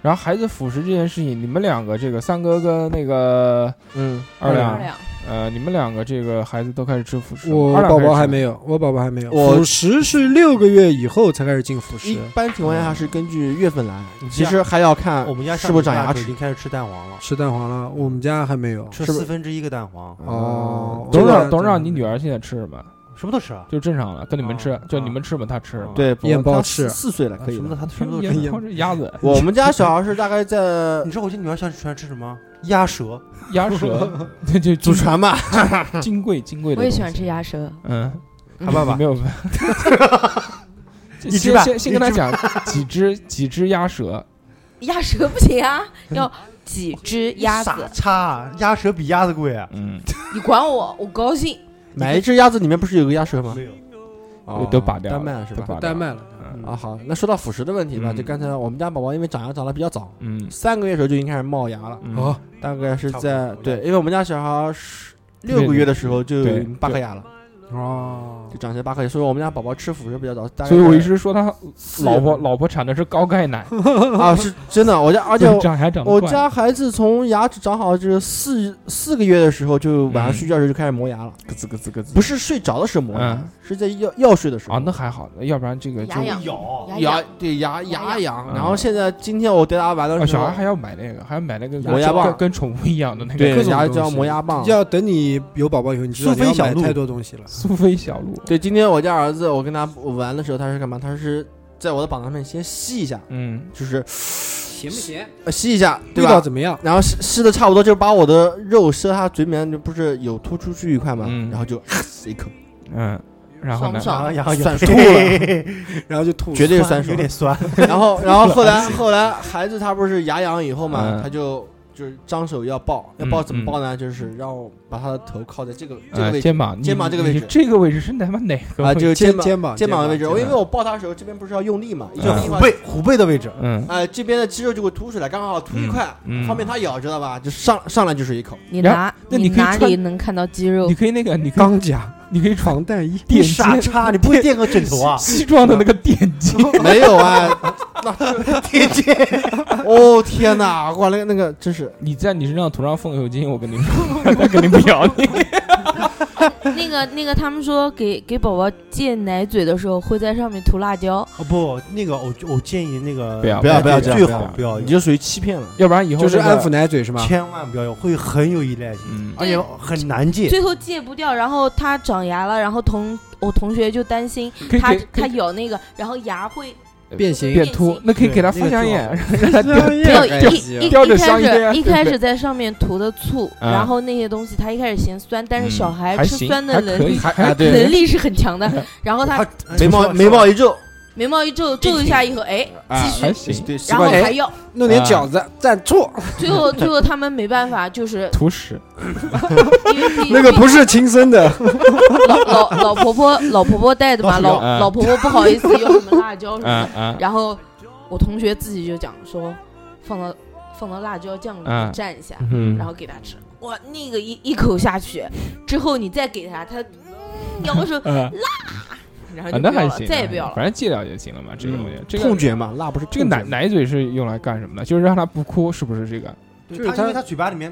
S2: 然后孩子辅食这件事情，你们两个这个三哥跟那个
S4: 嗯，
S2: 二
S5: 二
S2: 两，
S5: 两，
S2: 呃，你们两个这个孩子都开始吃辅食，
S6: 我
S2: 二两
S6: 宝
S2: 开始
S6: 宝
S2: 吃
S6: 还没有，我宝宝还没有，
S4: 我
S6: 辅食是六个月以后才开始进辅
S4: 一
S6: 食，
S4: 般情况下是根据月份来
S3: 嗯，
S4: 其实还要看
S3: 啊我们家
S4: 是不是长
S3: 上
S4: 牙
S3: 个大时候已
S4: 齿
S3: 经。开始吃蛋黄了，
S6: 吃蛋黄了，我们家还没有，
S3: 吃
S4: 是不是
S3: 四分之一个蛋黄，
S6: 哦
S4: 嗯
S2: 董事
S6: 这
S2: 长，
S6: 个
S2: 董事长，你女儿现在吃什么？
S3: 什么都吃啊。
S2: 就正常了，跟你们吃
S3: 啊，
S2: 就你们吃什么，她吃什么。
S4: 对，不
S6: 面包
S4: 她
S6: 翅
S4: 四岁了，可以
S3: 什么
S4: 的
S3: 都。 他什么都
S2: 也
S3: 吃。
S2: 靠着鸭子、
S4: 我们家小孩是大概 在
S3: 你知道我这女儿想喜欢吃什么？鸭舌，
S2: 鸭舌， 那就
S4: 祖
S2: 就
S4: 传吧，
S2: 金贵金贵的。
S5: 我也喜欢吃。鸭舌，
S2: 嗯，
S3: 好爸
S2: 你
S3: 爸
S2: 没有。
S3: 一只
S2: 先
S3: 吧
S2: 先先跟他讲几只几只鸭舌，
S5: 鸭舌不行啊， 要几只鸭
S3: 傻
S5: 子。
S3: 叉，鸭舌比鸭子贵啊。
S2: 嗯，
S5: 你管我，我高兴。
S4: 买一只鸭子里面不是有个鸭舌吗？
S3: 没有，
S4: 哦
S2: 都拔掉了
S4: 丹麦是
S2: 都拔
S4: 吧？
S6: 丹麦了，
S2: 嗯
S4: 啊，好，那说到辅食的问题吧，
S2: 嗯
S4: 就刚才我们家宝宝因为长牙长得比较早，
S2: 嗯
S4: 三个月的时候就已经开始冒牙了，
S2: 嗯
S6: 哦，
S4: 大概是
S3: 差不多
S4: 在
S3: 我家
S4: 对，因为我们家小孩是六个月的时候就
S2: 对
S4: 已经八颗牙了，
S6: 哦，
S4: 就长些八颗牙，所以我们家宝宝吃辅食比较早，大概
S2: 所以我一
S4: 是
S2: 直说他
S4: 四
S2: 老婆
S4: 月份
S2: 老婆产的是高钙奶，
S4: 啊， 是真的，我家而且我
S2: 长还长得
S4: 我
S2: 怪
S4: 家孩子从牙齿长好就是四四个月的时候，就晚上
S2: 嗯
S4: 睡觉的时候就开始磨牙了，
S2: 咯吱咯吱咯吱
S4: 不是睡着的时候磨牙
S2: 嗯，
S4: 是在要要睡的时候
S2: 啊，那还好，要不然这个就
S5: 牙痒，
S3: 咬
S5: 牙
S4: 牙
S5: 痒，
S4: 对牙牙
S5: 牙
S4: 痒，
S2: 嗯
S4: 然后现在今天我带他玩
S2: 啊
S4: 的时
S2: 小
S4: 候
S2: 孩，还要买那个，还要买那个
S4: 磨牙棒
S2: 跟跟宠物一样的那个
S4: 对
S2: 各种
S4: 牙
S2: 东西
S4: 叫磨牙棒。
S6: 要等你有宝宝以后，你知道
S3: 苏
S6: 你
S3: 菲
S6: 要
S3: 小
S6: 买
S3: 鹿
S6: 太多东西了。
S2: 苏菲小鹿，
S4: 对，今天我家儿子，我跟他玩的时候，他是干嘛？他是在我的膀子上面先吸一下，
S2: 嗯，
S4: 就是
S6: 咸不咸？
S4: 呃吸一下，对
S6: 味道
S4: 吧？
S6: 怎么样？
S4: 然后吸吸的差不多，就把我的肉吸到他嘴里面，就不是有突出去一块嘛，
S2: 嗯
S4: 然后就 一口，
S2: 嗯，然后
S5: 爽
S2: 呢
S5: 不？爽？
S3: 然后
S4: 酸
S3: 咬
S4: 吐了，
S6: 然后就吐了。
S4: 绝对是酸
S3: 有
S4: 爽。
S3: 点酸。
S4: 然后，然后后来后来孩子他不是牙痒以后嘛，
S2: 嗯
S4: 他就就是张手要抱，要
S2: 嗯
S4: 抱怎么抱呢？就是让我把他的头靠在这个这个
S2: 啊
S4: 位置
S2: 肩膀你
S4: 肩膀这个位置
S2: 你这个位置是他妈哪个
S4: 啊，
S2: 位置
S4: 就是肩
S6: 肩
S4: 膀
S6: 膀
S4: 肩膀的位置。
S6: 肩
S4: 我因为我抱他的时候，这边不是要用力嘛，一用力的
S3: 虎
S4: 话，
S3: 背虎背的位置，
S2: 嗯，
S4: 哎，这边的肌肉就会凸出来，刚好凸一块
S2: 嗯，嗯
S4: 方便他咬，知道吧？就上上来就是一口，
S5: 你
S2: 然后
S5: 哪
S2: 那你
S5: 你
S2: 可以
S5: 哪
S2: 穿
S5: 里能看到肌肉
S2: 你？可以那个，你可以
S6: 钢甲
S2: 你可以床
S6: 防弹衣，
S2: 垫
S3: 傻
S2: 肩，
S3: 叉，你不会垫个枕头啊？
S2: 西装的那个垫肩，
S4: 没有啊？那天 天，
S3: 啊
S4: 哦天哪！哇，那个那个真是
S2: 你在你身上涂上风油精，我 跟你说，他肯定不咬你。
S5: 那个那个，他们说给给宝宝戒奶嘴的时候会在上面涂辣椒，
S3: 哦不，那个我我建议那个
S2: 不要
S4: 不要不要这样
S3: 最
S4: 不要
S3: 好啊不要
S4: 你
S3: 用，
S4: 就属于欺骗了。
S2: 要不然以后
S6: 就是
S2: 那个
S6: 安抚奶嘴是吗？
S3: 千万不要用，会很有依赖性，
S2: 嗯，
S4: 哎
S3: 而且很难戒。
S5: 最后戒不掉，然后他长牙了，然后同我同学就担心
S2: 可以
S5: 他
S2: 给
S5: 他咬那个，然后牙会
S6: 变形哎
S2: 变秃，那可以给他
S3: 对
S2: 发香烟
S4: 啊
S2: 让
S3: 那，
S2: 他掉。
S5: 没有一
S6: 开
S5: 一
S6: 始
S5: 一
S2: 叼着
S5: 一
S2: 香
S5: 开
S2: 烟
S5: 始一开
S2: 对
S5: 始在上面涂的醋，
S2: 啊
S5: 然后那些东西他一开始嫌酸，但是小
S2: 嗯
S5: 孩
S2: 还
S5: 吃
S2: 行
S5: 酸的
S2: 还
S5: 能
S2: 可以
S5: 力
S2: 还
S4: 啊，
S2: 还
S4: 对
S5: 能力是很强的，然后他
S3: 他
S4: 眉毛眉毛一皱，
S5: 眉毛一皱，皱一下以后，哎，
S2: 啊，
S5: 继
S2: 还
S5: 续，
S2: 行，
S4: 对，习
S5: 然后
S4: 惯
S5: 还
S4: 哎，
S5: 要，
S6: 弄点饺子，
S2: 啊
S6: 蘸醋，
S5: 最后最后他们没办法， 就是
S2: 土屎，
S5: 因为
S6: 那个不是亲生的，
S5: 老老老婆婆老婆婆带的嘛，
S2: 老
S5: 老
S2: 婆啊
S5: 老婆婆不好意思用什么辣椒什
S2: 啊
S5: 么的，
S2: 啊
S5: 嗯然后我同学自己就讲说，放到放到辣椒酱里
S2: 啊
S5: 面蘸一下，
S2: 嗯，
S5: 然后给他吃。哇，那个一一口下去之后，你再给他，他嗯咬的时候
S2: 啊，
S5: 然后
S2: 啊
S5: 就
S2: 那
S5: 不要
S2: 还
S5: 了
S2: 行，
S5: 再也不要了。
S2: 反正戒掉就行了嘛。这个东西，这
S4: 嗯痛
S2: 个
S4: 觉嘛，辣不是
S2: 这个
S4: 痛觉
S2: 奶奶嘴是用来干什么的？就是让它不哭，是不是这个？
S6: 就是
S3: 他
S6: 他
S3: 因为他嘴巴里面，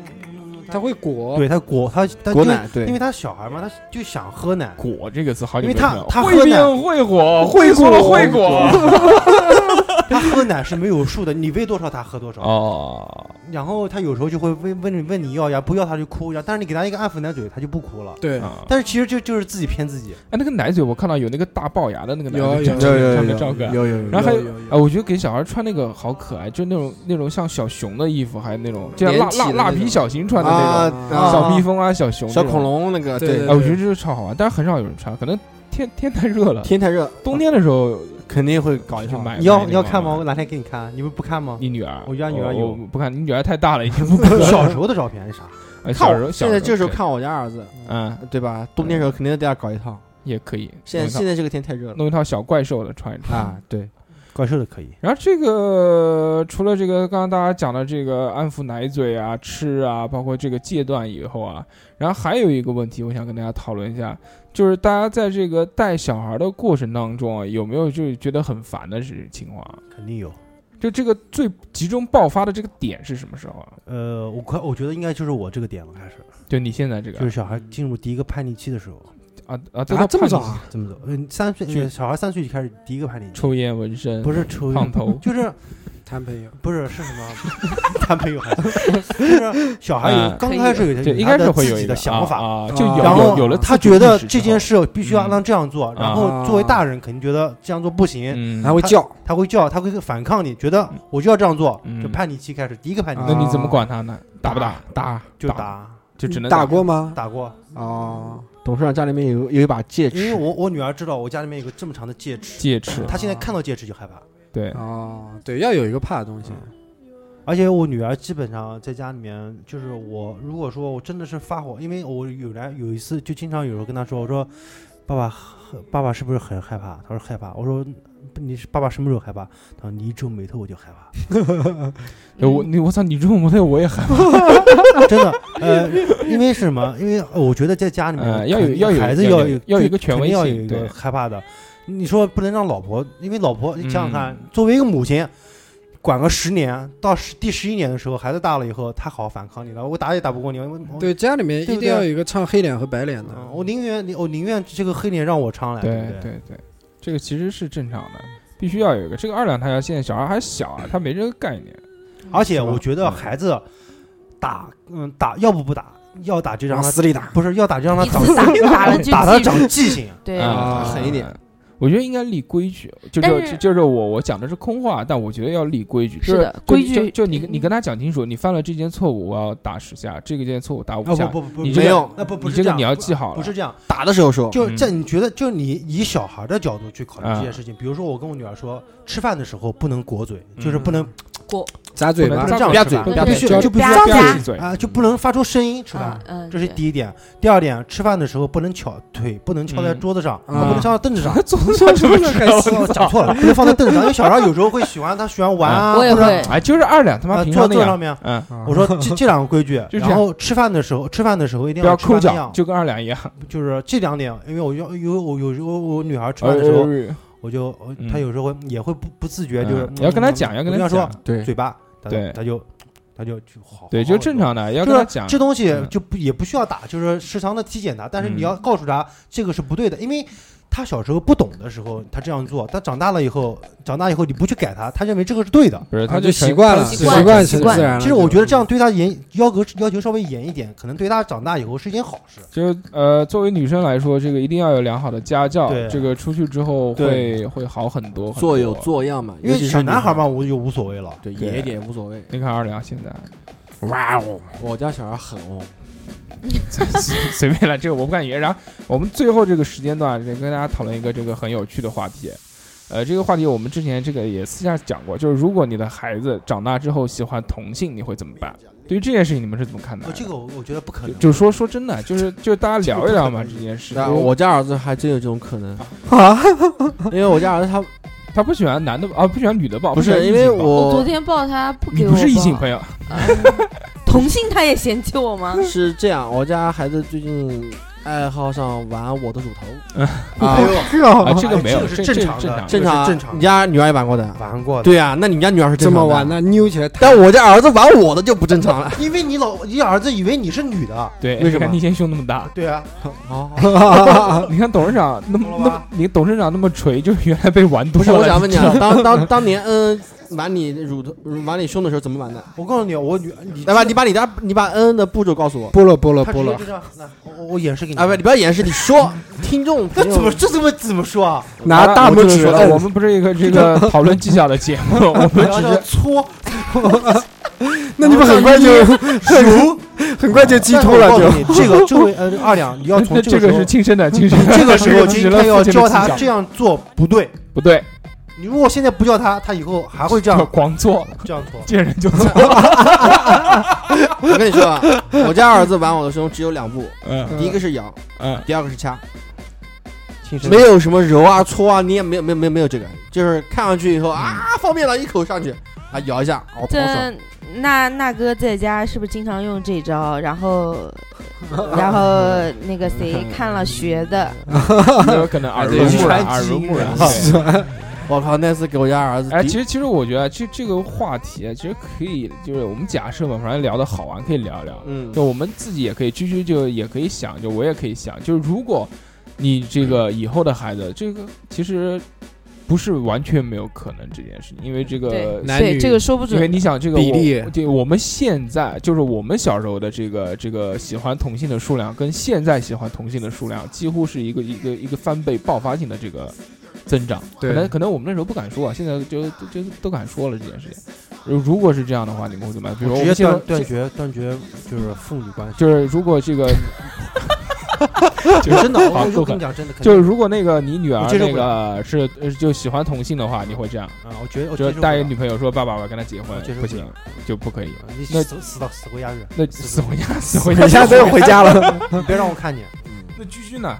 S6: 它会裹，
S3: 对他裹他他
S4: 果
S3: 因为
S4: 奶对
S3: 因为他小孩嘛，他就想喝奶，
S2: 果这个词好久
S3: 因为
S2: 没
S3: 他
S2: 听到
S3: 他
S2: 会
S3: 喝奶
S2: 变会火，
S6: 会
S2: 说了
S6: 果
S2: 会果。
S3: 他喝奶是没有数的，你喂多少他喝多少。
S2: 哦，
S3: 然后他有时候就会问问你问你要呀，不要他就哭呀，但是你给他一个安抚奶嘴，他就不哭了。
S6: 对，
S2: 啊
S3: 但是其实就就是自己骗自己，
S2: 哎，那个奶嘴我看到有那个大龅牙的那个奶
S6: 有有
S2: 嘴，照
S6: 有
S2: 片照片照
S6: 有有
S2: 片。
S6: 有有，
S2: 然后还有
S6: 有
S2: 啊，我觉得给小孩穿那个好可爱，就那种那种像小熊的衣服，还有那种就像蜡
S4: 连体的
S2: 蜡
S4: 那
S2: 蜡笔
S4: 种
S2: 小新穿的那
S4: 啊
S2: 种
S6: 啊
S2: 小蜜蜂啊、小熊、
S4: 小恐。龙那个，
S6: 对对
S2: 哎，我觉得这是超好玩，但是很少有人穿，可能天天太热了，
S4: 天太热，
S2: 冬天的时候
S4: 肯定会搞一
S2: 就
S4: 套。
S2: 买。
S3: 你要
S2: 买
S3: 你要
S2: 那个
S3: 看吗？
S2: 玩
S3: 我
S2: 意儿？
S3: 哪天给你看，你们不看吗？
S2: 你女儿？
S3: 我家女儿
S2: 我
S3: 有
S2: 我不看，你女儿太大了，已经不可
S3: 小时候的 照片是啥？
S2: 哎
S4: 看
S2: 小时
S4: 我
S2: 候，
S4: 现
S2: 小
S4: 在这时候
S2: 可以，
S4: 看我家儿子，
S2: 嗯，
S4: 对吧？冬天时候肯定得要搞一套。
S2: 也可以。
S4: 现
S2: 弄
S4: 在
S2: 一套
S4: 现在这个天太热了
S2: 弄一套小怪兽的穿一穿。
S4: 啊，对，
S3: 怪兽的可以，
S2: 然后这个除了这个刚刚大家讲的这个安抚奶嘴啊、吃啊，包括这个戒断以后啊，然后还有一个问题，我想跟大家讨论一下，就是大家在这个带小孩的过程当中啊，有没有就是觉得很烦的事情况啊？
S3: 肯定有。
S2: 就这个最集中爆发的这个点是什么时候啊？
S3: 呃，我快，我觉得应该就是我这个点了，开始
S2: 就你现在这个
S3: 就是小孩进入第一个叛逆期的时候，
S2: 啊啊，
S6: 啊这么早
S2: 啊？
S6: 啊？
S3: 怎么走？嗯，三岁，
S2: 就
S3: 呃小孩三岁就开始第一个叛逆期，
S2: 抽烟纹身，
S3: 不是抽
S2: 胖头
S3: 就是
S6: 谈朋友，
S3: 不是是什么 谈朋友还是 就是小孩
S2: 啊
S3: 有刚开始有
S2: 就
S3: 他
S2: 一开始会
S3: 有他
S2: 有一
S3: 自己
S2: 个
S3: 的想法，
S2: 啊，啊就
S6: 啊
S2: 有
S3: 然后
S2: 有有了自
S3: 他
S2: 主意
S3: 觉得
S2: 识嗯
S3: 这
S2: 之
S3: 件
S2: 后，
S3: 事必须要让这样做，然
S2: 啊
S3: 后作为大人肯定觉得这样做不行，
S2: 嗯，
S6: 还会叫，
S3: 他会叫，他会反抗你，觉得我就要这样做
S2: 嗯，
S3: 就叛逆期开始，第一个叛逆
S2: 啊那
S3: 期
S2: 你怎么管他呢？打不打？打
S3: 就，打
S2: 就只能
S6: 打过吗？
S3: 打过，
S4: 哦，董事长家里面有有一把戒
S3: 因为
S4: 尺，
S3: 我我女儿知道我家里面有个这么长的戒尺，
S2: 戒尺。
S3: 她现在看到戒尺就害怕。
S2: 对，
S6: 哦，对，要有一个怕的东西，
S3: 而且我女儿基本上在家里面，就是我如果说我真的是发火，因为我有来有一次就经常有时候跟她说，我说爸爸很爸爸是不是很害怕？她说害怕。我说你是爸爸什么时候害怕？她说你一皱眉头我就害怕， 嗯
S2: 哎我你我操，你这种模特我也很
S3: 真的。呃，因为是什么？因为我觉得在家里面、
S2: 呃要有要有
S3: 孩子
S2: 要
S3: 要
S2: 有要有一个权
S3: 肯
S2: 威
S3: 定要有
S2: 性
S3: 一
S2: 对
S3: 个害怕的。你说不能让老婆，因为老婆你想想看，
S2: 嗯
S3: 作为一个母亲。管个十年，到十第十一年的时候，孩子大了以后，他好好反抗你了。我打也打不过你，我我
S6: 对，家里面
S3: 嗯对
S6: 一
S3: 不
S6: 定
S3: 对
S6: 要有一个唱黑脸和白脸的
S3: 嗯，我宁愿你，我宁愿这个黑脸让我唱来，
S2: 对
S3: 不对？
S2: 对对，这个其实是正常的，必须要有一个。这个二两太小，现在小孩还小啊，他没这个概念。
S3: 而且
S2: 是吧嗯
S3: 我觉得孩子打，嗯，打要不不打，要打就让
S6: 往
S3: 他
S6: 死里打，
S3: 不是要打就让他
S5: 一
S3: 长
S5: 次打打了 就
S3: 打他
S5: 记住
S3: 长记性，
S5: 对，
S2: 啊，
S4: 狠一点。
S2: 我觉得应该立规矩，就
S5: 但
S2: 就是就就是我我讲的是空话，但我觉得要立规矩，就是
S5: 的
S2: 就
S5: 规矩
S2: 就就你
S5: 嗯
S2: 你跟他讲清楚，你犯了这件错误，我要打十下；这个件错误打五
S3: 啊
S2: 下。
S3: 不不不，
S2: 你
S3: 不
S2: 这
S4: 没
S2: 个
S4: 有
S3: 那不不
S2: 你
S3: 是
S2: 这个
S3: 样
S2: 你要记好
S3: 不
S2: 了
S3: 是这样，
S4: 打的时候说，
S3: 就是
S2: 嗯
S3: 在你觉得，就是你以小孩的角度去考虑
S2: 啊
S3: 这件事情。比如说，我跟我女儿说，吃饭的时候不能裹嘴，就是不能
S2: 嗯
S6: 砸嘴巴
S3: 不能，这样
S2: 吧
S3: 吃
S2: 吧
S3: 饭
S5: 吧
S3: 必须
S2: 就
S3: 就必须
S5: 吧
S3: 要
S5: 吧
S3: 张
S5: 吧
S3: 嘴
S2: 闭嘴
S3: 啊，就不能发出声音吃饭
S5: 啊。嗯，
S3: 这是
S5: 对
S3: 第一点，第二点，吃饭的时候不能翘腿，不能翘在
S2: 嗯
S3: 桌子上，
S6: 啊
S3: 不能翘在凳子 上，
S2: 总算什么时候
S3: 哦讲错了，不能放在凳子上，因为小孩有时候会喜欢他喜欢玩啊，
S5: 我也
S3: 或者
S5: 会，
S2: 哎，就是二两他妈
S3: 呃
S2: 平
S3: 坐
S2: 常那
S3: 坐上
S2: 样，
S3: 面。
S2: 嗯，
S3: 我说这这两个规矩，
S2: 就这样
S3: 然后吃饭的时候，吃饭的时候一定
S2: 不要
S3: 吃
S2: 抠
S3: 饭那
S2: 脚，
S3: 样，
S2: 就跟二两一样。
S3: 就是这两点，因为我要有我有时候我女孩吃
S2: 呃
S3: 饭的时候，
S2: 呃
S3: 我就我
S2: 嗯
S3: 她有时候会也会不不自觉就是
S2: 嗯要跟她讲要跟她
S3: 我就说
S2: 讲
S4: 对
S3: 嘴巴，她
S2: 对
S3: 她就她就就好，
S2: 对，
S3: 好
S2: 就正。常的，要
S3: 就
S2: 跟他
S3: 是
S2: 讲。
S3: 这东西
S2: 嗯
S3: 就不也不需要打，就是时常的体检他，但是
S2: 嗯
S3: 你要告诉他这个是不对的，因为他小时候不懂的时候他这样做，他长大了以后，长大以后你不去改他，他认为这个是对的。
S2: 不是，
S6: 他
S2: 他
S6: 啊就
S2: 成
S6: 习惯了，
S5: 习
S6: 习
S5: 惯
S6: 惯
S5: 习
S6: 成
S5: 惯
S6: 自然了。
S3: 其实我觉得这样对他严要求要求稍微严一点，可能对他长大以后是一件好事。
S2: 就是呃，作为女生来说，这个一定要有良好的家教，
S3: 对
S2: 这个出去之后会
S3: 对
S2: 会好很多。很
S4: 做有
S2: 多，
S4: 做样嘛，
S3: 因为
S4: 尤其是
S3: 小男孩
S4: 女
S3: 嘛，我就无所谓了。
S4: 孩，对，
S2: 对
S4: 野一点无所谓。
S2: 你看二两现在
S4: 哇哦，我家小孩很哦，
S2: 随随便了，这个我不敢言。然后我们最后这个时间段，再跟大家讨论一个这个很有趣的话题，呃，这个话题我们之前这个也私下讲过，就是如果你的孩子长大之后喜欢同性，你会怎么办？对于这件事情，你们是怎么看待
S3: 哦
S2: 的？
S3: 这个我我觉得不可
S2: 就
S3: 能，
S2: 就是说说真的，就是就大家聊一聊嘛，这件事。
S4: 那
S2: 就是
S4: 我家儿子还真有这种可能
S6: 啊，
S4: 因为我家儿子他
S2: 他不喜欢男的啊，不喜欢女的抱，
S4: 不
S2: 喜欢
S4: 是
S2: 异
S4: 因为
S2: 性抱
S5: 我 昨
S4: 我
S5: 天抱他不
S2: 你
S5: 给我
S2: 不是异性
S5: 抱
S2: 朋友，
S5: 啊同性他也嫌弃 我吗？
S4: 是这样，我家孩子最近爱好上玩我的乳头 啊
S6: 哎，呦，这个
S2: 啊，这个没有，
S3: 这个
S2: 这
S3: 是正
S2: 这
S3: 常的
S2: 正常
S4: 正常啊啊
S3: 这是正常
S4: 你家女儿也玩过的，
S3: 玩过的，
S4: 对呀，那你家女儿是
S6: 怎
S4: 正
S6: 么
S4: 常
S6: 玩
S4: 的，
S6: 呢？扭起来弹，
S4: 但我家儿子玩我的就不正常了。
S3: 因为你老你儿子以为你是女的，
S2: 对，
S4: 为
S2: 你
S4: 什么
S2: 看你先胸那么大？
S3: 对 啊，
S4: 哦，
S2: 你看董事长那么
S3: 懂了
S2: 那么
S3: 吧，
S2: 你董事长那么锤，就是原来被玩
S4: 不
S2: 多了。
S4: 是，我想问 你啊，当当当年嗯玩你乳头玩你胸的时候怎么玩的？
S3: 我告诉你，我女你
S4: 来吧，你把你家你把恩恩的步骤告诉我。
S6: 菠萝菠萝
S3: 他
S6: 菠
S3: 直接
S6: 萝
S3: 就，这样，来，我我演示给你，
S4: 啊，不，你不要掩饰，你说，听众
S3: 那
S4: 朋友
S3: 怎么这怎么怎么说啊？
S6: 拿大拇指
S2: 我就说
S6: 摁
S2: 了，我们不是一个这个讨论技巧的节目，我们
S3: 我要这样搓，
S6: 那你们很快就熟，很快就激
S3: 但是
S6: 通
S3: 我
S6: 了
S3: 告
S6: 就
S3: 诉。你，这个这位呃二两，你要从
S2: 这
S3: 个时
S2: 是
S3: 候，
S2: 亲身的，亲身 的。
S3: 这个时
S2: 这
S3: 候今
S2: 个只能
S3: 天要
S2: 父亲的
S3: 教
S2: 技巧
S3: 他这样做不对，
S2: 不对，
S3: 你如果现在不教他，他以后还会这
S2: 就
S3: 样
S2: 狂做，
S3: 这样搓。
S2: 见人就做。
S4: 我跟你说啊，我家儿子玩我的时候只有两步，
S2: 嗯
S4: 第一个是咬，
S2: 嗯，
S4: 第二个是掐，
S3: 亲身
S4: 没有什么揉啊、搓啊、捏，没有、没有、没有、没有这个，就是看上去以后啊，
S3: 嗯
S4: 方便了，一口上去啊，咬一下，哦，好爽。
S5: 这那那哥在家是不是经常用这招？然后，然后那个 谁看了学的，
S2: 有可能耳濡目染，耳濡目染。对
S4: 我靠，那次给我家儿子
S2: 哎，
S4: 第
S2: 其实其实我觉得，其实这个话题啊，其实可以，就是我们假设嘛，反正聊的好玩，可以聊一聊。
S4: 嗯，
S2: 就我们自己也可以，居居就也可以想，就我也可以想，就是如果你这个以后的孩子，这个其实不是完全没有可能这件事情，因为这个
S5: 对
S6: 男
S5: 对，
S6: 女
S5: 这个说不
S2: 因为
S5: 准。
S2: 你想这个
S6: 比
S2: 我
S6: 例
S2: 对，我们现在就是我们小时候的这个这个喜欢同性的数量，跟现在喜欢同性的数量几乎是一个一个一个翻倍爆发性的这个增长。
S6: 对
S2: 可能可能我们那时候不敢说，啊，现在就就就都敢说了这件事情。如如果是这样的话，你们会怎么办？比如
S3: 我
S2: 说我
S3: 直
S2: 们
S3: 接
S2: 现在
S3: 断断绝断绝就是父女关系，
S2: 就是如果这 个，就是
S3: 真的，我
S2: 好
S3: 我
S2: 够狠
S3: 跟你。讲，真的肯定，
S2: 就是如果那个你女儿
S3: 我接受
S2: 那
S3: 不
S2: 个是呃就喜欢同性的话，你会这样？
S3: 啊，我觉得我
S2: 就
S3: 接
S2: 是
S3: 受
S2: 带
S3: 不
S2: 一
S3: 了
S2: 女朋友说爸爸我要跟她结婚
S3: 我接，受
S2: 不
S3: 不
S2: 行
S3: 了
S2: 就不可以。
S3: 啊你
S2: 那
S3: 死死到死回家去，
S2: 那
S3: 死
S2: 死回家，死回
S6: 你
S2: 家，
S6: 现在都要回家了，
S3: 你别让我看见。
S2: 那居居呢？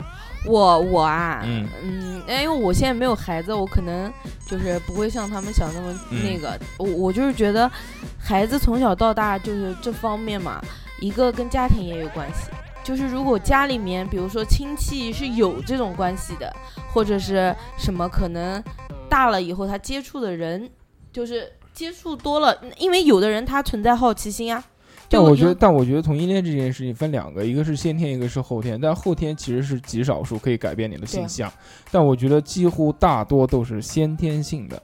S5: 我我啊，
S2: 嗯
S5: 嗯，哎因为我现在没有孩子，我可能就是不会像他们想那么
S2: 嗯
S5: 那个。我我就是觉得，孩子从小到大就是这方面嘛，一个跟家庭也有关系。就是如果家里面，比如说亲戚是有这种关系的，或者是什么，可能大了以后他接触的人，就是接触多了，因为有的人他存在好奇心啊。
S2: 但
S5: 就
S2: 我觉
S5: 有
S2: 得，但我觉得同性恋这件事情分两个，一个是先天，一个是后天。但后天其实是极少数可以改变你的性向，但我觉得几乎大多都是先天性的，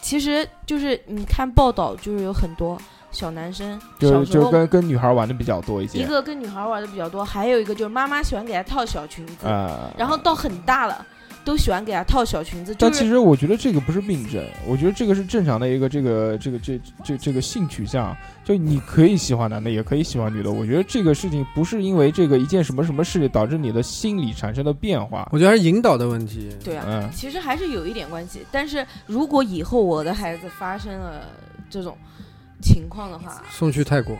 S5: 其实就是你看报道，就是有很多小男生
S2: 就
S5: 小
S2: 是
S5: 时
S2: 就
S5: 候
S2: 是跟跟女孩玩的比较多一
S5: 一
S2: 些。
S5: 个跟女孩玩的比较多，还有一个就是妈妈喜欢给她套小裙子，
S2: 呃，
S5: 然后到很大了都喜欢给她套小裙子，
S2: 但
S5: 就
S2: 其
S5: 是
S2: 实我觉得这个不是病症，我觉得这个是正常的一个这个这个这这这个性取向，就你可以喜欢男的，也可以喜欢女的。我觉得这个事情不是因为这个一件什么什么事情导致你的心理产生的变化。
S6: 我觉得还是引导的问题。
S5: 对啊，
S2: 嗯，
S5: 其实还是有一点关系。但是如果以后我的孩子发生了这种情况的
S2: 啊
S5: 话，
S6: 送去泰国，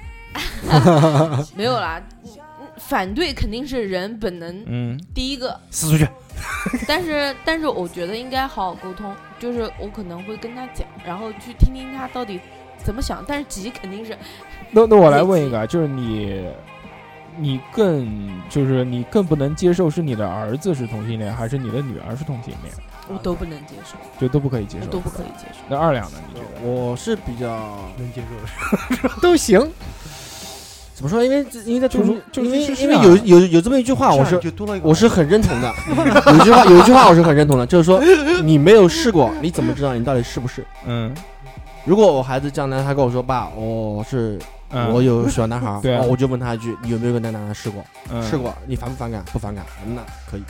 S5: 没有啦，嗯反对肯定是人本能
S2: 嗯，
S5: 第一个，
S3: 死出去！
S5: 但是但是我觉得应该好好沟通，就是我可能会跟他讲，然后去听听他到底怎么想，但是急肯定是
S2: 那那我来问一个啊，就是你，你更就是你更不能接受是你的儿子是同性恋，还是你的女儿是同性恋，
S5: 我都不能接受，
S2: 就都不可以接
S5: 我
S2: 受。
S5: 都不可以接受。
S2: 那二两呢？你觉得？
S4: 我是比较
S3: 能接受，
S6: 都行。
S4: 怎么说？因为因为在
S2: 就是
S4: 中，
S2: 就是
S4: 因为
S2: 就是
S4: 因为
S2: 啊
S4: 有有有这么一句话，我
S3: 这
S4: 是
S3: 啊样就多了一个
S4: 我是很认同的。有一句话有一句话我是很认同的，就是说你没有试过，你怎么知道你到底是不是？
S2: 嗯
S4: 如果我孩子将来他跟我说爸，我是
S2: 嗯，
S4: 我有喜欢男孩儿，
S2: 对啊
S4: 哦我就问他一句，你有没有跟那男孩试过？
S2: 嗯
S4: 试过，你反不反感？不反感，那可以。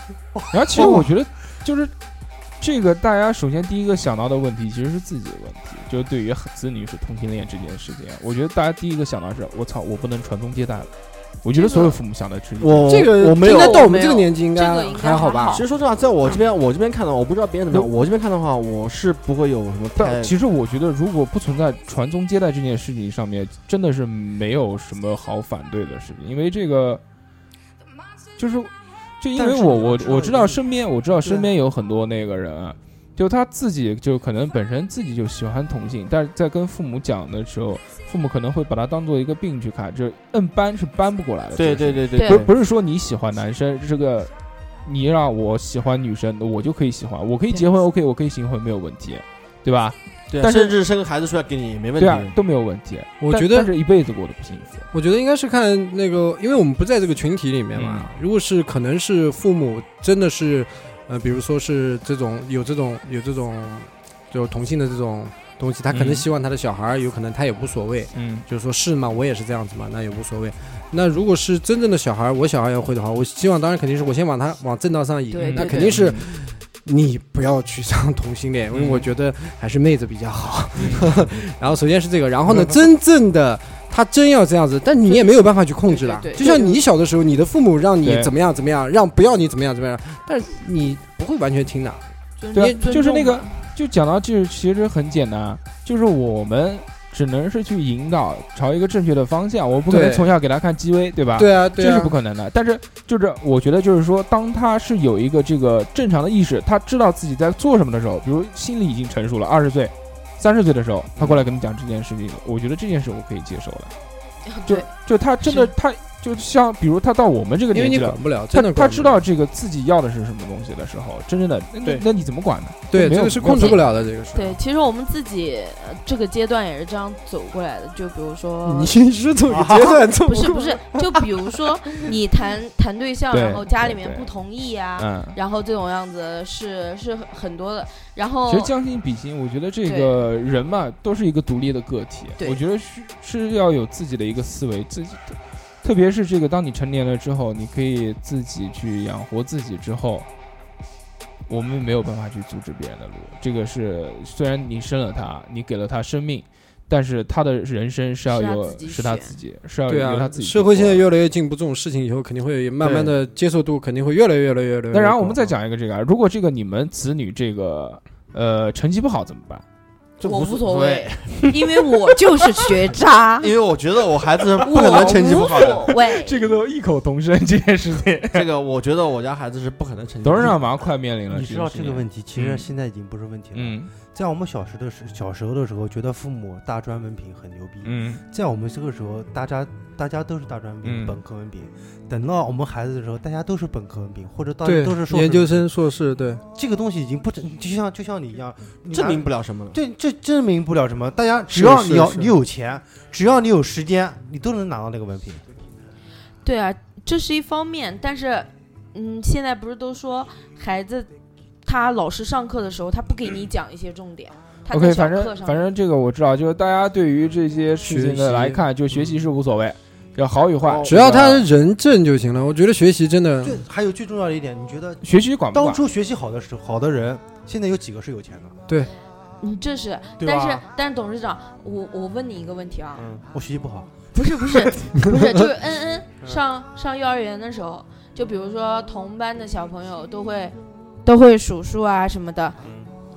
S2: 然后其实我觉得就是这个，大家首先第一个想到的问题其实是自己的问题，就是啊对于子女是同性恋这件事情，我觉得大家第一个想到的是我操，我不能传宗接代了。我觉得所有父母想的是
S6: 我
S4: 这个
S6: 我没有，
S5: 真的
S6: 到我
S5: 我没
S6: 们这个
S5: 有
S6: 年纪应
S5: 这个
S6: 该啊
S5: 应该
S6: 还好吧？
S5: 还
S4: 其实说实话，在我这边，我这边看的，我不知道别人怎么样。我这边看的话，我是不会有什么太
S2: 但其实我觉得，如果不存在传宗接代这件事情上面，真的是没有什么好反对的事情，因为这个就是就因为
S4: 但是
S2: 我
S4: 你要
S2: 我
S4: 知道
S2: 我知道
S4: 就是
S2: 身边我知道身边有很多那个人啊，就他自己就可能本身自己就喜欢同性，但是在跟父母讲的时候，父母可能会把他当做一个病去看，就是摁搬是搬不过来的。
S4: 对
S2: 这个
S4: 对
S2: 事情，
S4: 对
S5: 对
S2: 不是不是说你喜欢男生这个。你让我喜欢女生，我就可以喜欢，我可以结婚，OK，我可以行婚，没有问题，对吧？
S4: 对啊
S2: 但是
S4: 甚至生个孩子出来给你也没问
S2: 对啊
S4: 题，。
S2: 都没有问题。
S6: 我
S2: 但
S6: 觉得
S2: 但是一辈子过得不幸福。
S6: 我觉得应该是看那个，因为我们不在这个群体里面嘛。如果是可能是父母真的是，呃，比如说是这种有这种有这种就同性的这种东西，他可能
S2: 嗯
S6: 希望他的小孩儿，有可能他也无所谓，
S2: 嗯，
S6: 就是说是吗？我也是这样子嘛，那也无所谓。那如果是真正的小孩儿，我小孩要会的话，我希望当然肯定是我先往他往正道上引
S5: 对，
S6: 那
S5: 对对
S6: 肯定是。你不要去上同性恋，因为我觉得还是妹子比较好。
S5: 嗯
S6: 然后首先是这个，然后呢，真正的他真要这样子，但你也没有办法去控制了
S5: 对对。对
S6: 就像你小的时候，你的父母让你
S2: 对
S6: 怎么样怎么样，让不要你怎么样怎么样，但是你不会完全听的。
S2: 对啊，就是那个，就讲到这，其实很简单，就是我们只能是去引导朝一个正确的方向，我不可能
S6: 对
S2: 从小给他看鸡威，对吧？。
S6: 对啊，对
S2: 这是
S6: 啊
S2: 不，可能的，但是就是我觉得就是说，当他是有一个这个正常的意识，他知道自己在做什么的时候，比如心理已经成熟了，二十岁、三十岁的时候，他过来跟你讲这件事情，我觉得这件事我可以接受的。就
S5: 对
S2: 就他真的
S5: 是
S2: 他就像比如他到我们这个
S6: 因为
S2: 年纪
S6: 你
S2: 了
S6: 管，不了，
S2: 他
S6: 真的
S2: 他
S6: 管不
S2: 知
S6: 了
S2: 道这个自己要的是什么东西的时候，真正的那那
S4: 对
S2: 那你怎么管呢？
S6: 对
S2: 没有
S6: 这个是控制不了的，这个是。
S5: 对，其实我们自己呃这个阶段也是这样走过来的，就比如说
S6: 你。是这个阶 段这么
S5: 不是不是，就比如说你谈谈对象，
S2: 对
S5: 然后家里
S2: 对
S5: 面
S2: 对
S5: 不同意呀、
S2: 嗯，
S5: 然后这种样子是是很多的，然后
S2: 其实将心比心，我觉得这个人嘛，都是一个独立的个体。
S5: 对
S2: 我觉得是是要有自己的一个思维，自己的，特别是这个，当你成年了之后，你可以自己去养活自己之后，我们没有办法去阻止别人的路。这个是虽然你生了他，你给了他生命，但是他的人生是要
S5: 是他
S2: 有
S5: 自己
S2: 是他
S5: 选
S2: 自己，是要
S6: 对
S2: 由他
S6: 啊，
S2: 自己去
S6: 社会现在
S2: 做
S6: 越来越进步，这种事情以后肯定会慢慢的接受度肯定会越来越越来越来越高。
S2: 那然后我们再讲一个这个，啊，如果这个你们子女这个呃成绩不好怎么办？
S4: 这
S5: 我无
S4: 无
S5: 所
S4: 谓
S5: 谓，，因为我就是学渣
S4: ，因为我觉得我孩子
S5: 我
S4: 不可能成绩不好的
S5: 无。所谓，
S2: 这个都异口同声这件事情，
S4: 这个我觉得我家孩子是不可能成绩。
S2: 董事长马上快面临 了，
S3: 你知道这个问
S2: 题？
S3: 题，其实
S2: 嗯
S3: 现在已经不是问题了。
S2: 嗯
S3: 在我们小时的时小时候的时候，觉得父母大专文凭很牛逼。
S2: 嗯，
S3: 在我们这个时候，大家大家都是大专文凭、
S2: 嗯
S3: 本科文凭。等到我们孩子的时候，大家都是本科文凭，或者到嗯
S6: 对
S3: 都是硕士哦
S6: 研究
S3: 文凭。
S6: 生、硕士，对
S3: 这个东西已经不真，就像就像你一样，你
S4: 证
S3: 拿
S4: 明不了什么了。
S3: 这这证明不了什么。大家只
S6: 是
S3: 要
S6: 是
S3: 你要
S6: 是
S3: 你有钱，只要你有时间，你都能拿到那个文凭。
S5: 对啊，这是一方面，但是，嗯，现在不是都说孩子他老师上课的时候，他不给你讲一些重点，他在
S2: OK，
S5: 小
S2: 反
S5: 课
S2: 正
S5: 上
S2: 反正这个我知道，就是大家对于这些事情的来看，就学习是无所谓，就好与坏，
S6: 哦只要他人正就行了。我觉得学习真的
S3: 最还有最重要的一点，你觉得
S2: 学习管不
S3: 当
S2: 管？
S3: 初学习好的时候好的人，现在有几个是有钱的？
S5: 嗯，这是，
S3: 对
S5: 但
S3: 吧
S5: 是但是董事长，我我问你一个问题啊，
S3: 嗯，我学习不好，
S5: 不是 不是不是，就是恩恩
S2: 嗯
S5: 上上幼儿园的时候，就比如说同班的小朋友都会
S2: 嗯
S5: 都会数数啊什么的，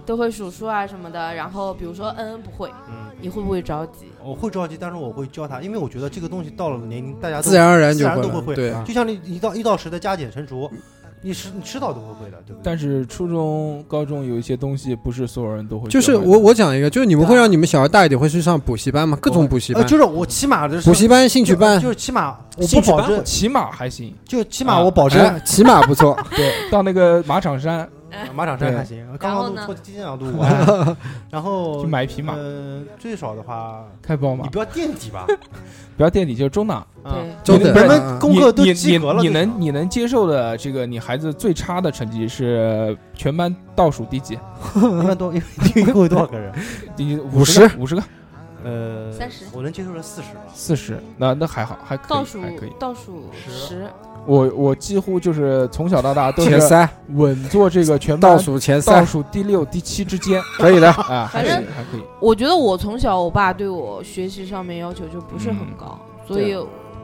S5: 都会数数啊什么的，然后比如说恩恩不会，
S3: 嗯，
S5: 你会不会着急？
S3: 我会着急，但是我会教他，因为我觉得这个东西到了年龄，大家都
S6: 自然而然就
S3: 自然
S6: 会
S3: 都会
S6: 了
S3: 会啊
S6: 对，
S3: 就像你一到一到十的加减乘除，你迟你迟早都会会的，对不对？
S2: 但是初中、高中有一些东西不是所有人都会学
S6: 就
S2: 会的，
S6: 是我我讲一个，就是你们会
S3: 对啊
S6: 让你们小孩大一点会去上补习班吗？各种补习
S3: 呃，
S6: 班
S3: 就、是我起码的是
S6: 补习班、兴
S3: 兴
S6: 趣班
S3: 就，是起码我不
S2: 兴趣
S3: 保
S2: 班我
S3: 证，
S2: 起码还行，
S3: 就起码
S2: 啊
S3: 我保证
S6: 哎，骑马不 错。
S2: 对，到那个马场山
S3: 马场山
S6: 对
S3: 还行，刚
S5: 然后
S3: 刚
S5: 呢
S3: 路过经 常路过，然后
S2: 去买一匹马，
S3: 呃，最少的 话，
S2: 开宝马
S3: 你，不要垫底 吧，
S2: 不要垫底，就中档。
S3: 啊，
S6: 中
S2: 你
S6: 等
S3: 人
S6: 啊
S3: 们功课都
S2: 你
S3: 及格了，
S2: 你你
S3: 最少
S2: 能你能接受的这个你孩子最差的成绩是全班倒数第几？
S3: 一般多，因为一共有多少个人？
S2: 第
S6: 50
S2: 五十个
S3: 呃，
S5: 30
S3: 我能接受是四十吧。
S2: 四十，那那还好，还可以
S5: 倒数
S2: 还可以。
S5: 倒数十，
S2: 我我几乎就是从小到大都
S6: 前
S2: 是
S6: 三，
S2: 稳坐这个全班
S6: 倒数前
S2: 倒
S6: 三，
S2: 数第六第七之 间
S6: 可以的。
S2: 啊，还
S5: 反
S2: 可
S5: 正
S2: 以还可以。
S5: 我觉得我从小我爸对我学习上面要求就不是很高，所以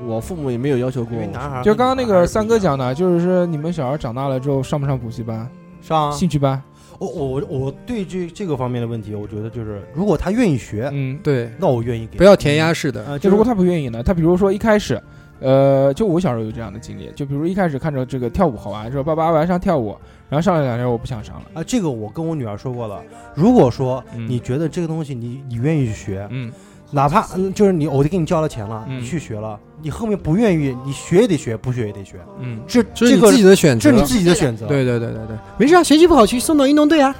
S4: 我父母也没有要求过
S3: 因为
S4: 我。
S3: 男孩儿
S2: 就刚刚那个三哥
S3: 讲
S2: 讲的，就是说你们小孩长大了之后上不上补习班、
S3: 上
S2: 兴趣班？
S3: 我啊哦我我对这这个方面的问题，我觉得就是如果他愿意学，
S2: 嗯，
S6: 对，
S3: 那我愿意给
S6: 不。要填鸭式的，
S3: 呃，
S2: 就
S3: 就
S2: 如果
S3: 是
S2: 他不愿意呢？他比如说一开始，呃，就我小时候有这样的经历，就比如一开始看着这个跳舞好玩，说爸爸我要上跳舞，然后上了两天我不想上了，
S3: 啊，这个我跟我女儿说过了。如果说
S2: 嗯
S3: 你觉得这个东西你你愿意去学，
S2: 嗯，
S3: 哪怕嗯就是你我都给你交了钱了，
S2: 嗯
S3: 你去学了，你后面不愿意，你学也得学，不学也得学，
S2: 嗯，
S3: 这
S6: 这是
S3: 这
S6: 你
S3: 个
S6: 自己的选
S3: 这
S6: 择
S3: 是。你自己的选择。，
S6: 对对对对对，没事啊，学习不好去送到运动队啊。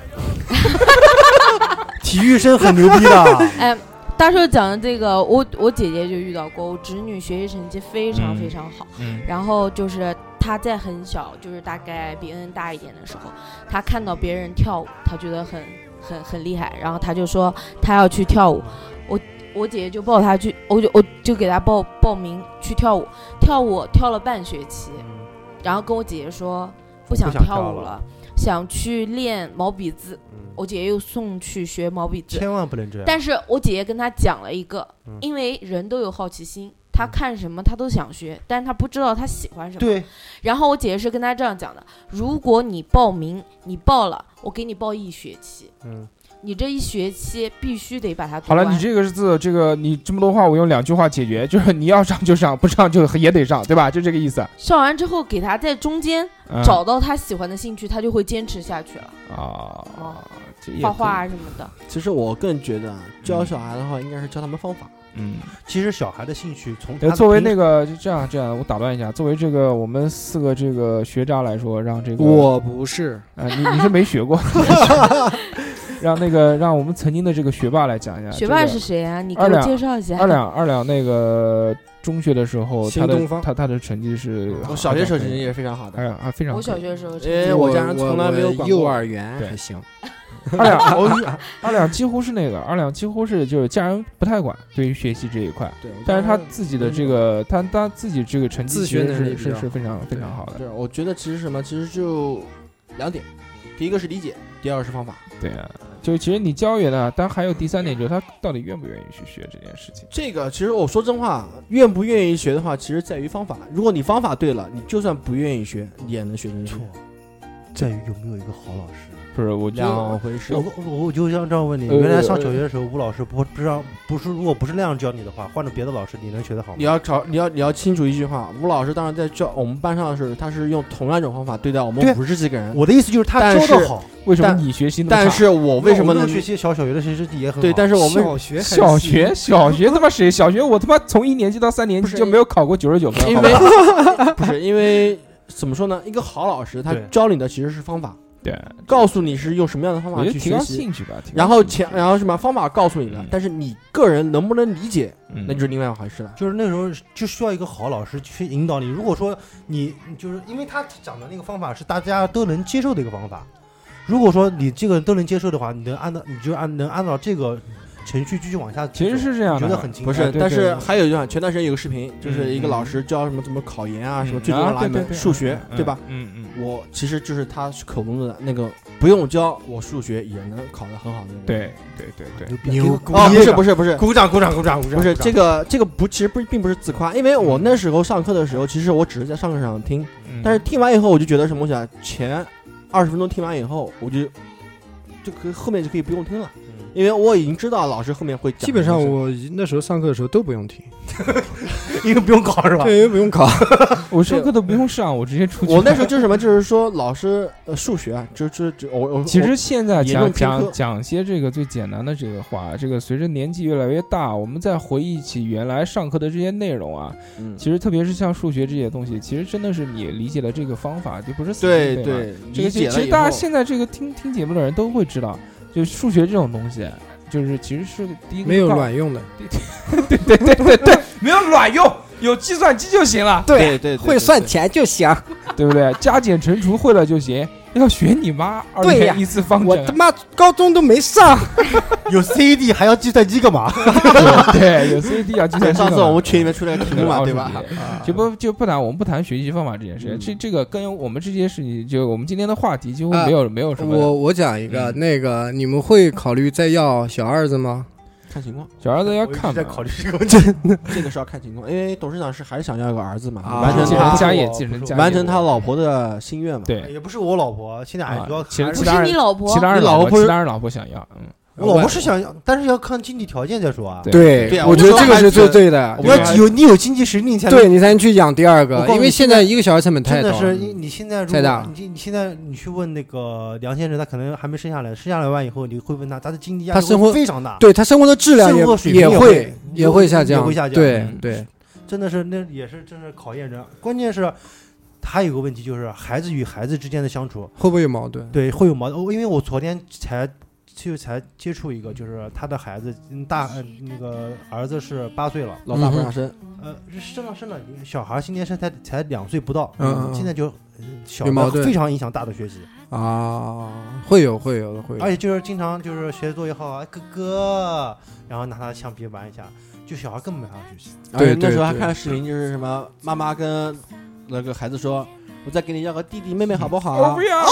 S3: 体育生很牛逼 的，
S5: 哎，大叔讲的这个，我我姐姐就遇到过，我侄女学习成绩非常
S2: 嗯
S5: 非常好，
S2: 嗯
S5: 然后就是她在很小，就是大概比恩大一点的时候，她看到别人跳舞，她觉得很很很厉害，然后她就说她要去跳舞，我。我姐姐就抱她去，我就我就给她报报名去跳舞，跳舞跳了半学期，然后跟我姐姐说不想
S3: 嗯不想
S5: 跳
S3: 跳了
S5: 舞
S3: 嗯
S5: 了，想去练毛笔字。我姐姐又送去学毛笔字，
S3: 千万不能这样。
S5: 但是我姐姐跟他讲了一个，
S3: 嗯
S5: 因为人都有好奇心，他
S2: 嗯
S5: 看什么他都想学，但是他不知道他喜欢什么。
S3: 对，
S5: 然后我姐姐是跟他这样讲的：如果你报名，你报了，我给你报一学期，
S3: 嗯，
S5: 你这一学期必须得把它读
S2: 好了，
S5: 完
S2: 你这个字，这个你这么多话，我用两句话解决，就是你要上就上，不上就也得上，对吧？就这个意思。
S5: 上完之后，给他在中间
S2: 嗯、
S5: 找到他喜欢的兴趣，他就会坚持下去了，
S2: 啊，这也
S5: 哦画
S2: 可以
S5: 画，啊什么的。
S4: 其实我个人觉得啊，教小孩的话，应该是教他们方法。
S2: 嗯，
S3: 其实小孩的兴趣从他
S2: 呃
S3: 的
S2: 作为
S3: 平
S2: 那个就这样这样，我打断一下，作为这个我们四个这个学渣来说，让这个
S6: 我不是，
S2: 啊、你你是没学过， 让那个让我们曾经的这个学霸来讲一下，
S5: 学霸
S2: 这个
S5: 是谁啊？你给
S2: 二
S5: 我
S2: 两
S5: 介绍一下。
S2: 二两二两那个中学的时候，
S6: 新
S2: 他的
S6: 东方
S2: 他他的成绩是，
S4: 我小学时候成绩也是非常好
S2: 哎
S4: 的，
S2: 呀啊非常可以，
S5: 我小学的时候成
S4: 因
S2: 哎
S5: 绩，
S4: 为
S6: 我
S4: 哎家人从来没有
S6: 我
S4: 管过
S6: 幼
S4: 我
S6: 儿园
S2: 对
S6: 还行，
S2: 二两，
S3: 哦
S2: 我二两几乎是那个，二两几乎是就是家人不太管对于学习这一块，
S4: 对，我家
S2: 但是他
S4: 人
S2: 自己的这
S4: 嗯
S2: 个他他自己这个成绩
S6: 自
S2: 其
S6: 学
S2: 实
S6: 能力
S2: 是
S6: 比
S2: 是
S6: 较
S2: 是非常非
S4: 对
S2: 常好的，
S4: 对，我觉得其实什么，其实就两点，第一个是理解，第二是方法。
S2: 对啊，就其实你教育呢，但还有第三点就是他到底愿不愿意去学这件事情，
S4: 这个其实我说真话，愿不愿意学的话，其实在于方法。如果你方法对了，你就算不愿意学，你也能学进去
S3: 错。，在于有没有一个好老师。
S2: 不是我觉得
S4: 两回事
S3: 我。我我就想这样问你，
S2: 呃
S3: 原来上小学的时候，吴老师不不让不是，如果不是那样教你的话，换成别的老师，你能学得好
S4: 你
S3: 吗？
S4: 要找，你要你要清楚一句话，吴老师当时在教我们班上的时候，他是用同样一种方法对待我们
S3: 对
S4: 五十几个人，
S3: 我的意思就是他
S4: 但
S3: 教的
S4: 是
S3: 好，
S2: 为什么
S4: 但
S2: 你学习那么
S4: 但
S2: 差
S4: 是我为什么
S3: 那
S4: 能
S3: 我这个学习小小学的学习成绩也很好？
S4: 对？但是我为
S6: 小学还
S2: 小
S6: 行
S2: 学小学他妈谁小学我他妈从一年级到三年
S4: 不
S2: 级
S4: 是
S2: 就没有考过九十九分，
S4: 因
S2: 好吧
S4: 为不是因为怎么说呢？一个好老师他
S3: 对
S4: 教你的其实是方法，
S2: 对，
S4: 告诉你是用什么样的方
S2: 我
S4: 法
S2: 觉
S4: 去
S2: 得提
S4: 学
S2: 高
S4: 习，
S2: 兴趣吧，提高
S4: 然后
S2: 兴趣
S4: 前然后什么方法告诉你了
S2: 嗯，
S4: 但是你个人能不能理解，
S2: 嗯
S4: 那就是另外一回事了。
S3: 就是那时候就需要一个好老师去引导你。如果说你就是因为他讲的那个方法是大家都能接受的一个方法，如果说你这个都能接受的话，你能按照你就按能按照这个程序继续往下走，
S2: 其实是这样
S3: 觉
S2: 的，
S3: 得很轻
S4: 不
S3: 松
S4: 是，
S2: 哎对
S4: 但
S2: 对
S4: 是
S2: 对
S4: 还有一段，前段时间有个视频，就是一个
S2: 嗯
S4: 老师教什么怎么考研啊，什么
S2: 嗯
S4: 最重要
S2: 啊
S4: 哪一
S2: 对对
S4: 门
S2: 对
S4: 数学，
S2: 嗯
S4: 对吧？
S2: 嗯嗯，
S4: 我其实就是他口中的那个不用教，我数学也能考得很好的那个。
S2: 对对对对，
S3: 牛
S6: 逼
S4: 啊，
S3: 逼
S4: 不是不是不是
S3: 鼓掌鼓掌鼓掌鼓掌，
S4: 不是
S3: 鼓掌
S4: 这个这个不，其实不是并不是自夸，因为我那时候上课的时候，其实我只是在上课上听，
S2: 嗯
S4: 但是听完以后我就觉得什么东西啊，前二十分钟听完以后，我就就可以后面就可以不用听了，
S2: 嗯
S4: 因为我已经知道老师后面会讲。
S6: 基本上我那时候上课的时候都不用听，
S3: 因为不用考是吧？
S6: 对，因为不用考。
S2: 我上课都不用上，我直接出去。
S4: 我那时候就是什么，就是说老师呃数学啊，就就就我我
S2: 其实现在
S4: 严重
S2: 讲
S4: 偏科
S2: 讲讲些这个最简单的这个话，这个随着年纪越来越大，我们再回忆起原来上课的这些内容啊，
S4: 嗯
S2: 其实特别是像数学这些东西，其实真的是你理解了这个方法，就不是死记
S4: 对
S2: 背嘛
S4: 对，
S2: 这个
S4: 理
S2: 其
S4: 解
S2: 其
S4: 了
S2: 实
S4: 以
S2: 大
S4: 后
S2: 家。现在这个听听节目的人都会知道，就数学这种东西，就是其实是第一个
S6: 没有
S2: 告
S6: 卵用的，
S2: 对对对对对， 没有卵用，有计算机就行了，
S4: 对对，对对
S6: 钱就行。
S2: 对不对？加减乘除会了就行，要学你妈二
S6: 对呀
S2: 元一次方
S6: 我
S2: 程
S6: 他，妈高中都没上，
S3: 有 CAD 还要计算机干嘛？
S2: 对，有 CAD 啊，计算
S4: 对
S2: 机
S4: 上次
S2: 嘛
S4: 我们群里面出来个题 目嘛，对吧？
S2: 就不就不谈我们不谈学习方法这件事，情，这这个跟我们这些事情，就我们今天的话题几乎没有没有什么。
S6: 我我讲一个，
S2: 嗯
S6: 那个你们会考虑再要小儿子吗？
S4: 看情况，
S2: 小儿子要
S3: 我一直
S2: 看
S3: 在
S2: 嘛
S3: 考虑这个问题。
S4: 这个是要看情况，因为董事长是还是想要一个儿子嘛，
S6: 啊
S4: 完成
S2: 继承
S4: 他
S2: 家业，
S3: 不是
S2: 继承
S3: 我
S2: 家业，
S4: 完成他老婆的心愿嘛。，
S2: 对，
S3: 也不是我老婆，现在还
S2: 啊
S3: 主要
S2: 其实
S3: 还
S5: 不
S2: 其
S3: 是
S2: 他
S5: 是
S2: 人
S5: 你老婆
S2: 其，他人
S4: 你老
S2: 老
S4: 婆不是
S2: 其他人老婆想要，嗯，
S3: 我老婆是想要，但是要看经济条件再说啊。
S2: 对
S4: 对啊
S6: 我觉得这个是最对的
S2: 我，
S3: 你
S2: 们
S3: 要有你有经济实力，你才能
S6: 对你才能去养第二
S3: 我
S6: 个
S3: 告，诉你
S6: 因为现在一个小孩成本太
S3: 真
S6: 高
S3: 的
S6: 了。
S3: 是你你现在如
S6: 太大
S3: 果
S6: 了
S3: 你你现在你去问那个梁先生，他可能还没生下来，生下来完以后，你会问他，他的经济压力
S6: 他生活
S3: 会非常大，
S6: 对他生活的质量也
S3: 生活水平
S6: 也
S3: 也
S6: 会
S3: 会
S6: 也会下降，
S3: 也会下降
S6: 对
S2: 嗯
S6: 对，
S3: 真的是那也是真是考验人。关键是还有一个问题就是孩子与孩子之间的相处，
S6: 会不会有矛盾？
S3: 对会有矛盾。因为我昨天才就才接触一个，就是他的孩子嗯大、呃、那个儿子是八岁了，
S4: 老大
S6: 嗯
S4: 不让生，
S3: 呃，是正常生了，小孩今年是才才两岁不到，
S6: 嗯嗯嗯
S3: 现在就呃小
S6: 有矛
S3: 的
S6: 盾
S3: 非常影响大的学习。
S6: 啊，会有会有的会有
S3: 而。且就是经常就是写作业后啊，哥哥，然后拿他橡皮玩一下，就小孩根本没法学习。
S6: 对
S4: 而且那时候
S6: 对
S4: 还
S6: 对
S4: 看视频，就是什么妈妈跟那个孩子说：“我再给你要个弟弟妹妹好嗯不好？”啊
S7: 我不要，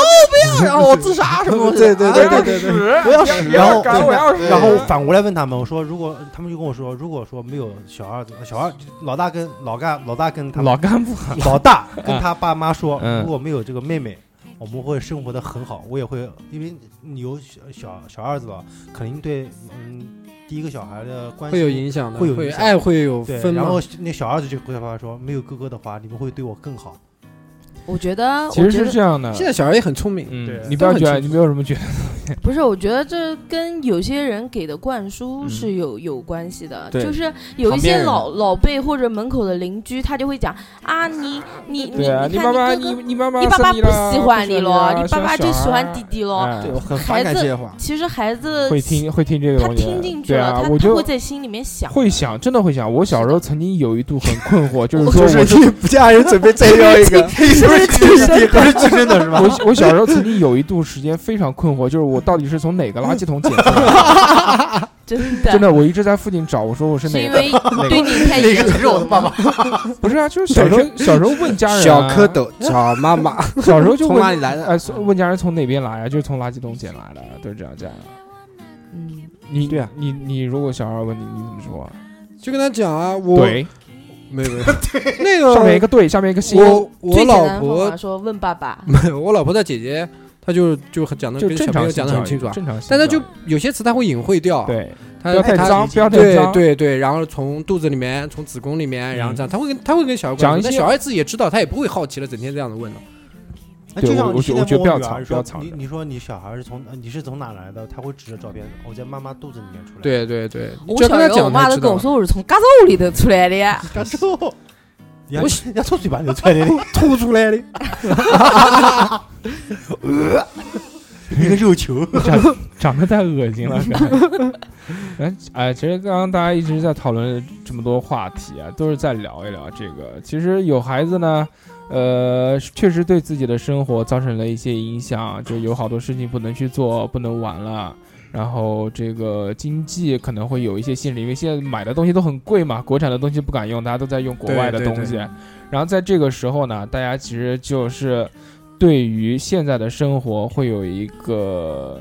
S4: 然后我自杀什么东西？
S6: 对 对对
S4: 啊
S6: 对对对，
S7: 屎，
S3: 不要
S7: 你
S3: 屎
S7: 你要
S3: 然后
S7: 敢，我要屎，
S3: 然后反过来问他们，我说如果他们就跟我说，如果说没有小二，小二老大跟老干老大跟他
S2: 老干部，
S3: 老大跟他爸妈说，
S2: 嗯
S3: 如果没有这个妹妹。我们会生活的很好，我也会，因为你有小小小二子了，肯定对，嗯，第一个小孩的关系
S6: 会有影响的，
S3: 会有
S6: 会
S3: 影响
S6: 爱会有
S3: 对
S6: 分，
S3: 然
S6: 嘛
S3: 后那小儿子就回他爸说，没有哥哥的话，你们会对我更好。
S5: 我觉得，
S2: 其实
S5: 我觉
S2: 是
S5: 得
S2: 这样的。
S6: 现在小孩也很聪明，
S2: 嗯
S3: 对，
S2: 你不要
S6: 都很
S2: 觉得，
S6: 清
S2: 你没有什么觉得，
S5: 不是，我觉得这跟有些人给的灌输
S2: 嗯
S5: 是有、有关系的，
S4: 对
S5: 就是有一
S4: 旁边
S5: 些
S4: 人
S5: 老老辈或者门口的邻居，他就会讲啊，你你你
S2: 对啊，
S5: 你
S2: 爸
S5: 看
S2: 爸，
S5: 哥哥
S2: 你你妈妈
S5: 你爸爸
S2: 生你
S5: 不
S2: 了
S5: 喜欢你
S2: 了
S5: 咯，，你爸
S2: 生啊
S5: 爸就
S2: 小
S5: 喜
S2: 孩
S5: 欢
S2: 儿
S5: 弟弟咯。
S2: 哎
S4: 对我很反感这些话。
S5: 其实孩子
S2: 会听会听这个
S5: 他
S2: 东西的，
S5: 听进去
S2: 对
S5: 了，
S2: 啊，
S5: 他
S2: 我
S5: 他
S2: 就
S5: 会在心里面想。
S2: 会想，真的会想。我小时候曾经有一度很困 惑，就是
S6: 我
S2: 说
S6: 就是
S2: 我是
S6: 一家人准备 再要一个，是 不是亲生的？是亲生的是吧？
S2: 我我小时候曾经有一度时间非常困惑，就是我到底是从哪个垃圾桶捡出来的？
S5: 真 的，
S2: 真的，我一直在附近找，我说我是
S5: 是
S2: 哪
S5: 因
S2: 个？
S5: 为对你太严格了嗯吗？
S2: 不是啊，就是小时候小时候问家人啊，
S6: 小蝌蚪找妈妈，
S2: 小时候就
S4: 从哪
S2: 问
S4: 里来的？
S2: 哎，从问家人从哪边来啊？就是从垃圾桶捡来的，都是这样这样。
S5: 嗯，
S2: 你
S4: 对啊，
S2: 你你如果小孩问你，你怎么说啊？
S6: 就跟他讲啊，我
S2: 对，
S6: 没有没有那
S2: 上面一个
S6: 个
S2: 对，下面一个心，
S6: 呃我我
S5: 最简
S6: 老
S5: 单的方
S6: 婆
S5: 法说问 爸爸，
S6: 我老婆 的姐姐，她就就很讲的
S2: 就
S6: 跟
S2: 正
S6: 小朋
S2: 常
S6: 友
S2: 性
S6: 讲的很
S2: 教育
S6: 清楚啊，
S2: 正常性教
S6: 但
S2: 育。
S6: 她就有些词她会隐晦掉，，
S2: 对，
S6: 她
S2: 不要太
S6: 她
S2: 脏，不要太
S6: 对
S2: 脏。嗯
S6: 对对，然后从肚子里面，从子宫里面，然后这样，她会跟她会跟小孩
S2: 讲一
S6: 那
S2: 些
S6: 小孩子也知道，他也不会好奇了，整天这样子问了。
S3: 那
S2: 对
S3: 就
S2: 我
S3: 像
S2: 我
S3: 你现
S2: 觉
S3: 在
S2: 我觉得
S3: 问
S2: 不要
S3: 女
S2: 藏
S3: 儿
S2: 不
S3: 说
S2: 要藏
S3: 你
S2: 着
S3: 你说你小孩是从呃你是从哪来的？他会指着照片，我在妈妈肚子里面出来。，
S6: 对对对，你
S5: 我
S6: 就
S5: 小
S6: 跟他
S5: 时候我
S6: 讲，
S5: 妈
S6: 他
S5: 都
S6: 知
S5: 跟
S6: 道
S5: 我
S6: 了。
S5: 说我是从嘎子窝里头出来的 呀，
S3: 感受， 我要从嘴巴流出来的，
S6: 吐出 来的，
S3: 一个 肉球。
S2: 长长得太恶心了。 哎哎，其实刚刚大家一直在讨论这么多话题啊，都是在聊一聊这个。其实有孩子呢，呃，确实对自己的生活造成了一些影响，就有好多事情不能去做，不能玩了。然后这个经济可能会有一些限制，因为现在买的东西都很贵嘛，国产的东西不敢用，大家都在用国外的
S6: 对对
S2: 东西。然后在这个时候呢，大家其实就是对于现在的生活会有一个，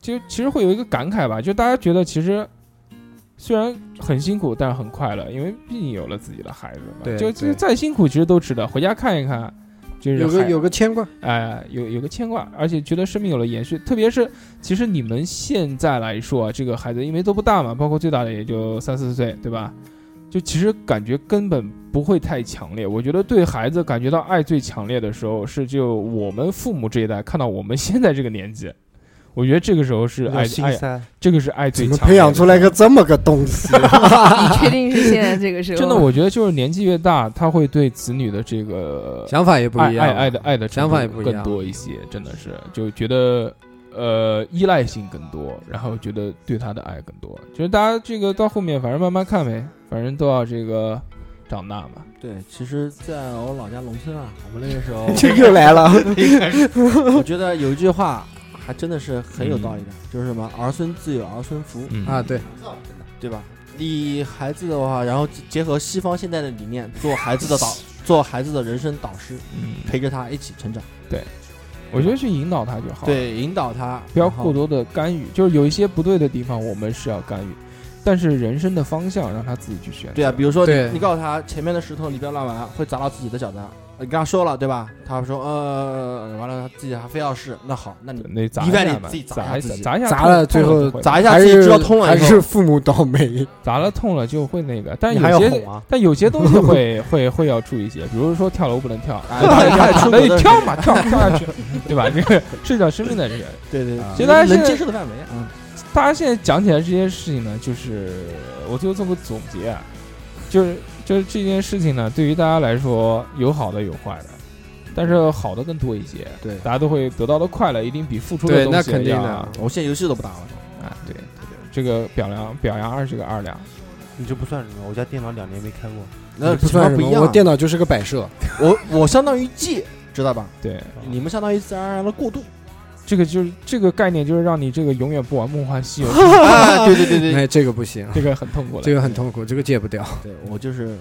S2: 就其实会有一个感慨吧，就大家觉得其实虽然很辛苦，但是很快乐，因为毕竟有了自己的孩子嘛。
S6: 对
S2: 就
S6: 对
S2: 就再辛苦其实都值得，回家看一看。就是
S6: 有个
S2: 还
S6: 有个牵挂，
S2: 哎、有有个牵挂，而且觉得生命有了延续。特别是，其实你们现在来说啊，这个孩子因为都不大嘛，包括最大的也就三四岁，对吧？就其实感觉根本不会太强烈。我觉得对孩子感觉到爱最强烈的时候，是就我们父母这一代看到我们现在这个年纪，我觉得这个时候是爱
S3: 心
S2: 爱，
S3: 塞，
S2: 这个是爱最
S6: 怎
S2: 强
S6: 么
S2: 烈的
S6: 培养出来个这么个东西？
S5: 你确定是现在这个时候？
S2: 真的，我觉得就是年纪越大，他会对子女的这个
S6: 想法也不
S2: 爱
S6: 一样，
S2: 爱爱的爱的程
S6: 想法
S2: 度
S6: 也不一
S2: 更
S6: 样
S2: 多一些，真的是就觉得呃依赖性更多，然后觉得对他的爱更多。就是大家这个到后面，反正慢慢看呗，反正都要这个长大嘛。
S4: 对，其实在我老家农村啊，我们那个时候
S6: 这又来了，
S4: 我觉得有一句话还真的是很有道理的，就是什么“儿孙自有儿孙福
S2: 嗯
S6: 啊，，对，”，
S4: 对吧？你孩子的话，然后结合西方现代的理念，做孩子的导，做孩子的人生导师，
S2: 嗯，
S4: 陪着他一起成长，
S2: 我觉得去引导他就好，，啊
S4: 对，引导他，
S2: 不要
S4: 然后
S2: 过多的干预。就是有一些不对的地方，我们是要干预。但是人生的方向让他自己去选择。
S4: 对啊，比如说
S6: 对
S4: 你你告诉他前面的石头你不要乱玩，会砸到自己的脚的。你跟他说了对吧？他说呃，完了他自己还非要试，那好，那你
S2: 那砸
S4: 一
S2: 一
S4: 般
S2: 下
S4: 你
S2: 嘛
S4: 自己砸
S2: 砸
S4: 一
S2: 一下，
S4: 下自己
S2: 砸一下
S6: 嗯砸
S2: 痛
S6: 了最
S2: 痛
S6: 后
S2: 会
S4: 砸一下
S6: 还
S4: 自己知
S6: 是
S4: 道痛了
S6: 还
S4: 以后，
S6: 是父母倒霉，
S2: 砸了痛了就会那个，但
S4: 你还要
S2: 有些
S4: 哄啊。
S2: 但有些东西会会会要注意一些，比如说跳楼不能跳，
S4: 哎太太出
S2: 那
S4: 格
S2: 就
S4: 的
S2: 跳嘛，跳跳下去，对吧？这个涉及到生命的这个，
S4: 对对，对
S2: 其实大家现
S4: 啊能
S2: 在
S4: 接受的范围啊。
S2: 大家现在讲起来这些事情呢，就是我就做个总结啊，就是就是这件事情呢，对于大家来说有好的有坏的，但是好的更多一些，
S4: 对
S2: 大家都会得到的快乐一定比付出的
S6: 对
S2: 东西
S6: 那肯定
S2: 要
S6: 的
S2: 啊，
S4: 我现在游戏都不打了，
S2: 对对对，这个表扬表扬二是个二两，
S3: 你这不算什么，我家电脑两年没开过，
S4: 那
S6: 不算什
S4: 不
S6: 么
S4: 一，样。
S6: 我电脑就是个摆设。
S4: 我我相当于 G，知道吧？
S2: 对，
S4: 你们相当于自然而然的过渡。
S2: 这个就是这个概念就是让你这个永远不玩梦幻西 游，
S4: 啊，对对对对，
S6: 哎，这个不行，
S2: 这个很痛苦的
S6: 这。个很痛苦，这个戒不掉。
S4: 对我就是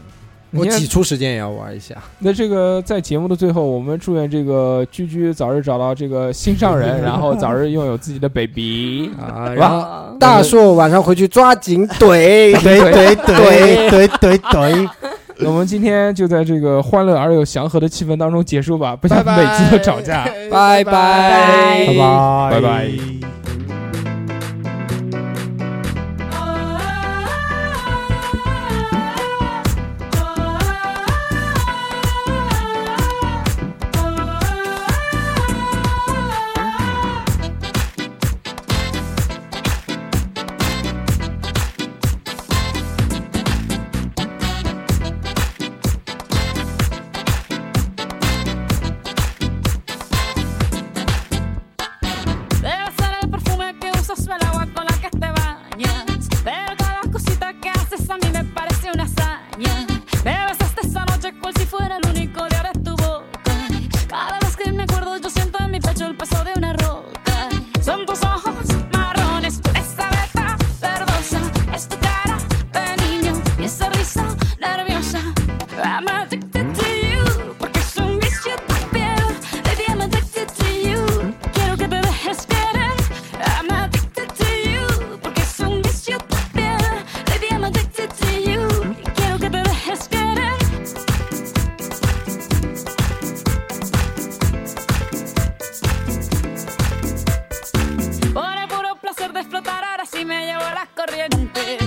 S6: 我
S2: 你看
S6: 挤出时间也要玩 一下。
S2: 那这个在节目的最后，我们祝愿这个居居早日找到这个心上 人，然后早日拥有自己的 baby。
S6: 啊，
S2: 吧
S6: 然后
S5: 啊
S6: 大硕晚上回去抓紧 怼
S3: 怼怼怼怼怼怼，
S2: 那我们今天就在这个欢乐而又祥和的气氛当中结束吧，不想 每期都吵架。
S6: 拜拜
S3: 拜
S2: 拜
S3: 拜
S2: 拜。
S9: Debe ser el perfume que usas o el agua con la que te bañas. Pero cada cosita que haces a mí me parece una hazaña. Me besaste esa noche cual si fuera el único día de tu boca. Cada vez que me acuerdo yo siento en mi pecho el peso de una roca. Son tus ojos marrones, esa beta verdosa. Es tu cara de niño y esa risa nerviosa. I'm addicted to you, porque es un vicio tan fiel. Baby, I'm addicted to you. Quiero que te dejes querer. I'm addicted to you, porque es un vicio tan fiel. Baby, I'm addicted to you. Quiero que te dejes querer. Por el puro placer de flotar, ahora sí me llevo la corriente. Oh.